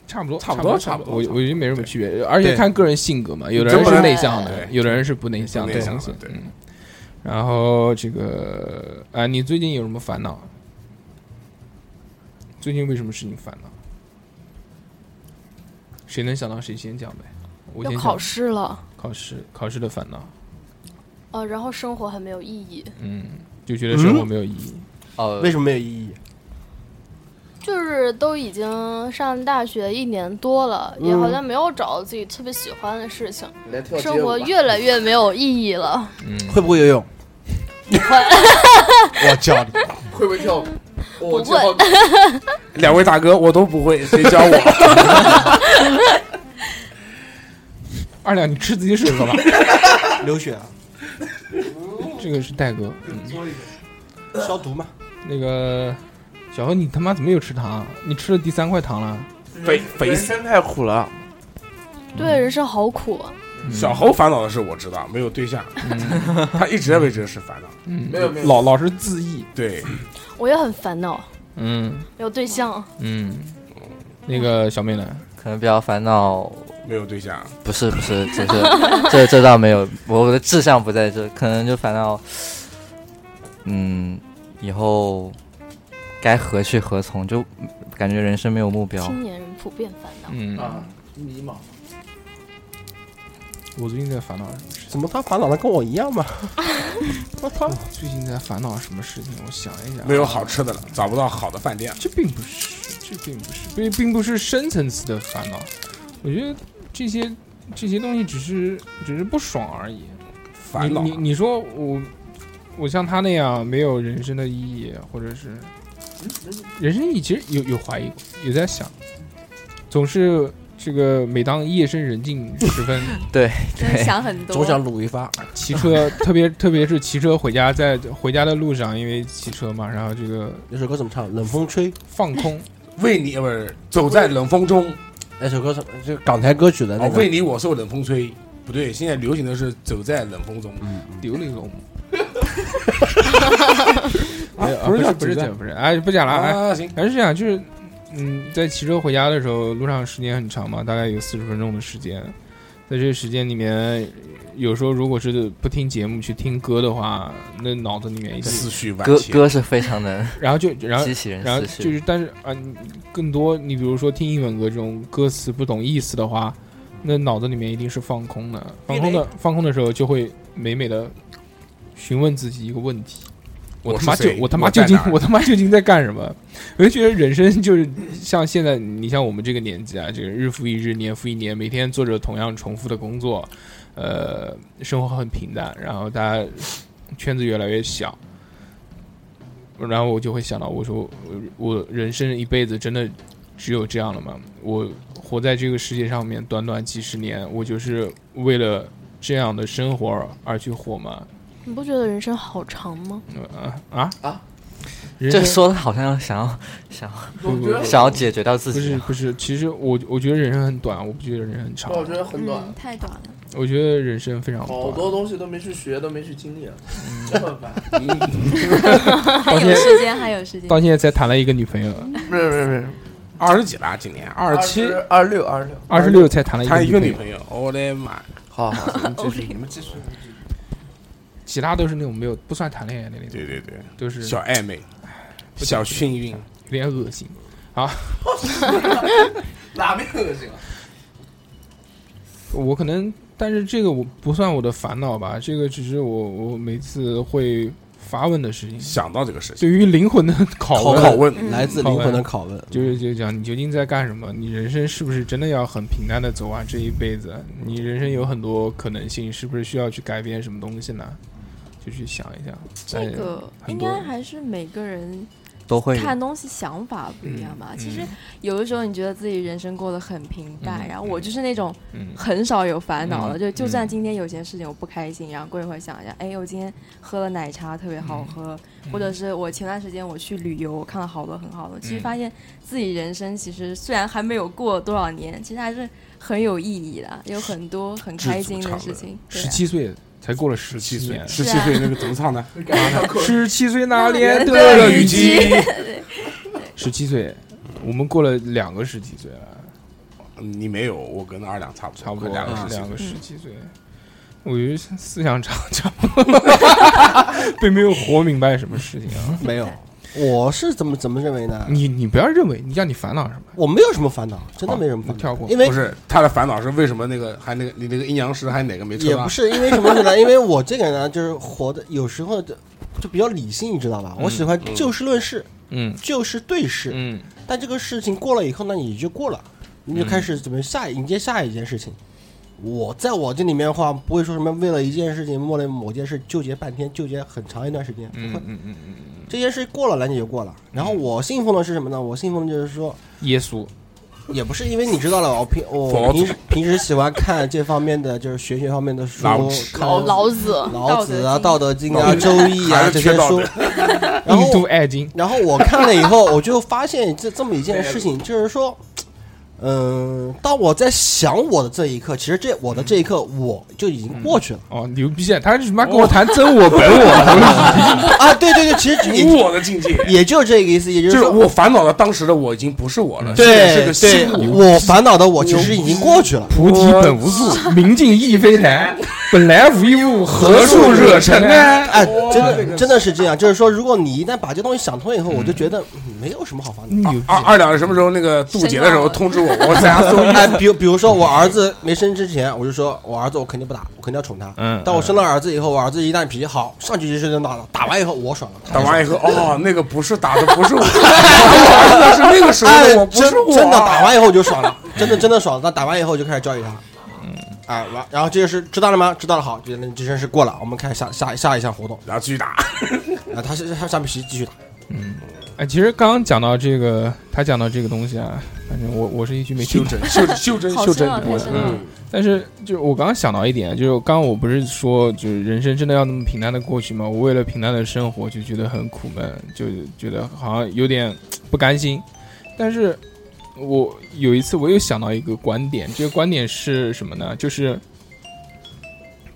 B: 差不多，差
C: 差不多
B: 差
C: 差不
B: 我
C: 多
B: 我觉得没什么区别，而且
D: 对
B: 看个人性格嘛，有的
C: 真
B: 人
C: 不
B: 是
C: 能
B: 内向的，
C: 对
B: 有的人是不内向
C: 不
B: 的
C: 内
B: 东
C: 向
B: 西
C: 的。对
B: 嗯，然后这个啊，你最近有什么烦恼？最近为什么事情烦恼？谁能想到谁先讲呗？我
K: 要
B: 先
K: 考
B: 讲
K: 试了，
B: 考试考试的烦恼，
K: 呃，然后生活很没有意义，
B: 嗯，就觉得生活没有意义。
H: 呃
D: 为，什么没有意义？
K: 就是都已经上大学一年多了，也
H: 嗯
K: 好像没有找到自己特别喜欢的事情，生活越来越没有意义了。
B: 嗯，
D: 会不会游泳？
L: 我教你，
E: 会不会跳舞？哦
K: 不会
E: 我知道
C: 两位大哥，我都不 会，谁教我？
B: 二两，你吃自己水喝吧。
D: 流血 啊，
B: 这个是戴哥，嗯。
D: 消毒嘛。
B: 那个小何，你他妈怎么又吃糖啊？你吃了第三块糖了？
C: 肥肥死！
E: 太苦了，
H: 嗯
K: 对，人生好苦啊。
C: 小猴烦恼的事我知道，没有对象，嗯 他一直在为这个事烦恼。
B: 嗯，
E: 没有没有
B: 老老是自缢。
C: 对，
K: 我也很烦恼，
B: 嗯
K: 没有对象，
B: 嗯，那个小妹呢？
H: 可能比较烦恼，
C: 没有对象，
H: 不是不是，就是这这倒没有，我我的志向不在这，可能就烦恼，嗯，以后该何去何从，就感觉人生没有目标。
K: 青年人普遍烦恼。
B: 嗯，
L: 迷茫。
B: 我最近在烦恼什么事情？
D: 怎么他烦恼的跟我一样 嘛？
B: 我操！最近在烦恼什么事情？我想一想，啊
C: 没有好，吃的了，找不到好的饭店。
B: 这并不是，这并不是，并并不是深层次的烦恼。我觉得这些这些东西只是只是不爽而已。
C: 烦
B: 你
C: 恼啊
B: 你你说我，我像他那样没有人生的意义，或者是人生意义，其实有有怀疑过，有在想，总是这个每当夜深人静时分，
F: 就是想很多，
D: 总想撸一发，
B: 骑车，特别特别是骑车回家，在回家的路上，因为骑车嘛，然后这个
D: 那首歌怎么唱？冷风吹，
B: 放空，
C: 为你不是走在冷风中，
D: 那首歌什么？就港台歌曲的那
C: 哦，
D: 个。
C: 为你我受冷风吹。不对，现在流行的是走在冷风中。
B: 刘玲珑，
C: 啊
B: 没有啊
C: 不
B: 不
C: 是叫
B: 不是
C: 走在
B: 这不是，哎，不讲了，哎，
C: 啊，行，
B: 还是这样，就是嗯，在骑车回家的时候，路上时间很长嘛，大概有四十分钟的时间。在在这个时间里面，有时候如果是不听节目去听歌的话，那脑子里面一些，
C: 思绪万
H: 歌
C: 千
H: 歌是非常能
B: 然后就然后
H: 激起人
B: 然后
H: 思绪，
B: 就是，但是啊，你更多你比如说听英文歌这种歌词不懂意思的话，那脑子里面一定是放空的。放空的放空的时候，就会美美的询问自己一个问题：
C: 我
B: 我他
C: 是
B: 妈
C: 谁
B: 就我他
C: 我
B: 妈
C: 在
B: 究竟
C: 哪儿
B: 我他妈究竟在干什么？我就觉得人生就是像现在，你像我们这个年纪啊，这个日复一日，年复一年，每天做着同样重复的工作，呃，生活很平淡，然后大家圈子越来越小。然后我就会想到，我说我我人生一辈子真的只有这样了吗？我活在这个世界上面短短几十年，我就是为了这样的生活而去活吗？
K: 你不觉得人生好长吗？
B: 呃啊
E: 啊！
B: 人
H: 这
B: 生
H: 说的好像想要想
B: 不不
H: 要想要解决掉自
B: 不
H: 己啊
B: 是，不是，其实我我觉得人生很短，我不觉得人生很长，
E: 我觉得很短
F: 嗯，，太短了。
B: 我觉得人生非常短。
E: 好多东西都没去学，都没去经历，啊这么烦。
C: 嗯
F: 还有时间，还有时间。
B: 到现在才谈了一个女朋友，
E: 不是不是不是，
C: 二十几了，今年二十七，
E: 二六二六，
B: 二十六才谈了
C: 谈一
B: 一
C: 个
B: 个
C: 女
B: 友，
C: 朋友，我的妈！
E: 好好，你们继续， 你们继续。
B: 其他都是那种没有不算谈恋爱的那种，
C: 对对对，
B: 都是
C: 小暧昧，
B: 不
C: 小幸运，
B: 有点恶心。
E: 哪边恶心啊？
B: 我可能，但是这个我不算我的烦恼吧，这个只是我我每次会发问的事情，
C: 想到这个事情，
B: 对于灵魂的 拷问，
C: 拷问，
D: 来自灵魂的拷问，
B: 就是就是讲你究竟在干什么？你人生是不是真的要很平淡的走完这一辈子？你人生有很多可能性，是不是需要去改变什么东西呢？就去想一想。
F: 这个
B: 哎
F: 应
B: 很多
F: 该还是每个人
H: 都会有
F: 看东西想法不一样吧。其实有的时候你觉得自己人生过得很平淡，
B: 嗯
F: 然后我就是那种
B: 嗯，
F: 很少有烦恼的，
B: 嗯
F: 就就
B: 嗯
F: 算今天有件事情我不开心，然后过一会儿想一下，哎，我今天喝了奶茶特别好喝，或者是我前段时间我去旅游，我看了好多很好的，其实
B: 嗯
F: 发现自己人生其实虽然还没有过多少年，其实还是很有意义的，有很多很
C: 知
F: 开
C: 足
F: 心
C: 常
F: 的
C: 乐
F: 事情。对
B: 十
F: 啊
B: 七岁才过了十
C: 十七岁
B: 年，，
C: 十七岁那个怎么唱的？
B: 十七岁那年
F: 年
B: 得
F: 的
B: 了
F: 雨
B: 雨
F: 季
B: 季。十七岁，我们过了两个十七岁了，
C: 嗯 你没有，我跟那二两差不多，
B: 差不多
C: 快两个
B: 嗯
C: 十
B: 两
C: 七
B: 个
C: 岁。
B: 十七岁。我觉得思想差 差不多，并没有活明白什么事情啊。
D: 没有。我是怎么怎么认为呢？
B: 你你不要认为，你让你烦恼什么？
D: 我没有什么烦恼，真的没什么
B: 好
D: 烦恼，
B: 跳过
D: 因为
C: 不是他的烦恼是为什么那个还那个你那个阴阳师还哪个没抽
D: 也
C: 到
D: 不？是因为什么呢？因为我这个人呢，就是活的有时候就就比较理性，你知道吧？我喜欢就事论事，
B: 嗯
D: 就事对事。
B: 嗯
D: 但这个事情过了以后呢，也就过了，你就开始准备下迎接下一件事情。我在我这里面的话，不会说什么为了一件事情、为了某件事纠结半天、纠结很长一段时间，不会
B: 嗯。嗯嗯嗯，
D: 这件事过了，那你就过了。然后我信奉的是什么呢？我信奉的就是说，
B: 耶稣，
D: 也不是因为你知道了，我平
C: 佛
D: 我
C: 祖
D: 平时平时喜欢看这方面的，就是玄学方面的书
C: 老子，
D: 看
H: 嗯
K: 老老子，
D: 老子啊、
F: 道
D: 道德经啊、周易
C: 还
D: 啊
C: 是
D: 这
C: 缺
D: 些
C: 道
D: 书
C: 德，
D: 然
B: 印度
D: 后
B: 爱经，
D: 然后我看了以后，我就发现这这么一件事 情，就是说，嗯、当我在想我的这一刻，其实这我的这一刻我就已经过去了、
B: 哦，牛逼啊！他他妈跟我谈真我本我，
D: 啊！对对对，其实
C: 无
D: 也
C: 嗯我的境界，
D: 也就是这个意思，也就
C: 就是是
D: 说，嗯
C: 我烦恼的当时的我已经不是我了，是
D: 对对
C: 个新我，。
D: 我烦恼的我其实已经过去了。
B: 菩提本无树，明镜亦非台，本来无一物，何处惹尘埃？
C: 啊
D: 哎，真
C: 哦
D: 的真的是这样，就是说，如果你一旦把这东西想通以后，我就觉得嗯没有什么好烦恼的。
B: 牛逼
C: 二！二两什么时候那个渡劫的时候通知我，我在家搜一
D: 哎，比如比如说我儿子没生之前，我就说我儿子我肯定不打，我肯定要宠他。
B: 嗯
D: 但我生了儿子以后，我儿子一旦脾气好，上去就是打了，打完以后我爽了。
C: 打完 以后，哦，那个不是打的，不是我，我儿子是那个时候
D: 哎
C: 的我，，不
D: 真
C: 是我，啊
D: 真的打完以后我就爽了，真的真的爽了。那打完以后就开始教育他。嗯，哎，完，然后这就是知道了吗？知道了，好，这这件事过了，我们看下下下一项活动。
C: 然后继续打，
D: 啊，他是他下面继续继续打。
B: 哎，其实刚刚讲到这个，他讲到这个东西啊，反正我我是一句没听
C: 修
B: 懂。
C: 真，修修真，
F: 好
C: 修真
F: 深，奥，太深奥
B: 嗯
F: 了。
B: 但是就是我刚刚想到一点，就是刚刚我不是说，就是人生真的要那么平淡的过去吗？我为了平淡的生活就觉得很苦闷，就觉得好像有点不甘心。但是我有一次我又想到一个观点，这个观点是什么呢？就是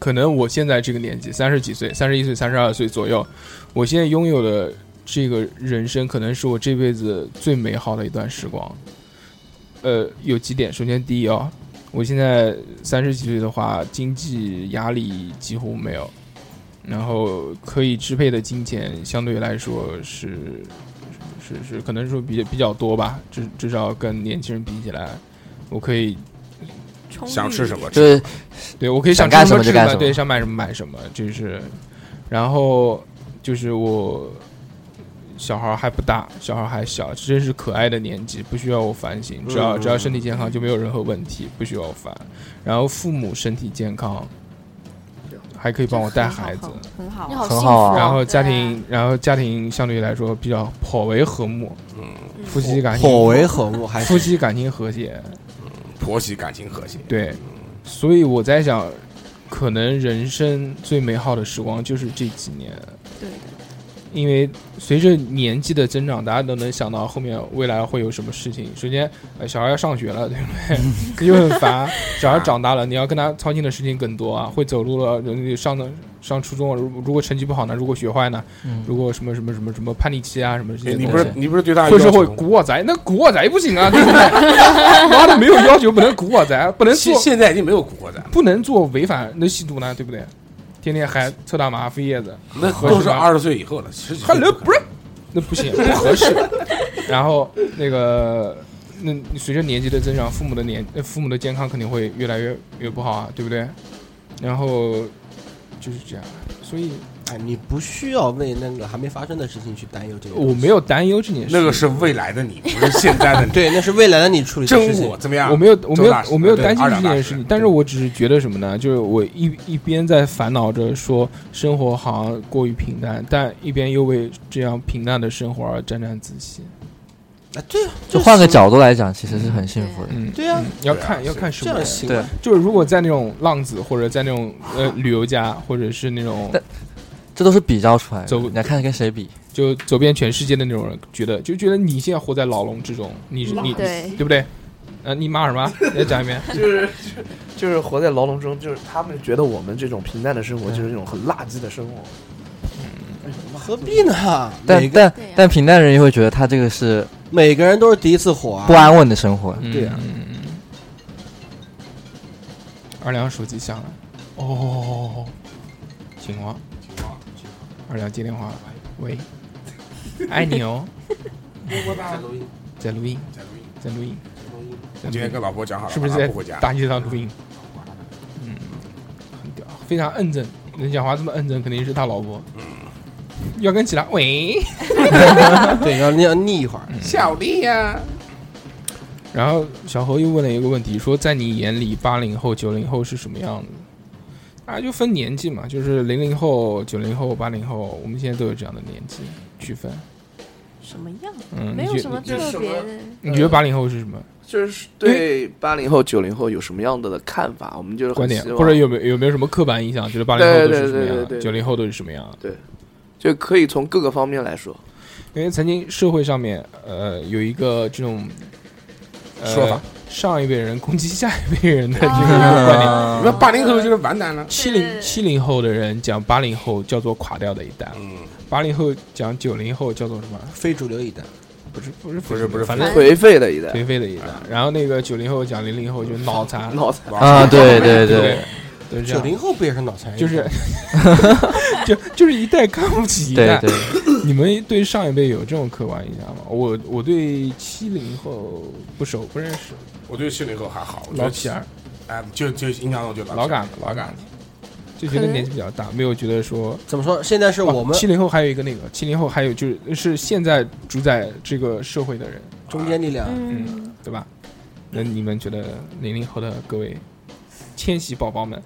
B: 可能我现在这个年纪，三十几岁、三十一岁、三十二岁左右，我现在拥有的这个人生，可能是我这辈子最美好的一段时光。呃，有几点，首先第一啊、我现在三十几岁的话，经济压力几乎没有，然后可以支配的金钱相对来说是是是是可能说比比较多吧，至至少跟年轻人比起来，我可以
C: 想吃什么
H: 就
C: 吃
H: 是
B: 对我可以
H: 想
B: 吃
H: 干
B: 什
H: 什
B: 么
H: 么
B: 吃
H: 就干什么
B: 对，想买什么买什么，就是，然后就是我小孩还不大，小孩还小，真是可爱的年纪，不需要我烦心，只
D: 嗯
B: 要只要身体健康就没有任何问题，不需要我烦。然后父母身体健康，还可以帮我带孩子，
F: 很好
K: 你
F: 啊，
K: 好幸
H: 很
K: 福
H: 好啊
K: 啊！
B: 然后家
F: 对啊
B: 庭，然后家庭相对来说比较颇为和睦，
F: 嗯
B: 夫妻感情
D: 颇为和睦，还
B: 夫
D: 是
B: 妻感情和谐，
C: 婆媳感情和谐。
B: 对，所以我在想，可能人生最美好的时光就是这几年，
F: 对的，
B: 因为随着年纪的增长，大家都能想到后面未来会有什么事情。首先，呃小孩要上学了，对不对？ 就很烦。小孩长大了，你要跟他操心的事情更多啊，会走路了，人上的上初中了，如如果成绩不好呢，如果学坏呢，
H: 嗯
B: 如果什么什么什么什么叛逆期啊，什么这些
C: 哎
B: 东西，
C: 你不是你不是对他
B: 会是
C: 要求
B: 会古惑仔，那古惑仔不行啊，对不对？ 妈的，没有要求不能古惑仔，啊不能
C: 现
B: 做
C: 现在已经没有古惑仔了，
B: 不能做违反那吸毒呢，对不对？天天还抽大麻、飞叶子，
C: 那
B: 合适
C: 都是
B: 吧
C: 二十岁以后了。十几岁
B: Hello，
C: 不可能
B: 不是，那不行，不合适。然后那个，那你随着年纪的增长，父母的年呃父母的健康肯定会越来越越不好啊，对不对？然后就是这样，所以
D: 哎，你不需要为那个还没发生的事情去担忧这个。
B: 我没有担忧这件事。
C: 那个是未来的你，不是现在 的你。
D: 对，那是未来的你处理的事
C: 真
D: 情
C: 我。怎么样？
B: 我没有，我没
C: 啊周
B: 有
C: 大，师
B: 我没有
C: 对
B: 担心
C: 二
B: 这
C: 两大
B: 件
C: 师
B: 事情，但是我只是觉得什么呢？就是我一一边在烦恼着说生活好像过于平淡，但一边又为这样平淡的生活而沾沾自喜。
D: 啊，对啊，
H: 就
D: 这
H: 换个
D: 行
H: 角度来讲，其实是很幸福的。
B: 嗯，
D: 对啊，
B: 要
C: 对啊
B: 看要
C: 是
B: 看什
D: 这
B: 么
D: 样
B: 人。
D: 行
H: 对
D: 啊，
B: 就是如果在那种浪子，或者在那种呃旅游家，或者是那种
H: 但这都是比较出来的，
B: 走
H: 你要看跟谁比。
B: 就走遍全世界的那种人，觉得就觉得你现在活在牢笼之中，你是你
F: 对
B: 对不对？呃，你骂什 么？再讲一遍。
E: 就是就是活在牢笼中，就是他们觉得我们这种平淡的生活就是那种很垃圾的生活。
D: 何必呢？每
H: 但
D: 个
H: 但
F: 对呀
H: 但平淡人又会觉得他这个是
D: 每个人都是第一次火啊
H: 不。安稳的生活。
D: 对啊
B: 嗯。嗯嗯二两手机响了，哦，情况，二两接电话，喂， 爱你哦，在录音，在录音，在
C: 我
B: 录
C: 今天
B: 音
C: 跟，老婆讲好了，
B: 是不是
C: 晚上
B: 在
C: 不回家？
B: 大街上录音？嗯，很屌，非常认真，能讲话这么认真，肯定是他老婆。要跟其他喂，
D: 对，要要腻一会儿。
B: 嗯
C: 小丽呀，
B: 然后小何又问了一个问题，说在你眼里，八零后、九零后是什么样子？啊，就分年纪嘛，就是零零后、九零后、八零后，我们现在都有这样的年纪区分。
F: 什么样？
B: 嗯，
F: 没
B: 你
F: 有
B: 觉
F: 什么
E: 你觉得
F: 特
E: 什
F: 别
E: 么
F: 的，
B: 你觉得八零后是什么
E: 就是对八零后、九零后有什么样的的看法？我们就是很
B: 观点
E: 希，望
B: 或者有没有有没有什么刻板印象，觉得八零后都是什么
E: 对对对对
B: 样，
E: 对
B: 九零后都是什么样？
E: 就可以从各个方面来说，
B: 因为曾经社会上面呃有一个这种、呃
C: 说法，
B: 上一辈人攻击下一辈人
E: 哦
B: 的这个
F: 啊
B: 观点。
C: 你们八零后就是完蛋了。
B: 七
F: 对
B: 零
F: 对
B: 七零后的人讲八零后叫做垮掉的一代，
C: 嗯，
B: 八零后讲九零后叫做什么？
D: 非主流一代，
B: 不是不是
C: 不是不是
B: 反
F: 反
B: 正
F: 正
E: 颓废的一代，
B: 颓废的一代。然后那个九零后讲零零后就是脑残，
E: 脑子
H: 啊，对对
B: 对
H: 对，，
B: 就是这
D: 九
B: 样，
D: 零后不也是脑残？
B: 就是就就是一代看不起一代
H: 对。对，
B: 你们对上一辈有这种客观印象吗？我我对七零后不熟不认识，
C: 我对七零后还好，我觉
B: 老
C: 得
B: 皮儿。
C: 哎，就就印象中就
B: 老
C: 皮儿
B: 感老感，就觉得
F: 可能
B: 年纪比较大，没有觉得说。
D: 怎么说？现在是我们
B: 七零后还有一个那个，七零后还有就是是现在主宰这个社会的人，
D: 中间
B: 啊
D: 力量，
F: 嗯，
B: 对吧？那你们觉得零零后的各位千禧宝宝们，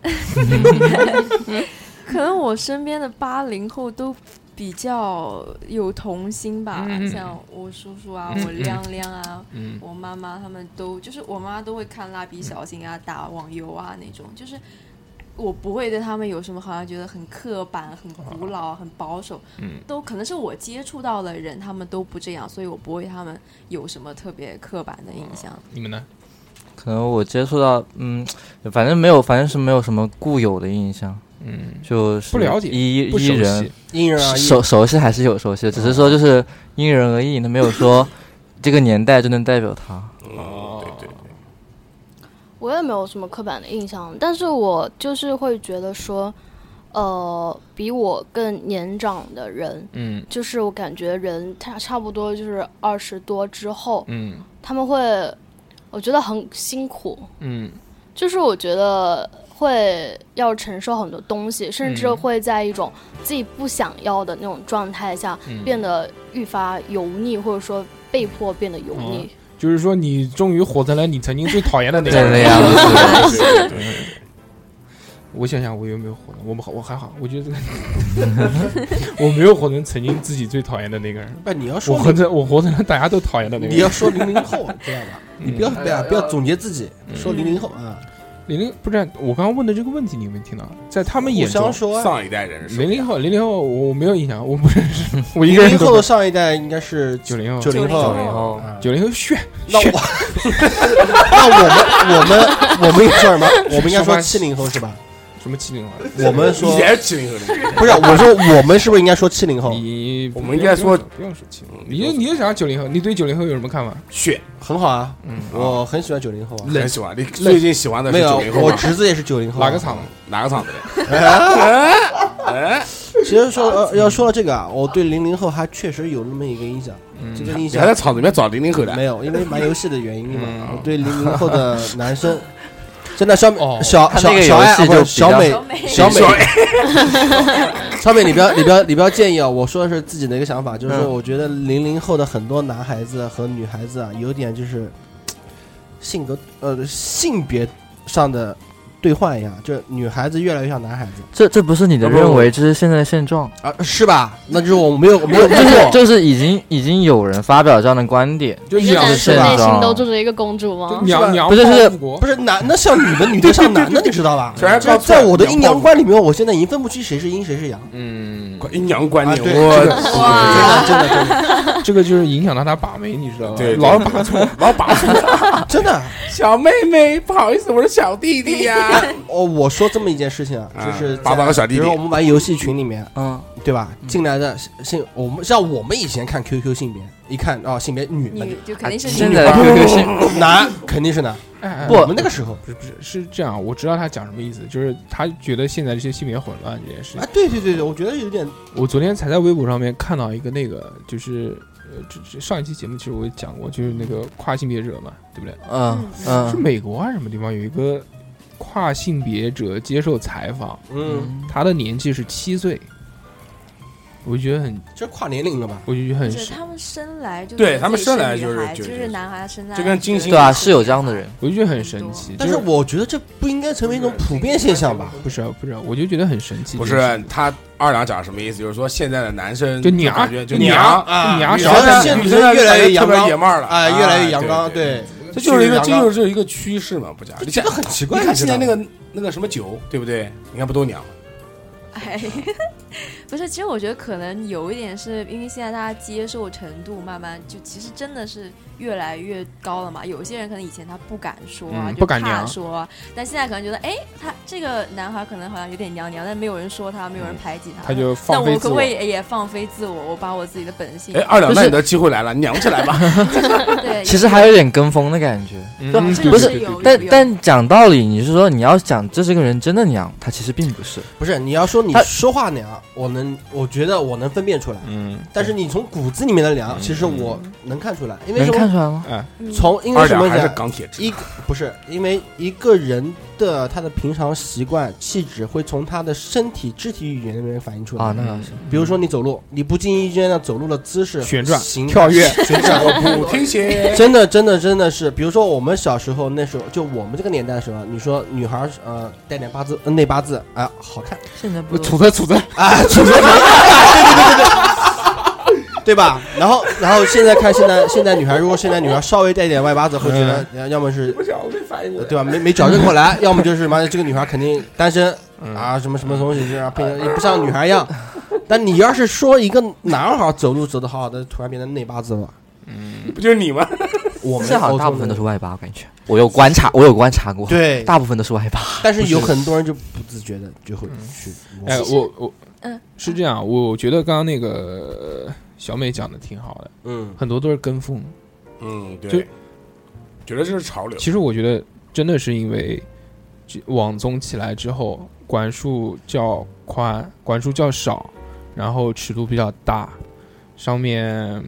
F: 可能我身边的八零后都比较有童心吧，
B: 嗯嗯
F: 像我叔叔啊，
B: 嗯
F: 我亮亮啊，
B: 嗯，
F: 我妈妈他们都，就是我妈都会看蜡笔小新啊，打网游啊那种，就是我不会对他们有什么好像觉得很刻板、很古老啊、很保守，
B: 嗯，
F: 都可能是我接触到的人，他们都不这样，所以我不会他们有什么特别刻板的印象。
B: 你们呢？
H: 可能我接触到，嗯，反正没有，反正是没有什么固有的印象，
B: 嗯，
H: 就是
B: 不了解
H: 依
B: 不
H: 依
B: 熟
H: 人
B: 悉，啊
D: 因人
C: 啊
D: 而异。
H: 熟熟悉还是有熟悉的，只
B: 哦
H: 是说就是因人而 异，他没有说这个年代就能代表他。
C: 嗯，对对对，
K: 我也没有什么刻板的印象，但是我就是会觉得说，呃，比我更年长的人，
B: 嗯
K: 就是我感觉人他差不多就是二十多之后，
B: 嗯
K: 他们会，我觉得很辛苦，
B: 嗯
K: 就是我觉得会要承受很多东西，甚至
B: 嗯
K: 会在一种自己不想要的那种状态下，
B: 嗯，
K: 变得愈发油腻，或者说被迫变得油
H: 嗯
K: 腻。
B: 就是说你终于活成了你曾经最讨厌的那
H: 对
B: 个
H: 的
B: 人。
H: 呀，
C: 对对对对，
B: 我想想，我有没有活成？我们好，我还好，我觉得这个 我没有活成曾经自己最讨厌的那个人。
D: 不，你要
B: 我
D: 说
B: 活成我活成了大家都讨厌的那个
D: 你
B: 人嗯
D: 要。说零零后， 知道吧？你不要不要不要总结自己，说零零后啊，
B: 零零不是啊我刚刚问的这个问题，你有没有听到？在他们
D: 互
B: 眼中
D: 相，说啊。
C: 上一代人是
B: 零零后零零后我没有印象，我不认识， 我一
D: 零
B: 个人
D: 零
B: 都
D: 后
B: 不
D: 的
B: 认识。
D: 上一代应该是
B: 九零后
D: 九零后
H: 九，零后
D: 啊
B: 九零后炫
D: 那我 那我们我们我们应该说什么？我们应该说七零后是吧？
B: 什么七零 后？啊
D: 我们说
C: 你也是七零后的，
D: 不是，我说我们是不是应该说七零后？
B: 你
C: 我们应该说
B: 不用说七零，你就你就想九零后，你对九零后有什么看法？
C: 血，
D: 很好啊，
B: 嗯，
D: 我很喜欢九零后啊。
C: 很喜欢。你最近喜欢的
D: 没
C: 是
D: 有
C: 九零，后
D: 我哎
C: 吗？
D: 侄子也是九零后。啊
B: 哪个？厂？
C: 哪个厂的？ 哎
D: 其实说呃要说到这个啊，我对零零后还确实有那么一个印象，
B: 嗯
D: 这个印
C: 你还
D: 象
C: 在厂子里面找零零后的？
D: 没有，因为玩游戏的原因嘛
B: 嗯，
D: 我对零零后的男生。真的，小美
B: 哦
D: 小
H: 他
D: 小
H: 那个
D: 小
H: 游
D: 爱
H: 戏
D: 啊，不
H: 就是比
D: 小
H: 较
D: 美
F: 小美
D: 小美，小美，你不要你不要你不要介意啊！我说的是自己的一个想法，就是说，
H: 嗯
D: 我觉得零零后的很多男孩子和女孩子啊，有点就是性格呃性别上的兑换一样，就是女孩子越来越像男孩子
H: 这这不是你的
D: 不不不
H: 认为，这是现在的现状。
D: 啊，是吧？那就是我 没有没有没
H: 就是
D: 有，
H: 就是已经已经有人发表这样的观点，
B: 就
K: 一个
B: 两
K: 男
H: 是
K: 生
H: 吧
K: 内心都住着一个公主
B: 就
K: 吗？
B: 娘娘
H: 不是
B: 炮
H: 是
B: 复国
D: 不是男的像女的，女的像男的，你知道吧？
C: 哦 全是
D: 这
C: 靠
D: 在我的阴阳
C: 观。
D: 观里面，我现在已经分不清谁是阴谁是阳，
B: 嗯，
C: 阴阳观
D: 啊
C: 念，
D: 对
C: 我
D: 这个真的真的真的
B: 这个就是影响到他把妹，你知道吧？
C: 对对
B: 老是把错，
C: 老把出
D: 真的。
C: 小妹妹，不好意思，我是小弟弟
B: 哎
C: 呀。
D: 哦，我说这么一件事情啊， 就是
C: 啊八卦
D: 在
C: 个小弟弟
D: 比如说我们玩游戏群里面，
H: 嗯，
D: 对吧？进来的性，我们像我们以前看 QQ 性别，一看啊、性别女，
B: 哎
F: 女就肯定是
H: 现
F: 女
H: 在的 QQ 信
D: 那男肯定是男。
C: 嗯
B: 哎哎
D: 我们那个时候
B: 不是不是是这样，我知道他讲什么意思，就是他觉得现在这些性别混乱这件事
D: 啊，对对对对，我觉得有点
B: 我昨天才在微博上面看到一个那个，就是呃，这这上一期节目其实我也讲过，就是那个跨性别者嘛，对不对？
H: 嗯
B: 是
H: 嗯
B: 美国还是什么地方有一个跨性别者接受采访，
D: 嗯，
B: 他的年纪是七岁，我就觉得很，
D: 这跨年龄了吧？
B: 我就觉得很
F: 不是他们生来就
C: 对
F: 觉得
C: 他们
F: 自己
C: 生来
F: 女
C: 就是
F: 孩
C: 就
F: 就是是男孩啊生来
C: 就跟金星
H: 对啊，是有这样的人，
B: 我就觉得很神奇。
D: 但是
B: 就是
D: 我觉得这不应该成为一种普遍现象吧？
B: 不是不是，我就觉得很神奇。
C: 不是他二两讲什么意思？就是说现在的男生
B: 就娘
C: 感觉就
B: 娘
C: 娘
D: 啊
B: 娘
C: 女
B: 是
C: 生
B: 吧
D: 然后
C: 呢
D: 现在
C: 女生呢
D: 越来越阳
C: 特别
D: 刚
C: 爷们儿了，啊
D: 哎，越来越阳刚，
C: 对，
D: 对，
C: 这就是一个
D: 阳
C: 这
D: 刚
C: 就是一个趋势嘛，不假。你
D: 这
C: 像
D: 个很奇怪。
C: 你看现在那
D: 你知道吗，
C: 个那个什么酒，对不对？你看不都娘吗？
F: 哎，不是，其实我觉得可能有一点是因为现在大家接受程度慢慢就其实真的是越来越高了嘛。有些人可能以前他不敢说啊，
B: 嗯
F: 就
B: 不敢
F: 怕
B: 娘
F: 说啊，但现在可能觉得，哎，他这个男孩可能好像有点娘娘，但没有人说他，没有
C: 嗯
F: 人排挤他，
B: 他就
F: 那
B: 放飞
F: 我
B: 自
F: 可不
B: 我
F: 可以。也放飞自我，我把我自己的本性
C: 哎，二两，
H: 不
C: 那
H: 是
C: 你的机会来了，娘起来吧。
F: 对，
H: 其实还有点跟风的感觉。
B: 嗯
H: 对
B: 对对
H: 不是
B: 对对
H: 但但讲道理，你是说你要讲这是个人真的娘，他其实并不是。
D: 不是你要说你
H: 他
D: 说话娘，我能，我觉得我能分辨出来。
B: 嗯，
D: 但是你从骨子里面的娘，其实我能看出来，因为
H: 能
D: 什
H: 看
D: 么？
H: 出来吗？
B: 哎，
F: 嗯
D: 从因为
C: 二
D: 什
C: 两
D: 么
C: 还是
D: 讲？
C: 钢铁直
D: 一个不是因为一个人的他的平常习惯、气质会从他的身体肢体语言里面反映出来。
H: 啊，那倒
B: 嗯
H: 是。
D: 比如说你走路，你不经意间的走路的姿势、
B: 旋转
D: 行
B: 跳跃
D: 旋转，
C: 我听鞋，
D: 真的真的真的是，比如说我们小时候那时候，就我们这个年代的时候，你说女孩儿呃带点八字、呃内八字啊、好看
H: 现在不
B: 杵着杵着，
D: 啊，楚楚楚对吧？然后，然后现在看现在现在女孩，如果现在女孩稍微带一点外八字，会觉得要要么是
C: 嗯我想我没反应过来。
D: 对吧？没没矫正过来，要么就是妈的这个女孩肯定单身
B: 嗯
D: 啊，什么什么东西，这样变成也不像女孩一样。但你要是说一个男孩走路走的好好的，突然变成内八字了，
C: 嗯不就是你吗？
D: 我们
H: 现在好
D: 沟
H: 像大
D: 通
H: 部分
D: 的
H: 都是外八，我感觉。我有观察，我有观察过，
D: 对，
H: 大部分都是外 八。
D: 但是有很多人就不自觉的就
C: 嗯
D: 会去摸
B: 哎，我我
F: 嗯
B: 是这样，我觉得刚刚那个呃小美讲的挺好的，
D: 嗯，
B: 很多都是跟风。
C: 嗯，
B: 就
C: 对，觉得这是潮流。
B: 其实我觉得真的是因为这网综起来之后，管束较宽，管束较少，然后尺度比较大，上面嗯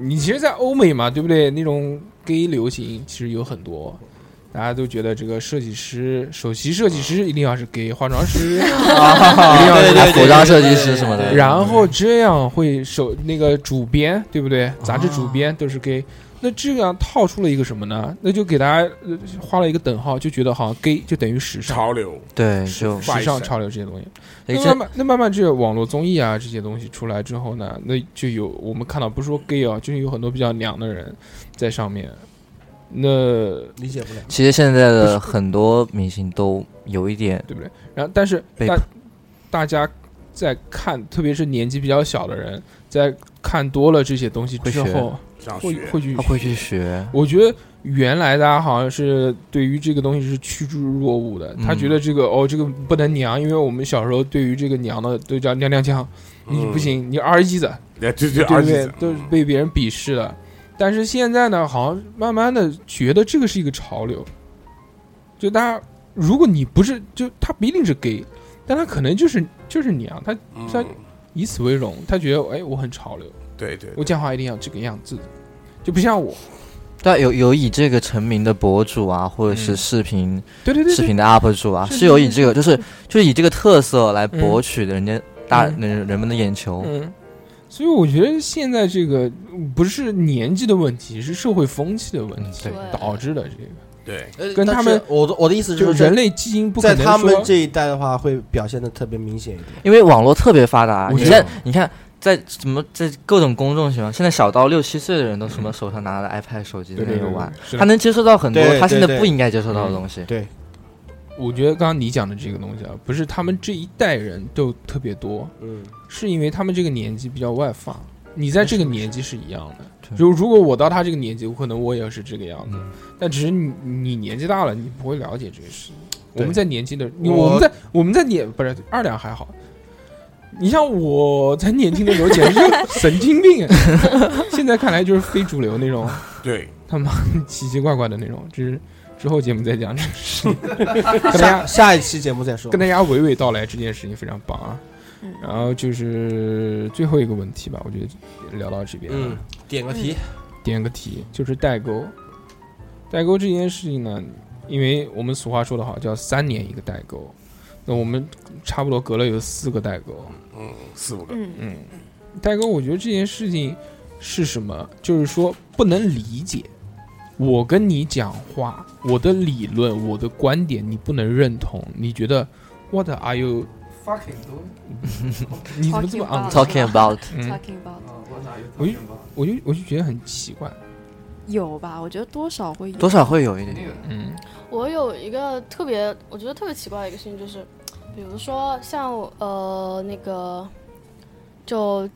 B: 你其实，在欧美嘛，对不对？那种 gay 流行其实有很多。大家都觉得这个设计师，首席设计师一定要是 gay，化妆师一定要是
H: 啊
B: 对
H: 服装设计师什么的，
B: 然后这样会手那个主编对不对？杂志主编都是 gay，、那这样套出了一个什么呢？那就给大家、呃画了一个等号，就觉得好像 gay 就等于时尚、
C: 潮流，
H: 对，
B: 时
H: 就
B: 时尚潮流这些东西。
H: 哎
B: 那
H: 这
B: 慢慢那慢慢这网络综艺啊这些东西出来之后呢，那就有我们看到不是说 gay 啊，就是有很多比较娘的人在上面。那
D: 理解不了。
H: 其实现在的很多明星都有一点
B: 对不对？然后，但是
H: 被
B: 大大家在看，特别是年纪比较小的人，在看多了这些东西之
H: 会
B: 后
H: 学，
C: 想
B: 会
C: 学
B: 会去
H: 他会去学，
B: 我觉得原来大家好像是对于这个东西是趋之若鹜的，
H: 嗯
B: 他觉得这个哦，这个不能娘，因为我们小时候对于这个娘的都叫娘娘腔，你
C: 嗯
B: 不行，你二一子，
C: 对对
B: 对
C: 对，而
B: 不对
C: 且？
B: 都是被别人鄙视的。但是现在呢，好像慢慢的觉得这个是一个潮流，就大家，如果你不是，就他不一定是 gay，但他可能就是就是娘，他
C: 嗯
B: 像以此为荣，他觉得哎我很潮流，
C: 对对，
B: 我讲话一定要这个样子，就不像我，
H: 但啊有有以这个成名的博主啊，或者
B: 嗯
H: 是视频
B: 对对对
H: 视
B: 对，
H: 频的 UP 主啊，
B: 是
H: 是有以这个就是就是以这个特色来博取的人家大
B: 嗯
H: 人人们的眼
D: 哦
H: 球，
B: 嗯。所以我觉得现在这个嗯不是年纪的问题，是社会风气的问
H: 嗯
B: 题
H: 对
B: 导致的。这个
C: 对，
B: 跟他们
D: 呃但是我的我的意思是
B: 就
D: 说，
B: 人类基因不可
D: 在
B: 能
D: 他们
B: 说
D: 这一代的话，会表现的特别明显一点。
H: 因为网络特别发达，
B: 我
H: 你
B: 觉得
H: 看你看。在什么在各种公众情况，现在小到六七岁的人都什么手上拿着 iPad 手机在
B: 对对
H: 那里
B: 对
H: 玩，，
B: 是的
H: 他能接受到很多
D: 对
H: 他现在
D: 对对
H: 不应该接受到的东西。
D: 对，
B: 我觉得刚刚你讲的这个东西啊，不是他们这一代人都特别多，
D: 嗯，
B: 是因为他们这个年纪比较外放。你在这个年纪是一样的，
H: 对
B: 就如果我到他这个年纪，我可能我也是这个样子，
H: 嗯
B: 但只是你你年纪大了，你不会了解这个事情。
D: 对
B: 我们在年纪的，你
D: 我
B: 我们在我们在年不是二两还好，你像我在年轻的时候简直 就是神经病，啊现在看来就是非主流那种。
C: 对，
B: 奇奇怪怪的那种，就是之后节目再讲这个事 情，跟大
D: 下
B: 家
D: 下一期节目再说
B: 跟。大家娓娓道来这件事情非常棒啊
F: 嗯。
B: 然后就是最后一个问题吧，我觉得聊到这边，啊
D: 嗯，点个题，
B: 点个题，就是代沟。代沟这件事情呢，因为我们俗话说得好，叫三年一个代沟，那我们差不多隔了有四个代沟，
C: 嗯，四五个，
F: 嗯，
B: 嗯，代沟，我觉得这件事情是什么？就是说不能理解。我跟你讲话，我的理论，我的观点，你不能认同，你觉得 What are you fucking doing？你 怎么这么
F: Talking
B: 肮
F: about
B: 脏？
H: Talking about，
B: 嗯，
F: talking about
B: 我就我就我就觉得很奇怪。
F: 有吧？我觉得多少会有
H: 多。少会有一点。
B: 嗯
K: 我有一个特别，我觉得特别奇怪的一个事情，就是，比如说像呃那个，就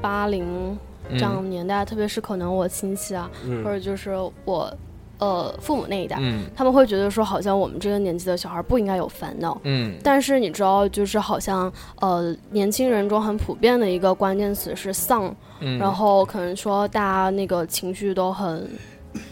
K: 八零这样的
B: 嗯
K: 年代，特别是可能我亲戚啊，或者就是我呃父母那一代，
B: 嗯
K: 他们会觉得说，好像我们这个年纪的小孩不应该有烦恼。
B: 嗯
K: 但是你知道，就是好像呃，年轻人中很普遍的一个关键词是丧，
B: 嗯，
K: 然后可能说大家那个情绪都很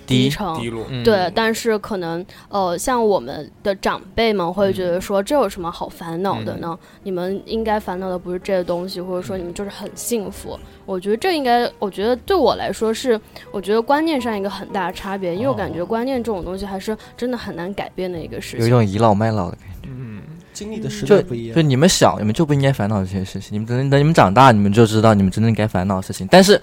K: 低
H: 低
K: 沉，
C: 低落，
B: 嗯
K: 对，但是可能呃，像我们的长辈们会觉得说，这有什么好烦恼
H: 嗯
K: 的呢？你们应该烦恼的不是这些东西，或者说你们就是很幸福。
H: 嗯
K: 我觉得这应该，我觉得对我来说是，我觉得观念上一个很大的差
H: 哦
K: 别，因为我感觉观念这种东西还是真的很难改变的一个事
H: 有一
K: 情。
H: 种倚老卖老的感
B: 嗯
D: 经历的时代
H: 就
D: 不一
H: 觉，
D: 样
H: 就。你们小，你们就不应该烦恼这些事情。你们等等你们长大，你们就知道你们真正该烦恼的事情。但是，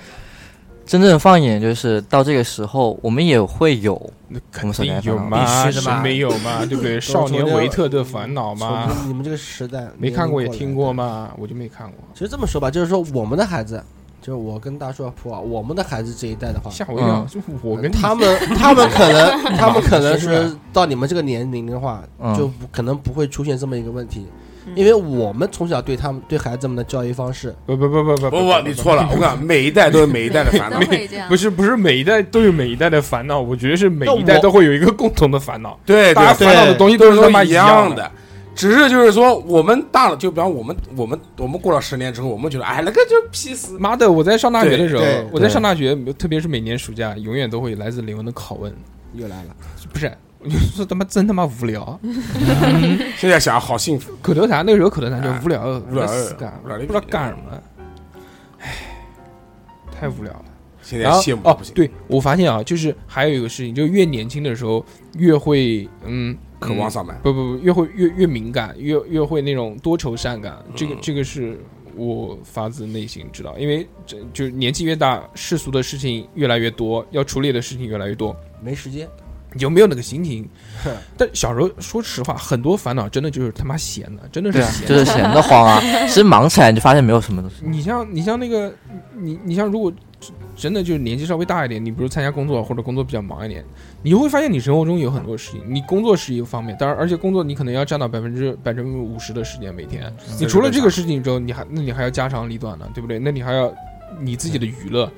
H: 真正放眼就是到这个时候，我们也会有，
B: 那
H: 我
B: 肯
H: 们所
B: 定
H: 该
B: 有
H: 烦恼
B: 嘛，
D: 必须的
B: 是
D: 嘛
B: 没有嘛，对不 对？少年维特的烦恼嘛，
D: 从你们这个时代
B: 没看过也听过
D: 吗？
B: 嘛，我就没看过，
D: 其实这么说吧，就是说我们的孩子，就是我跟大叔普啊，我们的孩子这一代的话，
B: 吓我一跳。
H: 嗯
B: 就我跟你
D: 他们他们 可能他们可能
B: 是不
D: 是到你们这个年龄的话，
H: 嗯
D: 就不可能不会出现这么一个问题，
F: 嗯
D: 因为我们从小对他们对孩子们的教育方式，
B: 不不不不不
C: 不不，你错了，我跟你讲，每一代都有每一代的烦 恼
F: 都，会这样
B: 不，是不是每一代都有每一代的烦恼，我觉得是每一
D: 但
B: 代
D: 我
B: 都会有一个共同的烦恼，
C: 对
B: 大家
C: 对
B: 烦恼的东西都
C: 都
B: 是
C: 是
B: 他妈
C: 一
B: 样
C: 样。的。只是就是说，我们大了，就比方我们我们我们过了十年之后，我们觉得哎，那个就屁事。
B: 妈的！我在上大学的时候
D: 对对，
B: 我在上大学，特别是每年暑假，永远都会有来自灵魂的拷问，
D: 又来了，
B: 不是我就说他妈真他妈无聊。
C: 现在想好幸福，
B: 口头禅那个时候口头禅就无聊，无
C: 聊
B: 死干，
C: 无聊
B: 不知道干什么，唉，太无聊了。
C: 现在
B: 然后
C: 羡慕到
B: 哦
C: 不行，，
B: 对我发现啊，就是还有一个事情，就越年轻的时候越会嗯
C: 渴望上班。
B: 不不不，越会越越敏感，越越会那种多愁善感。这个
C: 嗯
B: 这个是我发自内心知道，因为这就是年纪越大，世俗的事情越来越多，要处理的事情越来越多，
D: 没时间，
B: 你就没有那个心情。但小时候说实话，很多烦恼真的就是他妈闲的，真的是
H: 对啊，
B: 闲
H: 就
B: 的。
H: 是闲得 慌啊。其实忙起来你就发现没有什么东西。
B: 你像你像那个你你像如果真的就是年纪稍微大一点，你比如参加工作或者工作比较忙一点，你会发现你生活中有很多事情，你工作是一个方面，当然而且工作你可能要占到百分之百分之五十的时间每天。你除了这个事情之后，你还那你还要家长里短呢，对不对？那你还要你自己的娱乐，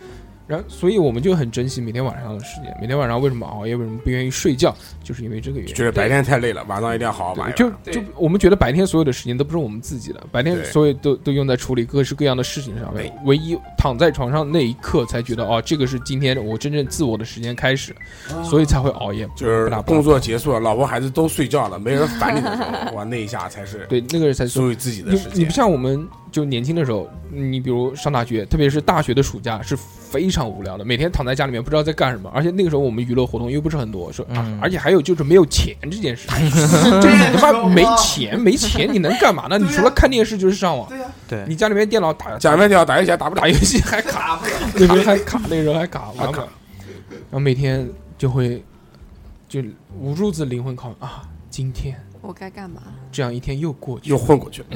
B: 然后所以我们就很珍惜每天晚上的时间。每天晚上为什么熬夜，为什么不愿意睡觉，就是因为这个原因
C: 觉。得白天太累了，晚上一定要好好啊玩一玩。
B: 就就我们觉得白天所有的时间都不是我们自己的，白天
C: 对
B: 所有都都用在处理各式各样的事情上面
C: 对，
B: 唯一躺在床上那一刻才觉得哦，这个是今天我真正自我的时间开始，
C: 哦
B: 所以才会熬夜，
C: 就是
B: 不打不打
C: 工作结束了，老婆孩子都睡觉了，没人烦你的 时候，哇，那一下才是
B: 对那个才是
C: 属于自己的
B: 你
C: 时
B: 你不
C: 间。
B: 像我们就年轻的时候，你比如上大学，特别是大学的暑假是非常无聊的，每天躺在家里面不知道在干什么，而且那个时候我们娱乐活动又不是很多，说、啊
H: 嗯
B: 而且还有就是没有钱这件 事，就是你他妈没钱，没钱你能干嘛
C: 啊
B: 呢？你除了看电视就是上网，
H: 对
B: 你家里面电脑打
C: 假面条打一下打不
B: 打
C: 打
B: 游戏还卡，那时候还卡，那时候还 卡，玩不了。然后每天就会就无数次灵魂拷问啊，今天
F: 我该干嘛？
B: 这样一天又过去了
C: 又混过去了。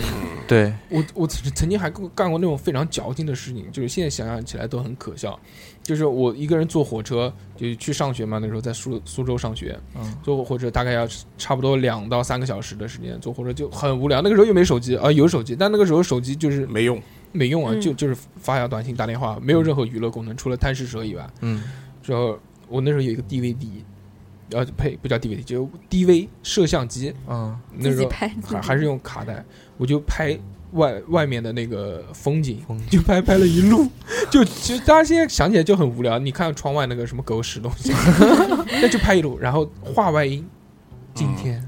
H: 对，
B: 我我曾曾经还干过干过那种非常矫情的事情，就是现在想想起来都很可笑。就是我一个人坐火车，就是去上学嘛，那时候在苏苏州上学，
H: 嗯
B: 坐火车大概要差不多两到三个小时的时间，坐火车就很无聊。那个时候又没手机啊、有手机，但那个时候手机就是
C: 没用，
B: 没用啊，
F: 嗯
B: 就就是发条短信、打电话，没有任何娱乐功能，除了贪吃蛇以外。
H: 嗯，
B: 之后我那时候有一个 DVD，呃，呸，不叫 DVD，就 DV 摄像机，
H: 嗯
B: 那
F: 自
B: 时
F: 己
B: 候
F: 拍自己
B: 还还是用卡带，我就拍外外面的那个风景
H: 风景，
B: 就拍拍了一路，就其实大家现在想起来就很无聊。你看窗外那个什么狗屎东西， 那就拍一路，然后话外
H: 嗯
B: 音，今 天。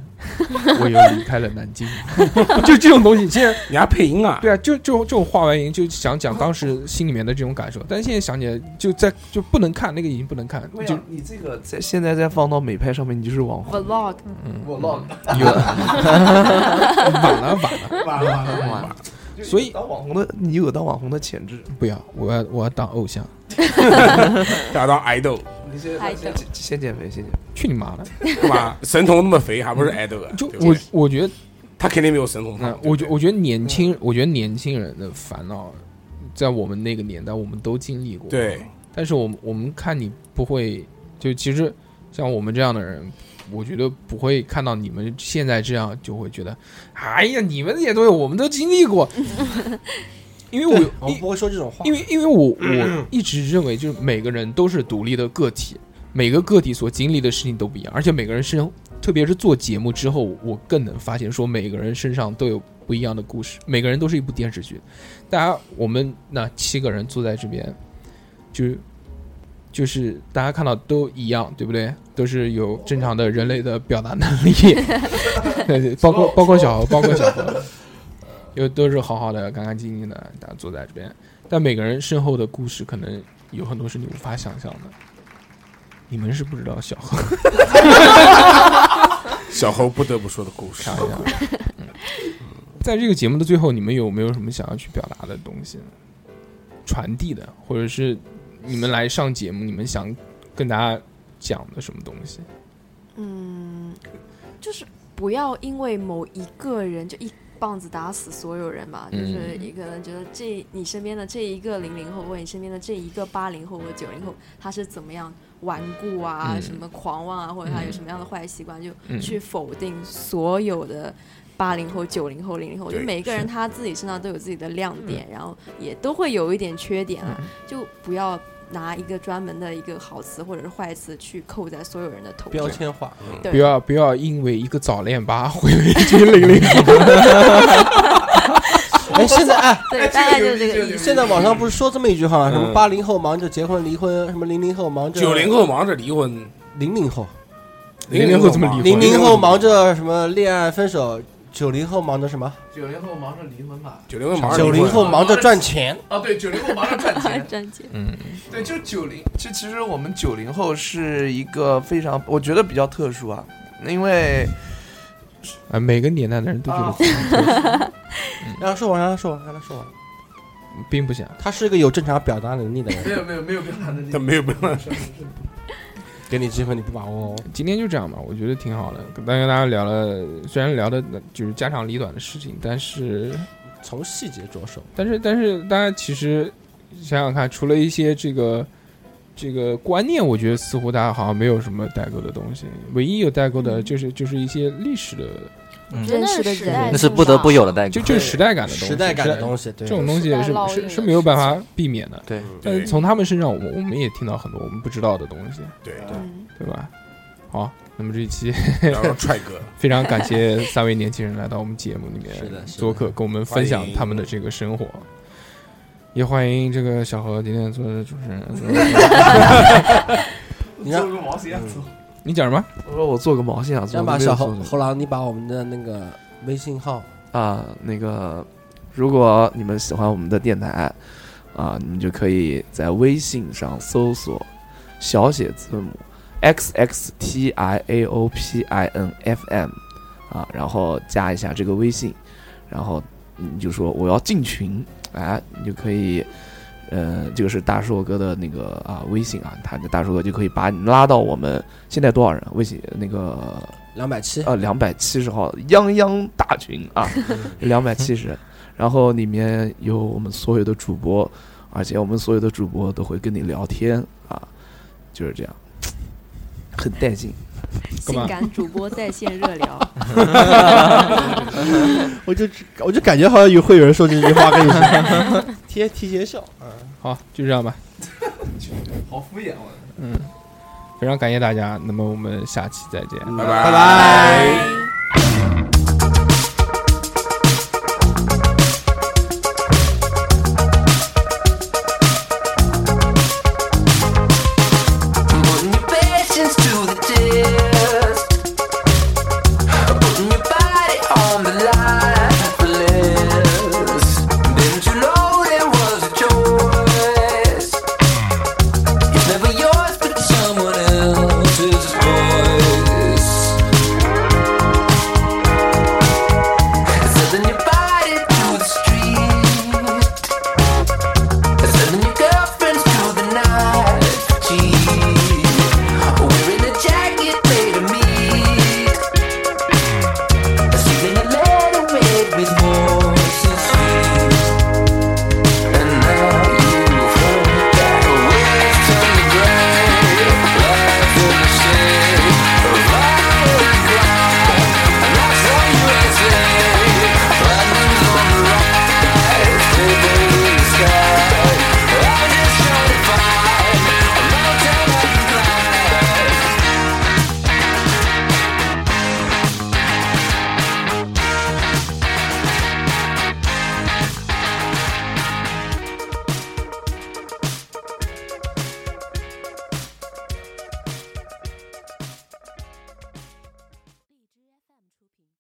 B: 我又离开了南京，
H: 啊
B: 就这种东西，现在
C: 你还配音啊？
B: 对啊，就就这种话外音，就想讲当时心里面的这种感受，但现在想起来就在就不能看那个已经不能看，就
E: 就你这个在现在再放到美拍上面，你就是网红。
F: vlog，
B: 嗯
E: 我浪
B: 有晚了晚了，
C: 晚了晚了，
B: 嗯所以
E: 当网红的你有当网红的潜质。
B: 不要，我要我要当偶像，
C: 想当爱豆，
E: 你现在先先先减肥，先减肥。
B: 去你妈的！
C: 对吧？神童那么肥，还不是爱豆啊？
B: 嗯就
C: 对不
B: 我
C: 对
B: 我觉得，
C: 他肯定没有神童胖
B: 嗯。我觉
C: 对
B: 我觉得年轻，我觉得年轻人的烦恼，在我们那个年代，我们都经历过。
C: 对，
B: 但是我们我们看你不会，就其实像我们这样的人，我觉得不会看到你们现在这样就会觉得，哎呀，你们这些东西我们都经历过，因为
D: 我
C: 哦
B: 我
D: 们不会说这种话，
B: 因为因为我我一直认为就是每个人都是独立的个体，每个个体所经历的事情都不一样，而且每个人身上，特别是做节目之后，我更能发现说每个人身上都有不一样的故事，每个人都是一部电视剧。大家我们那七个人坐在这边，就是就是大家看到都一样，对不对？都是有正常的人类的表达能力，对对包括包括小何，包括小何，又都是好好的、干干净净的，大家坐在这边。但每个人身后的故事，可能有很多是你无法想象的。你们是不知道小何，
C: 小猴不得不说的故事
B: 看。一下。嗯在这个节目的最后，你们有没有什么想要去表达的东西呢？传递的，或者是你们来上节目，你们想跟大家讲的什么东西？
F: 嗯，就是不要因为某一个人就一棒子打死所有人吧。就是
B: 嗯
F: 你可能觉得这你身边的这一个零零后，或者你身边的这一个八零后或者九零后，他是怎么样顽固啊，
B: 嗯
F: 什么狂妄啊，或者他有什么样的坏习惯，就
B: 嗯
F: 去否定所有的八零后、九零后、零零后，就
C: 对
F: 每个人他自己身上都有自己的亮点，然后也都会有一点缺点啊，就不要拿一个专门的一个好词或者是坏词去扣在所有人的头
D: 标
F: 上。
D: 签化，
F: 对
B: 不要不要因为一个早恋吧，毁了一群零零后。
D: 哎，现在哎，
F: 对，大概就是这个意思。
D: 现在网上不是说这么一句话，什么
C: 嗯
D: 八零后忙着结婚离婚，什么零零后忙着
C: 九零后忙着离婚，
D: 零零后，
B: 零零后这么离婚
D: 零零后忙着什么恋爱分手，九零后忙着什么？
E: 九零后忙着离婚吧？
C: 九零后忙着
D: 九
C: 离婚
D: 零后忙着赚钱，
E: 啊，对，九零后忙着赚 钱。
F: 赚钱，
B: 嗯，
E: 对，就九零，就其实我们九零后是一个非常，我觉得比较特殊啊，因为
B: 啊，每个年代的人都觉得自己
D: 让他说完，让他说完，让他说完。
B: 并不想。
D: 他是一个有正常表达能力的人，
E: 没有没有没有表达能力
C: 他没有办法，
D: 给你机会你不把握哦。
B: 今天就这样吧，我觉得挺好的，跟大家聊了，虽然聊的就是家长里短的事情，但是
D: 从细节着手，
B: 但是但是大家其实想想看，除了一些这个这个观念，我觉得似乎大家好像没有什么代沟的东西，唯一有代沟
D: 嗯
B: 的就是就是一些历史的，
F: 认识的
K: 时代
F: 人
H: 嗯那是不得不有的代沟
B: 就。就是时代感的东西，
D: 时代感的
B: 西，
D: 东西，对
B: 这种东西是是是没有办法避免的。
H: 对，
B: 但是从他们身上，我们我们也听到很多我们不知道的东西，
C: 对，
F: 嗯，
B: 对吧？好，那么这一期
C: 然后踹哥，
B: 非常感谢三位年轻人来到我们节目里面
H: 是的是的
B: 做客，跟我们分享他们的这个生活。也欢迎这个小何今天做的主持人。
D: 你让
E: 做个毛线啊做
B: 你讲什么？
E: 我说我做个毛线啊，
D: 让
E: 做
D: 把
E: 没
D: 小
E: 有做
D: 猴
E: 什么
D: 猴狼，你把我们的那个微信号，
E: 啊，那个，如果你们喜欢我们的电台啊，你们就可以在微信上搜索小写字母 x x t i a o p i n f m 啊，然后加一下这个微信，然后你就说我要进群，哎，你就可以。呃，这个是大硕哥的那个啊微信啊，他的大硕哥就可以把你拉到我们现在多少人？啊微信那个
D: 两百七，
E: 呃两百七十号泱泱大群啊，两百七十，然后里面有我们所有的主播，而且我们所有的主播都会跟你聊天啊，就是这样，很带劲。
B: 干嘛
F: 性感主播在线热聊，
D: 我就我就感觉好像有会有人说这句话跟你说，贴提前笑，
B: 好，就这样吧。
E: 好敷衍哦。
B: 嗯，非常感谢大家，那么我们下期再见。
C: 拜
D: 拜
C: 拜
D: 拜。